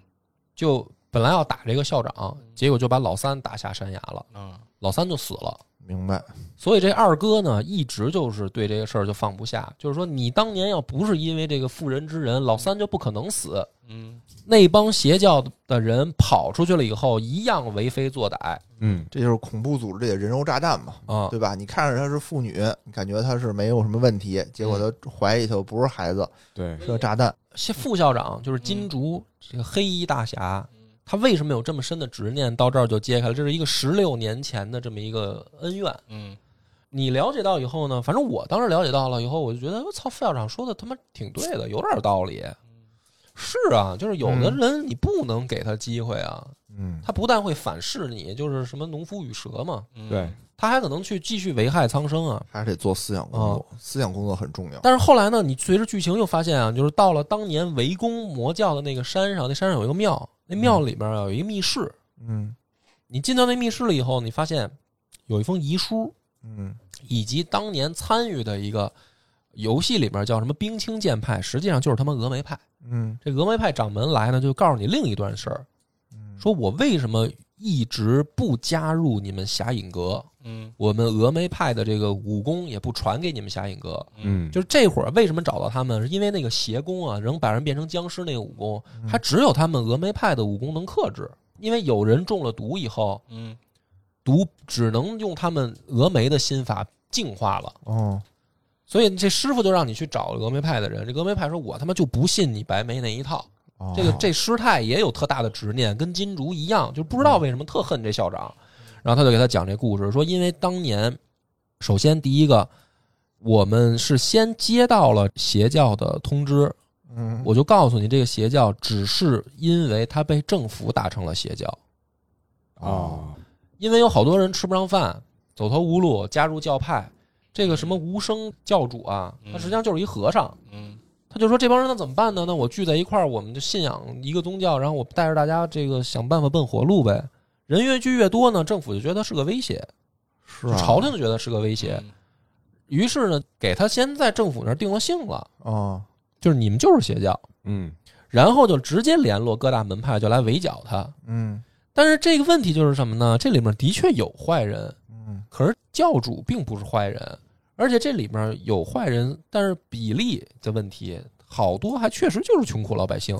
S1: 就本来要打这个校长，结果就把老三打下山崖了，
S2: 啊，
S1: 老三就死了。
S3: 明白，
S1: 所以这二哥呢，一直就是对这个事儿就放不下，就是说你当年要不是因为这个妇人之仁，老三就不可能死。
S2: 嗯
S1: 那帮邪教的人跑出去了以后，一样为非作歹
S4: 嗯
S3: 这就是恐怖组织里的人肉炸弹嘛，
S1: 啊。
S3: 对吧？你看着她是妇女，你感觉她是没有什么问题，结果
S1: 嗯
S3: 她怀里头不是孩子，
S4: 对，
S3: 是个炸弹。
S1: 谢副校长就是金竹这个黑衣大侠，他为什么有这么深的执念？到这儿就揭开了，这是一个十六年前的这么一个恩怨。
S2: 嗯
S1: 你了解到以后呢，反正我当时了解到了以后，我就觉得我操，副校长说的他妈挺对的，有点道理。是啊，就是有的人你不能给他机会啊，
S3: 嗯，
S1: 他不但会反噬你，就是什么农夫与蛇嘛，
S2: 嗯
S4: 对，
S1: 他还可能去继续危害苍生啊。
S3: 还是得做思想工作，思想工作很重要。
S1: 哦但是后来呢，你随着剧情又发现啊，就是到了当年围攻魔教的那个山上，那山上有一个庙，那庙里面啊有一个密室，
S3: 嗯
S1: 你进到那密室了以后，你发现有一封遗书，
S3: 嗯
S1: 以及当年参与的一个游戏里面叫什么冰清剑派，实际上就是他妈峨眉派。
S3: 嗯
S1: 这峨眉派掌门来呢，就告诉你另一段事儿，
S3: 嗯，
S1: 说我为什么一直不加入你们侠影阁，
S2: 嗯
S1: 我们峨眉派的这个武功也不传给你们侠影阁。
S4: 嗯，
S1: 就是这会儿为什么找到他们，是因为那个邪功啊，能把人变成僵尸那个武功，还只有他们峨眉派的武功能克制。因为有人中了毒以后，
S2: 嗯
S1: 毒只能用他们峨眉的心法净化了。
S3: 哦，
S1: 所以这师傅就让你去找峨眉派的人，这峨眉派说：“我他妈就不信你白眉那一套。”
S3: 哦
S1: 这个这师太也有特大的执念，跟金竹一样，就不知道
S3: 嗯
S1: 为什么特恨这校长。然后他就给他讲这故事，说因为当年，首先第一个，我们是先接到了邪教的通知，
S3: 嗯
S1: 我就告诉你，这个邪教只是因为他被政府打成了邪教，
S4: 哦，
S1: 因为有好多人吃不上饭，走投无路，加入教派。这个什么无声教主啊，他实际上就是一和尚。
S2: 嗯
S1: 他就说这帮人那怎么办呢？那我聚在一块儿，我们就信仰一个宗教，然后我带着大家这个想办法奔活路呗。人越聚越多呢，政府就觉得是个威胁，
S3: 是
S1: 就
S3: 啊
S1: 朝廷就觉得是个威胁，于是呢，给他先在政府那儿定了性了，
S3: 哦，
S1: 就是你们就是邪教，
S4: 嗯
S1: 然后就直接联络各大门派就来围剿他。
S3: 嗯
S1: 但是这个问题就是什么呢？这里面的确有坏人，
S3: 嗯
S1: 可是教主并不是坏人，而且这里面有坏人，但是比例的问题，好多还确实就是穷苦老百姓。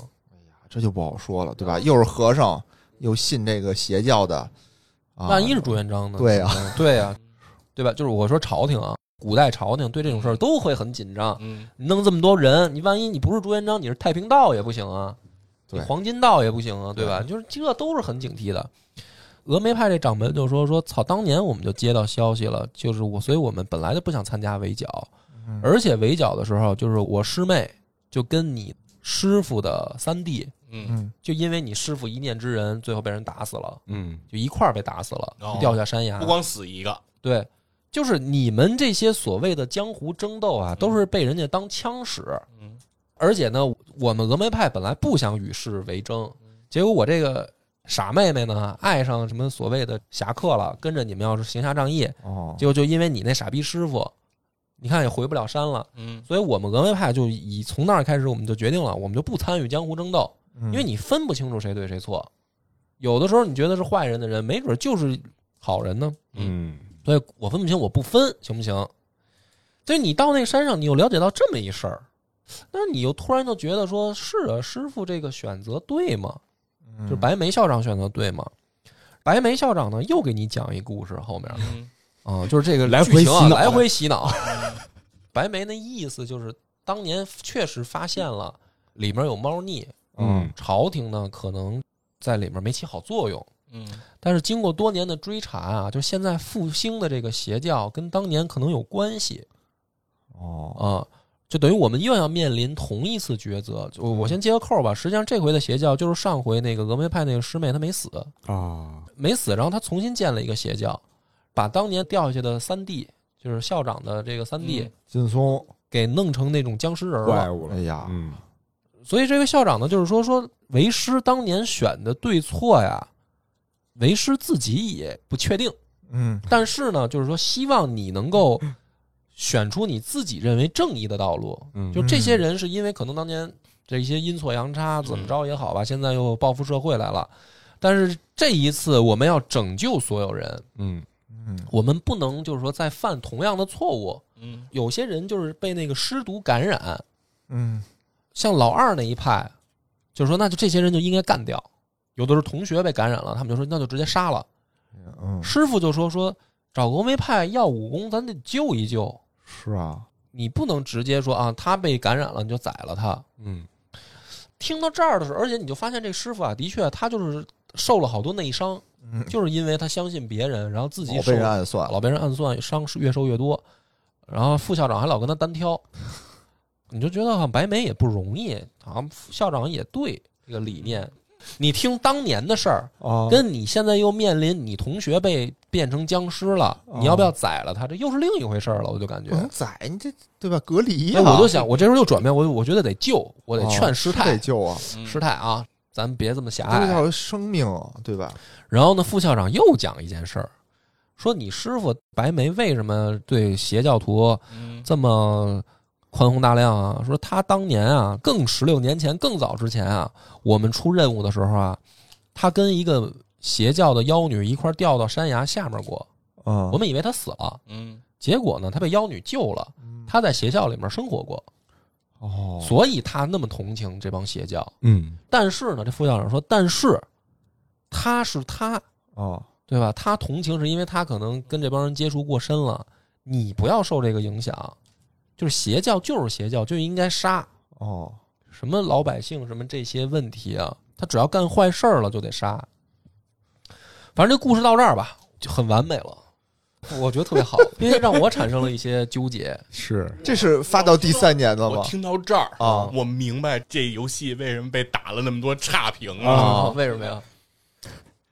S3: 这就不好说了，对吧？又是和尚，又信这个邪教的，啊、
S1: 万一是朱元璋呢？
S3: 对啊呀、
S1: 嗯对呀、对吧？就是我说朝廷啊，古代朝廷对这种事儿都会很紧张，
S2: 嗯
S1: 你弄这么多人，你万一你不是朱元璋，你是太平道也不行啊，
S3: 对
S1: 你黄金道也不行啊，对吧？就是这都是很警惕的。峨眉派这掌门就说说，操，当年我们就接到消息了，就是我，所以我们本来就不想参加围剿，
S3: 嗯
S1: 而且围剿的时候，就是我师妹就跟你师傅的三弟，
S2: 嗯
S3: 嗯
S1: 就因为你师傅一念之仁，最后被人打死了。
S4: 嗯
S1: 就一块儿被打死了，
S2: 哦
S1: 就掉下山崖。
S2: 不光死一个，
S1: 对，就是你们这些所谓的江湖争斗啊，都是被人家当枪使。
S2: 嗯
S1: 而且呢，我们峨眉派本来不想与世为争，结果我这个傻妹妹呢，爱上什么所谓的侠客了，跟着你们要是行侠仗义，
S3: 哦，
S1: 结果就因为你那傻逼师傅，你看也回不了山了。
S2: 嗯
S1: 所以我们峨眉派就以从那儿开始，我们就决定了，我们就不参与江湖争斗。
S3: 因
S1: 因为你分不清楚谁对谁错。有的时候你觉得是坏人的人，没准就是好人呢。
S4: 嗯
S1: 所以我分不清，我不分行不行？所以你到那山上，你又了解到这么一事儿，那你又突然就觉得说，是啊，师傅这个选择对吗？
S3: 嗯
S1: 就是
S4: 嗯
S1: 白眉校长选择对吗？白眉校长呢，又给你讲一故事，后面
S2: 嗯
S4: 哦
S1: 啊，就是这个
S4: 来
S1: 剧情啊
S4: 回洗脑
S1: 来回洗脑。白眉那意思就是，当年确实发现了里面有猫腻，
S4: 嗯
S1: 朝廷呢可能在里面没起好作用。
S2: 嗯
S1: 但是经过多年的追查啊，就现在复兴的这个邪教跟当年可能有关系
S3: 哦，
S1: 啊，就等于我们又要面临同一次抉择。就我先接个扣吧，实际上这回的邪教就是上回那个峨眉派那个师妹她没死，
S4: 啊
S1: 没死，然后她重新建了一个邪教，把当年掉下去的三弟就是校长的这个三弟、
S2: 嗯
S4: 劲松
S1: 给弄成那种僵尸人
S4: 怪
S1: 了。
S4: 物了，
S3: 哎呀
S4: 嗯，
S1: 所以这位校长呢，就是说说为师当年选的对错呀，为师自己也不确定。
S3: 嗯
S1: 但是呢，就是说希望你能够选出你自己认为正义的道路。
S4: 嗯
S1: 就这些人是因为可能当年这一些阴错阳差怎么着也好吧，现在又报复社会来了。但是这一次我们要拯救所有人，
S4: 嗯
S3: 嗯
S1: 我们不能就是说再犯同样的错误。
S2: 嗯
S1: 有些人就是被那个尸毒感染，
S3: 嗯
S1: 像老二那一派，就是说那就这些人就应该干掉。有的是同学被感染了，他们就说那就直接杀了。
S3: 嗯，
S1: 师傅就说说找峨眉派要武功，咱得救一救。
S3: 是啊，
S1: 你不能直接说啊，他被感染了你就宰了他。
S4: 嗯
S1: 听到这儿的时候，而且你就发现这师傅啊，的确他就是受了好多内伤，
S3: 嗯，
S1: 就是因为他相信别人，然后自己
S3: 老
S1: 受
S3: 被人暗算了，
S1: 老被人暗算，伤是越受越多。然后副校长还老跟他单挑，你就觉得好像白眉也不容易，好像副校长也对这个理念。你听当年的事儿，
S4: 啊
S3: 哦
S1: 跟你现在又面临你同学被变成僵尸了，
S3: 哦
S1: 你要不要宰了他？这又是另一回事儿了，我就感觉
S3: 不。能宰你这对吧？隔离啊
S1: 那
S3: 呀，
S1: 哎我就想，我这时候又转变，我我觉得得救，我得
S3: 啊
S1: 劝师
S3: 是
S1: 太
S3: 得，救啊，
S2: 嗯
S1: 师太啊，咱别这么狭
S3: 这
S1: 隘。
S3: 叫生命啊，对吧？
S1: 然后呢，副校长又讲一件事儿，说你师傅白眉为什么对邪教徒
S2: 嗯
S1: 这么宽宏大量啊？说他当年啊，更十六年前，更早之前啊，我们出任务的时候啊，他跟一个邪教的妖女一块儿掉到山崖下面过，
S3: 啊
S1: 我，们以为他死了，
S2: 嗯
S1: 结果呢，他被妖女救了，
S3: 嗯
S1: 他在邪教里面生活过，
S4: 哦
S1: 所以他那么同情这帮邪教。
S4: 嗯
S1: 但是呢，这副校长说，但是他是他，
S3: 啊，
S1: 对吧？他同情是因为他可能跟这帮人接触过深了，你不要受这个影响。就是邪教就是邪教，就应该杀
S3: 哦，
S1: 什么老百姓什么这些问题啊，他只要干坏事儿了就得杀。反正这故事到这儿吧，就很完美了，我觉得特别好， 因为让我产生了一些纠结。
S4: 是
S3: 这是发到第三年了
S2: 我
S3: 吗？
S2: 听到这儿
S3: 啊
S2: 我明白这游戏为什么被打了那么多差评了。
S4: 啊
S1: 为什么呀？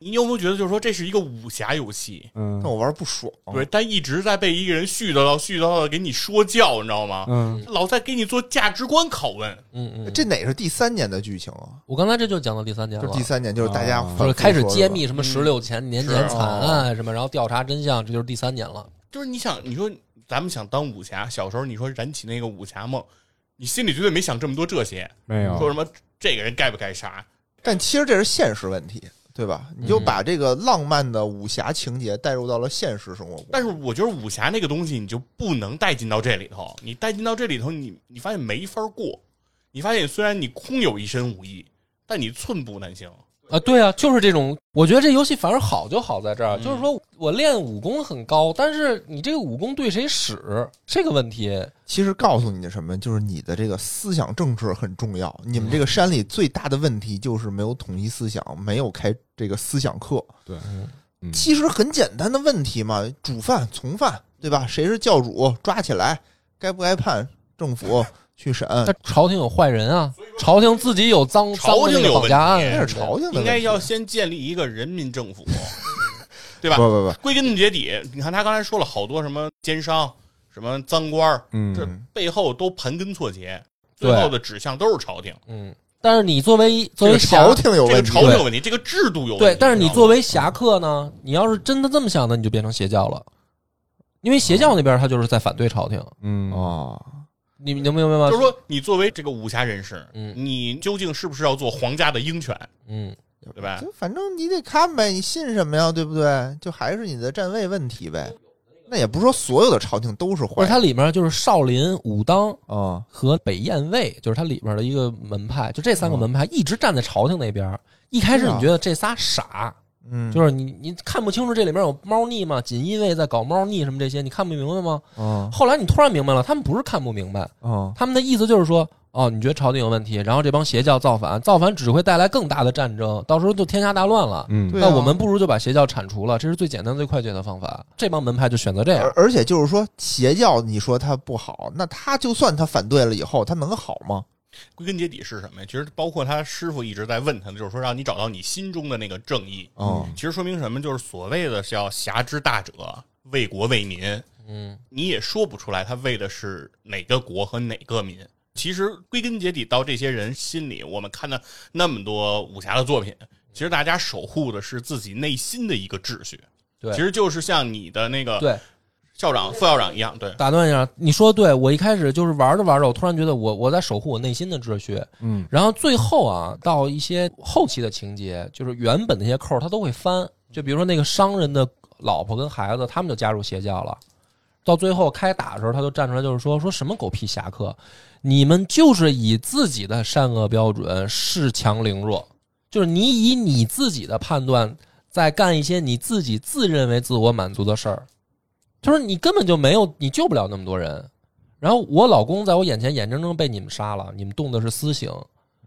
S2: 你有没有觉得，就是说这是一个武侠游戏？
S4: 嗯
S3: 那我玩不爽，
S2: 对，但一直在被一个人絮叨到絮叨到给你说教，你知道吗？
S4: 嗯
S2: 老在给你做价值观拷问。
S1: 嗯嗯，
S3: 这哪是第三年的剧情啊？
S1: 我刚才这就讲到第三年
S3: 就
S1: 了，
S3: 是第三年，就是大家
S4: 啊
S3: 反复
S1: 就是开始
S3: 说
S1: 揭
S3: 吧
S1: 秘什么
S2: 嗯
S1: 十六前年前
S2: 是
S1: 惨案什么，然后调查真相，这就是第三年了。
S2: 就是你想，你说咱们想当武侠，小时候你说燃起那个武侠梦，你心里绝对没想这么多这些，
S4: 没有
S2: 说什么这个人该不该杀？
S3: 但其实这是现实问题，对吧？你就把这个浪漫的武侠情节带入到了现实生活中。
S2: 但是我觉得武侠那个东西，你就不能带进到这里头。你带进到这里头，你你发现没法过。你发现虽然你空有一身武艺，但你寸步难行。
S1: 啊，对啊，就是这种。我觉得这游戏反而好就好在这儿，
S2: 嗯
S1: 就是说我练武功很高，但是你这个武功对谁使这个问题，
S3: 其实告诉你的什么，就是你的这个思想政治很重要。你们这个山里最大的问题就是没有统一思想，没有开这个思想课。
S4: 对嗯
S3: 其实很简单的问题嘛，主犯、从犯，对吧？谁是教主，抓起来，该不该判政府去审？
S2: 嗯
S1: 那朝廷有坏人啊，朝廷自己有脏
S2: 朝
S1: 脏的那
S2: 廷
S1: 个
S2: 有
S1: 绑架案
S2: 问
S1: 啊，
S2: 题
S3: 那是朝廷的
S2: 应该
S3: 问题
S2: 要先建立一个人民政 府，对吧
S3: 不？不不，
S2: 归根结底，你看他刚才说了好多什么奸商、什么赃官儿，这
S4: 嗯
S2: 背后都盘根错节，
S1: 对
S2: 最后的指向都是朝廷。
S1: 嗯，但是你作为作
S3: 这
S1: 为
S3: 个
S1: 侠
S3: 朝廷有
S2: 这个
S3: 问题。
S2: 朝廷有问题，这个制度有问题。
S1: 对，但是你
S2: 知道吗
S1: 作为侠客呢，你要是真的这么想的，你就变成邪教了，因为邪教那边他就是在反对朝廷，
S4: 嗯
S3: 哦，
S1: 你你能明白吗？
S2: 就是说，你作为这个武侠人士，
S1: 呃嗯
S2: 你究竟是不是要做皇家的鹰犬，
S1: 嗯，
S2: 对吧？
S3: 就反正你得看呗，你信什么呀，对不对？就还是你的站位问题呗。那也不是说所有的朝廷都是
S1: 不
S3: 坏
S1: 是
S3: 人
S1: 它里面就是少林、武当
S3: 啊，
S1: 和北燕卫，就是它里面的一个门派，就这三个门派一直站在朝廷那边。一开始
S3: 嗯是啊
S1: 你觉得这仨傻，
S3: 嗯，
S1: 就是是你你看不清楚这里面有猫腻吗？锦衣卫在搞猫腻什么这些，你看不明白吗？
S3: 啊
S1: 后来你突然明白了，他们不是看不明白，
S3: 啊
S1: 他们的意思就是说，哦，你觉得朝廷有问题，然后这帮邪教造反，造反只会带来更大的战争，到时候就天下大乱了。
S4: 嗯
S3: 对啊
S1: 那我们不如就把邪教铲除了，这是最简单最快捷的方法。这帮门派就选择这样
S3: 而。而且就是说，邪教你说他不好，那他就算他反对了以后，他能好吗？
S2: 归根结底是什么呀？其实包括他师傅一直在问他的，就是说让你找到你心中的那个正义。
S3: 哦
S1: 嗯
S2: 其实说明什么？就是所谓的是要侠之大者，为国为民。
S1: 嗯
S2: 你也说不出来他为的是哪个国和哪个民。其实归根结底到这些人心里，我们看的那么多武侠的作品，其实大家守护的是自己内心的一个秩序。
S1: 对
S2: 其实就是像你的那个
S1: 对，
S2: 校长、副校长一样，对，
S1: 打断一下，你说对，我一开始就是玩着玩着，我突然觉得我我在守护我内心的秩序，
S4: 嗯，
S1: 然后最后啊，到一些后期的情节，就是原本那些扣儿他都会翻，就比如说那个商人的老婆跟孩子，他们就加入邪教了。到最后开打的时候，他就站出来，就是说说什么狗屁侠客，你们就是以自己的善恶标准恃强凌弱，就是你以你自己的判断在干一些你自己自认为自我满足的事儿，就是你根本就没有，你救不了那么多人。然后我老公在我眼前眼睁睁被你们杀了，你们动的是私刑，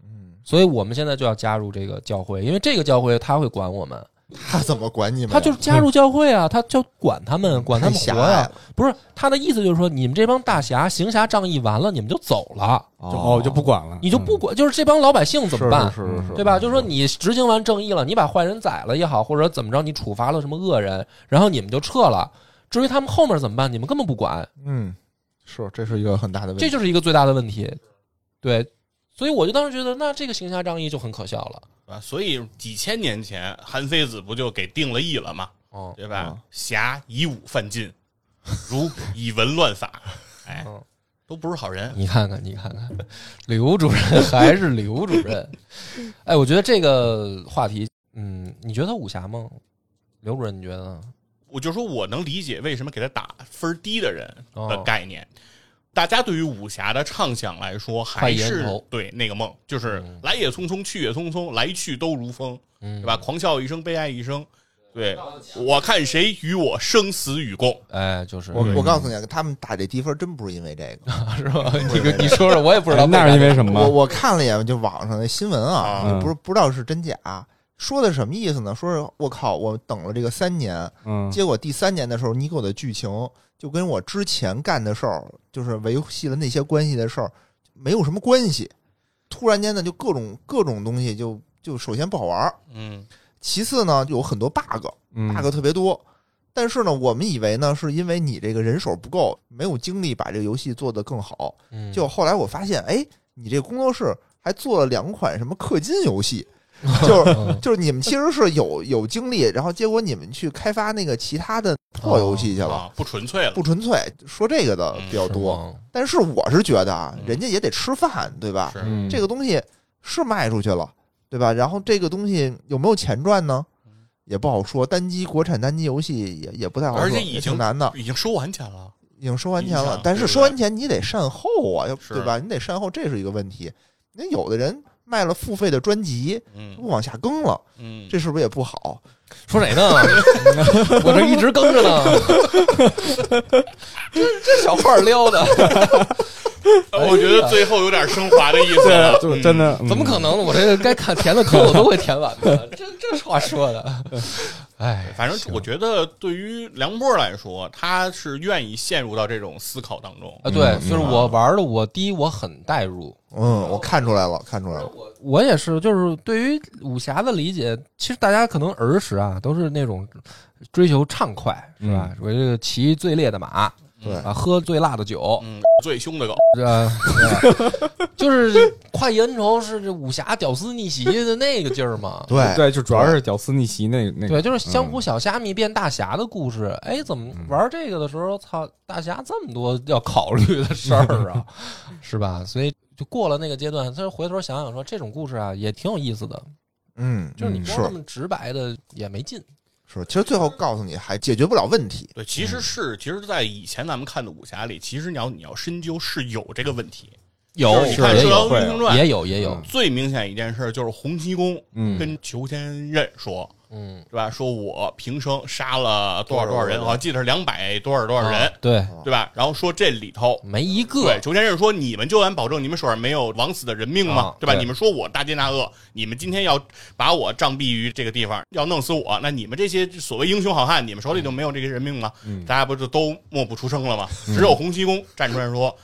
S3: 嗯，
S1: 所以我们现在就要加入这个教会，因为这个教会他会管我们，
S3: 他怎么管你们呀？
S1: 他就是加入教会啊，他就管他们，管他们
S3: 太
S1: 活
S3: 狭
S1: 呀、
S3: 隘了
S1: 不是他的意思就是说，你们这帮大侠行侠仗义完了，你们就走了，
S3: 嗯
S4: 就哦就不管了，
S1: 你就不管，就是这帮老百姓怎么办？
S4: 是是是，
S1: 对吧？就是说你执行完正义了，你把坏人宰了也好，或者怎么着，你处罚了什么恶人，然后你们就撤了。至于他们后面怎么办，你们根本不管，
S3: 嗯，是这是一个很大的问题。
S1: 这就是一个最大的问题。对，所以我就当时觉得，那这个行侠仗义就很可笑了。
S2: 啊，所以几千年前韩非子不就给定了义了吗？
S1: 哦，
S2: 对吧
S3: 嗯？
S2: 侠以武犯禁，儒以文乱法，哎
S1: 嗯，
S2: 都不是好人。
S1: 你看看，你看 看，刘主任还是刘主任。哎，我觉得这个话题，嗯，你觉得武侠吗？刘主任，你觉得呢？
S2: 我就说我能理解为什么给他打分低的人的
S1: 哦
S2: 概念。大家对于武侠的畅想来说，
S1: 快
S2: 还
S1: 意恩
S2: 是
S1: 仇
S2: 对那个梦，就是
S1: 嗯
S2: 来也匆匆，去也匆匆，来去都如风，
S1: 嗯，
S2: 对吧？？狂笑一声，悲哀一声。对，我看谁与我生死与共。
S1: 哎，就是
S4: 我
S3: 我告诉你，啊他们打这低分真不是因为这个。
S1: 是吧？你跟你说说，我也不知道
S4: 哎
S1: 为啥。
S4: 那是因为什
S3: 我
S4: 么？
S3: 我看了一眼，就网上的新闻啊，
S4: 嗯
S3: 就不是不知道是真假，说的什么意思呢？说是我靠，我等了这个三年，
S4: 嗯，
S3: 结果第三年的时候，你给我的剧情就跟我之前干的事儿，就是维系了那些关系的事儿，没有什么关系。突然间呢，就各种各种东西就就首先不好玩儿，
S2: 嗯，
S3: 其次呢有很多 bug，
S4: 嗯
S3: bug 特别多。但是呢，我们以为呢，是因为你这个人手不够，没有精力把这个游戏做得更好。
S1: 嗯
S3: 就后来我发现，哎，你这工作室还做了两款什么氪金游戏，就是
S1: 嗯
S3: 就是你们其实是有有精力，然后结果你们去开发那个其他的破游戏去了，
S2: 啊，不纯粹了
S3: 不。纯粹。说这个的比较多，
S1: 是吗
S3: 但是我是觉得啊
S2: 嗯，
S3: 人家也得吃饭，对吧？
S2: 是
S4: 嗯
S3: 这个东西是卖出去了，对吧？然后这个东西有没有钱赚呢？
S2: 嗯
S3: 也不好说。单机国产单机游戏也也不太好说，
S2: 而且已
S3: 也
S2: 经
S3: 挺难的，
S2: 已经收完钱了。
S3: 已经收完钱
S2: 影
S3: 了
S2: 响。
S3: 但
S2: 对
S3: 是
S2: 不
S3: 收完
S2: 对
S3: 钱你得善后啊，要
S2: 是
S3: 对吧？你得善后，这是一个问题。那有的人卖了付费的专辑，不
S2: 嗯
S3: 往下更了，
S2: 嗯，
S3: 这是不是也不好？
S1: 说谁呢？ 我这一直更着呢，这这小画撩的，
S2: 我觉得最后有点升华的意思了。
S4: 啊
S2: 嗯
S4: 就真的
S1: 嗯
S4: 嗯
S1: 怎么可？能呢？我这个该看填的坑我都会填满的，这这话说的，哎，
S2: 反正我觉得，对于梁波来说，他是愿意陷入到这种思考当中。
S1: 啊，对，
S4: 嗯
S1: 就是我玩的，我第一我很代入，
S3: 嗯，我看出来了，看出来了。
S1: 我也是，就是对于武侠的理解，其实大家可能儿时啊都是那种追求畅快，是吧？我这个骑最烈的马啊，
S3: 对，
S1: 喝最辣的酒，
S2: 嗯，最凶的狗，
S1: 呃，对就是快意恩仇是这武侠屌丝逆袭的那个劲儿嘛。
S3: 对，
S4: 对，就主要是屌丝逆袭那那个
S1: 对，就是江湖小虾米变大侠的故事。哎，怎么玩这个的时候，操，大侠这么多要考虑的事儿啊，是吧？所以就过了那个阶段，他回头想想说，这种故事啊也挺有意思的，
S3: 嗯，
S1: 就是你
S3: 嗯
S1: 光那么直白的也没劲。
S3: 是，其实最后告诉你，还解决不了问题。
S2: 对，其实是，其实，在以前咱们看的武侠里，其实你要你要深究是有这个问题。就是你
S1: 是
S2: 看《
S1: 也
S2: 射雕
S1: 有，
S2: 英雄传》，
S1: 也有，也有，
S2: 最明显一件事就是洪七公
S4: 嗯
S2: 跟裘千仞说，
S1: 嗯，
S2: 对吧？说我平生杀了多少多少人，
S3: 多少多少人
S2: 我好像记得是两百多少多少
S1: 啊
S2: 人，
S1: 对，
S2: 对吧？然后说这里头
S1: 没一
S2: 对，
S1: 个，
S2: 裘千仞说：“你们就敢保证你们手上没有枉死的人命吗？
S1: 啊
S2: 对吧？
S1: 对
S2: 你们说我大奸大恶，你们今天要把我杖毙于这个地方，要弄死我，那你们这些所谓英雄好汉，你们手里就没有这些人命吗？
S4: 嗯
S2: 大家不就都默不出声了吗？只有洪七公站出来说：‘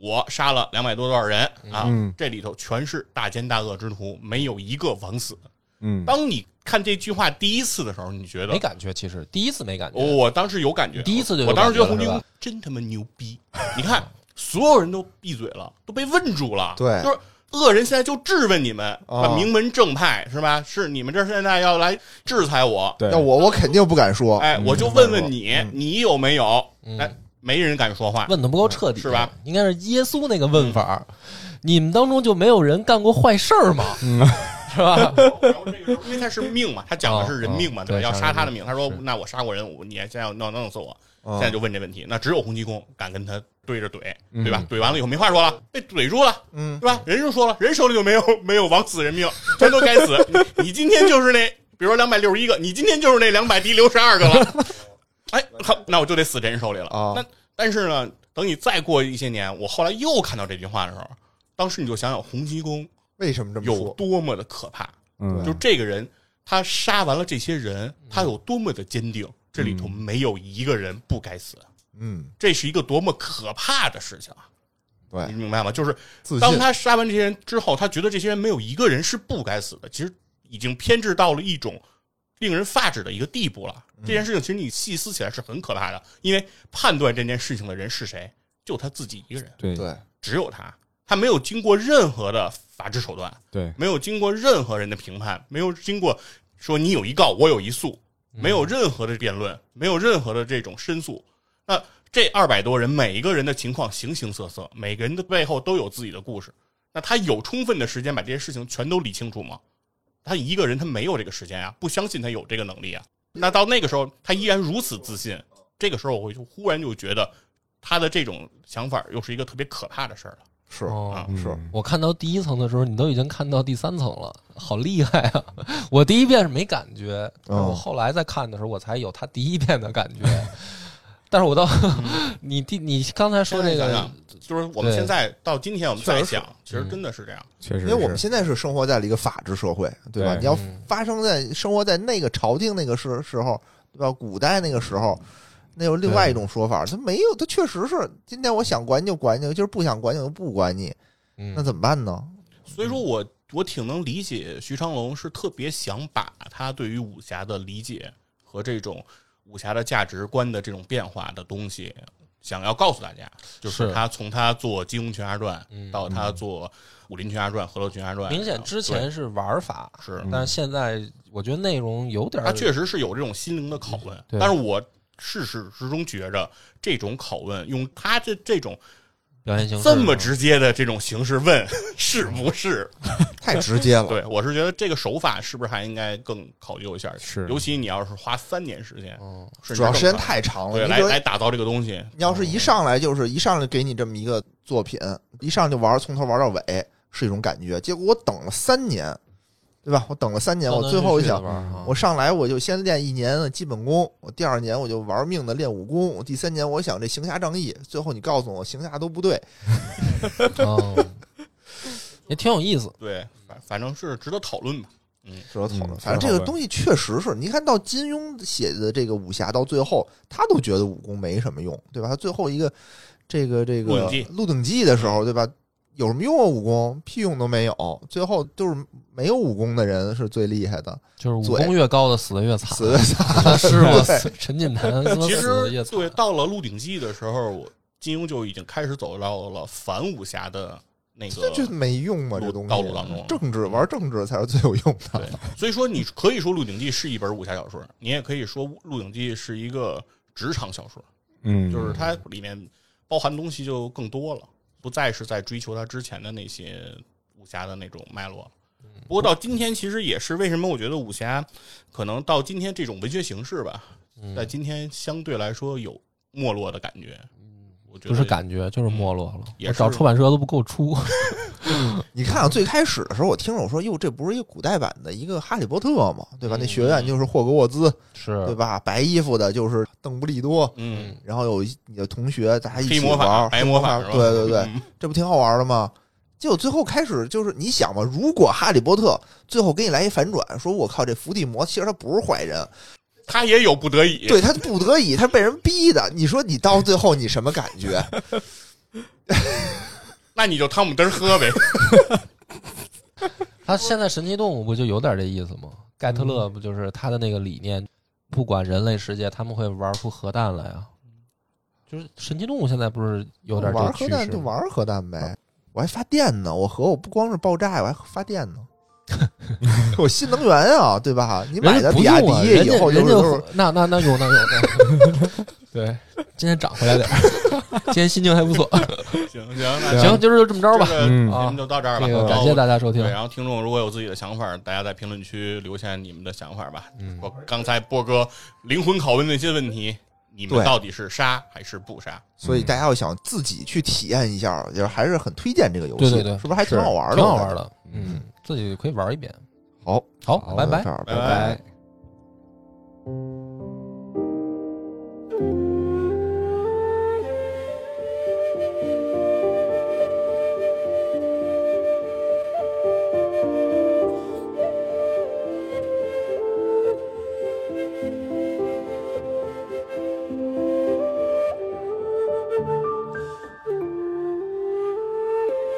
S2: 我杀了两百多多少人啊！
S4: 嗯
S2: 这里头全是大奸大恶之徒，没有一个枉死的。
S4: 嗯，
S2: 当你看这句话第一次的时候，你觉得
S1: 没感觉，其实第一次没感觉。
S2: 我当时有感觉，
S1: 第一次就有
S2: 我当时觉得
S1: 感
S2: 红
S1: 觉
S2: 军
S1: 了是
S2: 真他妈牛逼！ 你看，所有人都闭嘴了，都被问住了。
S3: 对
S2: 就是恶人现在就质问你们，
S1: 啊
S3: 哦
S2: 把名门正派是吧？是你们这现在要来制裁我？
S4: 对，
S3: 要我我肯定不敢说，
S2: 哎，我就问问你，你有没有？
S1: 嗯
S2: 哎，没人敢说话。
S1: 问的不够彻底，
S2: 嗯是吧？嗯
S1: 应该是耶稣那个问法儿。你们当中就没有人干过坏事儿吗？是吧？
S2: 然后这个时候因为他是命嘛，他讲的是人命嘛，
S1: 哦
S2: 对
S1: 对
S2: 吧？要杀他
S1: 杀
S2: 的
S1: 人
S2: 命。他说
S1: 是：“哦
S2: 那我杀过人，我你现在要要弄死我。”
S3: 嗯
S2: 现在就问这问题，那只有洪七公敢跟他对着怼，对吧
S4: 嗯？
S2: 怼完了以后没话说了，被怼住了，
S3: 嗯
S2: 对吧？人就说了，人手里就没有没有枉死人命，全都该死。你你今天就是那，比如说两百六十一个，你今天就是那两百第六十二个了。哎，好，那我就得死这人手里了。
S3: 啊
S2: 但但是呢，等你再过一些年，我后来又看到这句话的时候，当时你就想想洪七公
S3: 为什么这么
S2: 有
S3: 说？
S2: 多么的可怕，
S4: 嗯，
S2: 就这个人，他杀完了这些人，他有多么的坚定，这里头没有一个人不该死。
S3: 嗯，
S2: 这是一个多么可怕的事情啊！你
S3: 对，
S2: 明白吗？就是
S3: 自
S2: 当
S3: 信，
S2: 他杀完这些人之后，他觉得这些人没有一个人是不该死的，其实已经偏执到了一种令人发指的一个地步了。
S3: 嗯
S2: 这件事情其实你细思起来是很可怕的，因为判断这件事情的人是谁，就他自己一个人，
S4: 对
S3: 对，
S2: 只有他，他没有经过任何的法治手段，
S4: 对，
S2: 没有经过任何人的评判，没有经过说你有一告我有一诉，
S1: 嗯
S2: 没有任何的辩论，没有任何的这种申诉。那这二百多人，每一个人的情况形形色色，每个人的背后都有自己的故事。那他有充分的时间把这些事情全都理清楚吗？他一个人他没有这个时间啊，不相信他有这个能力啊。那到那个时候，他依然如此自信，这个时候我就忽然就觉得他的这种想法又是一个特别可怕的事儿了。
S3: 是
S1: 哦
S2: 啊，
S4: 嗯
S3: 是
S1: 我看到第一层的时候，你都已经看到第三层了，好厉害啊！我第一遍是没感觉，但
S3: 嗯
S1: 我后来再看的时候，我才有他第一遍的感觉。 但是我到
S2: 嗯
S1: 你第你刚才说这
S2: 现在
S1: 个
S3: 嗯
S2: 想，想啊就是我们
S1: 对
S2: 现在到今天我们再
S3: 确实是
S2: 想，其实真的是这嗯样。
S4: 确实
S3: 因
S4: 是，
S3: 为我们现在是生活在了一个法治社会，对吧？
S4: 对
S3: 你要
S1: 嗯
S3: 发生在生活在那个朝廷那个时时候，对吧？古代那个时候，那有另外一种说法，他没有，他确实是今天我想管你就管你，就是不想管你就不管你，
S1: 嗯
S3: 那怎么办呢？
S2: 所以说我我挺能理解徐长龙是特别想把他对于武侠的理解和这种武侠的价值观的这种变化的东西，想要告诉大家，就是
S1: 是
S2: 他从他做《金庸群侠传》
S1: 嗯
S2: 到他做《武林群侠传》《河洛群侠传》，
S1: 明显之前嗯是玩法，
S2: 对
S3: 嗯
S2: 是
S1: 但是现在我觉得内容有点儿
S2: 他确实是有这种心灵的拷问，
S1: 对
S2: 但是我事始至终觉着这种拷问用他的这种
S1: 表现形式嗯
S2: 这么直接的这种形式问 是不是？
S3: 太直接了，
S2: 对我是觉得这个手法是不是还应该更考究一下？
S4: 是
S2: 尤其你要是花三年时间，
S1: 嗯
S2: 甚至
S3: 主要时间
S2: 更长
S3: 太长了。
S2: 对
S3: 你
S2: 来
S3: 比如
S2: 来打造这个东西，
S3: 你要是一上来就是一上来给你这么一个作品，一上就玩从头玩到尾，是一种感觉。结果我等了三年，对吧？我等了三年，我最后一想
S1: 断，断续续地玩啊
S3: 我上来我就先练一年的基本功，我第二年我就玩命的练武功，我第三年我想这行侠仗义，最后你告诉我行侠都不对，
S1: 哦也挺有意思。
S2: 对，反反正是值得讨论吧。
S3: 值得讨论。
S4: 嗯
S3: 反正这个东西确实是你看到金庸写的这个武侠，到最后他都觉得武功没什么用，对吧？他最后一个这个这个
S2: 鹿鼎记
S3: 《鹿鼎记》的时候，对吧？有什么用啊？武功屁用都没有，最后就是没有武功的人是最厉害的，
S1: 就是武
S3: 嘴
S1: 功越高的死的越惨，
S3: 死的
S1: 是吗
S3: 对？
S1: 陈近南他妈
S2: 其
S1: 死的啊
S2: 实
S1: 越惨
S2: 对，到了《鹿鼎记》的时候，我金庸就已经开始走到了反武侠的那
S3: 这
S2: 个
S3: 就没用嘛，
S2: 路
S3: 这东西。
S2: 道路当中了
S3: 政治玩政治才是最有用的。
S2: 对，所以说你可以说《鹿鼎记》是一本武侠小说，你也可以说《鹿鼎记》是一个职场小说，
S4: 嗯，
S2: 就是它里面包含的东西就更多了，不再是在追求它之前的那些武侠的那种脉络了。不过到今天，其实也是为什么我觉得武侠可能到今天这种文学形式吧，
S1: 嗯
S2: 在今天相对来说有没落的感觉。我觉
S1: 不
S2: 得嗯
S1: 是感觉，就是没落了。
S2: 也
S1: 我
S2: 是
S1: 找出版社都不够 出，
S3: 你看啊，最开始的时候，我听着我说，哟，这不是一个古代版的一个《哈利波特》吗？对吧？
S1: 嗯
S3: 那学院就是霍格沃兹，
S1: 是
S3: 对吧？白衣服的就是邓布利多，
S2: 嗯，
S3: 然后有一你的同学，大家一
S2: 黑
S3: 起
S2: 魔
S3: 玩
S2: 法、
S3: 儿，
S2: 白魔法
S3: 黑
S2: 是吧？
S3: 对对对，
S2: 嗯
S3: 这不挺好玩的吗？结果最后开始就是你想吧，如果《哈利波特》最后给你来一反转，说我靠，这伏地魔其实他不是坏人，
S2: 他也有不得已。
S3: 对他不得已，他被人逼的。你说你到最后你什么感觉？
S2: 那你就汤姆嘚儿喝呗。
S1: 他现在神奇动物不就有点这意思吗？盖
S2: 嗯
S1: 特勒不就是他的那个理念，不管人类世界，他们会玩出核弹来啊。就是神奇动物现在不是有点这趋
S3: 玩核
S1: 势啊
S3: 弹就
S1: 吗，
S3: 玩核弹呗。我还发电呢，我核我不光是爆炸呀，我还发电呢。 我新能源啊，对吧？你买
S1: 人家
S3: 的
S1: 不
S3: 比
S1: 用
S3: 亚
S1: 啊，
S3: 迪
S1: 人
S3: 以
S1: 家
S3: 后就
S1: 人
S3: 是
S1: 家
S3: 都是
S1: 那那那有那有 那，对，今天涨回来点儿，今天心情还不错。
S2: 行行，那
S4: 对啊
S2: 行
S1: 行，今儿就这么着吧。
S2: 嗯，
S4: 嗯
S2: 咱们就到这儿吧
S1: 这。个
S2: 然
S1: 感
S2: 后
S1: 谢大家收听
S2: 对，。啊然后听众如果有自己的想法，大家在评论区留下你们的想法吧。
S1: 嗯
S2: 我刚才波哥灵魂拷问那些问题，你们
S3: 对
S2: 到底是杀还是不杀？
S3: 所
S1: 嗯
S3: 以大家要想自己去体验一下，就是还是很推荐这个游戏，
S1: 对对对
S3: 是不是还挺好玩的？
S1: 挺好玩
S3: 的。
S1: 的，嗯，自己可以玩一遍。
S3: 好，
S1: 好，
S4: 好
S1: 拜拜
S3: 到这。儿
S2: 拜
S3: 拜
S2: 拜
S4: 拜。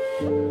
S5: Thank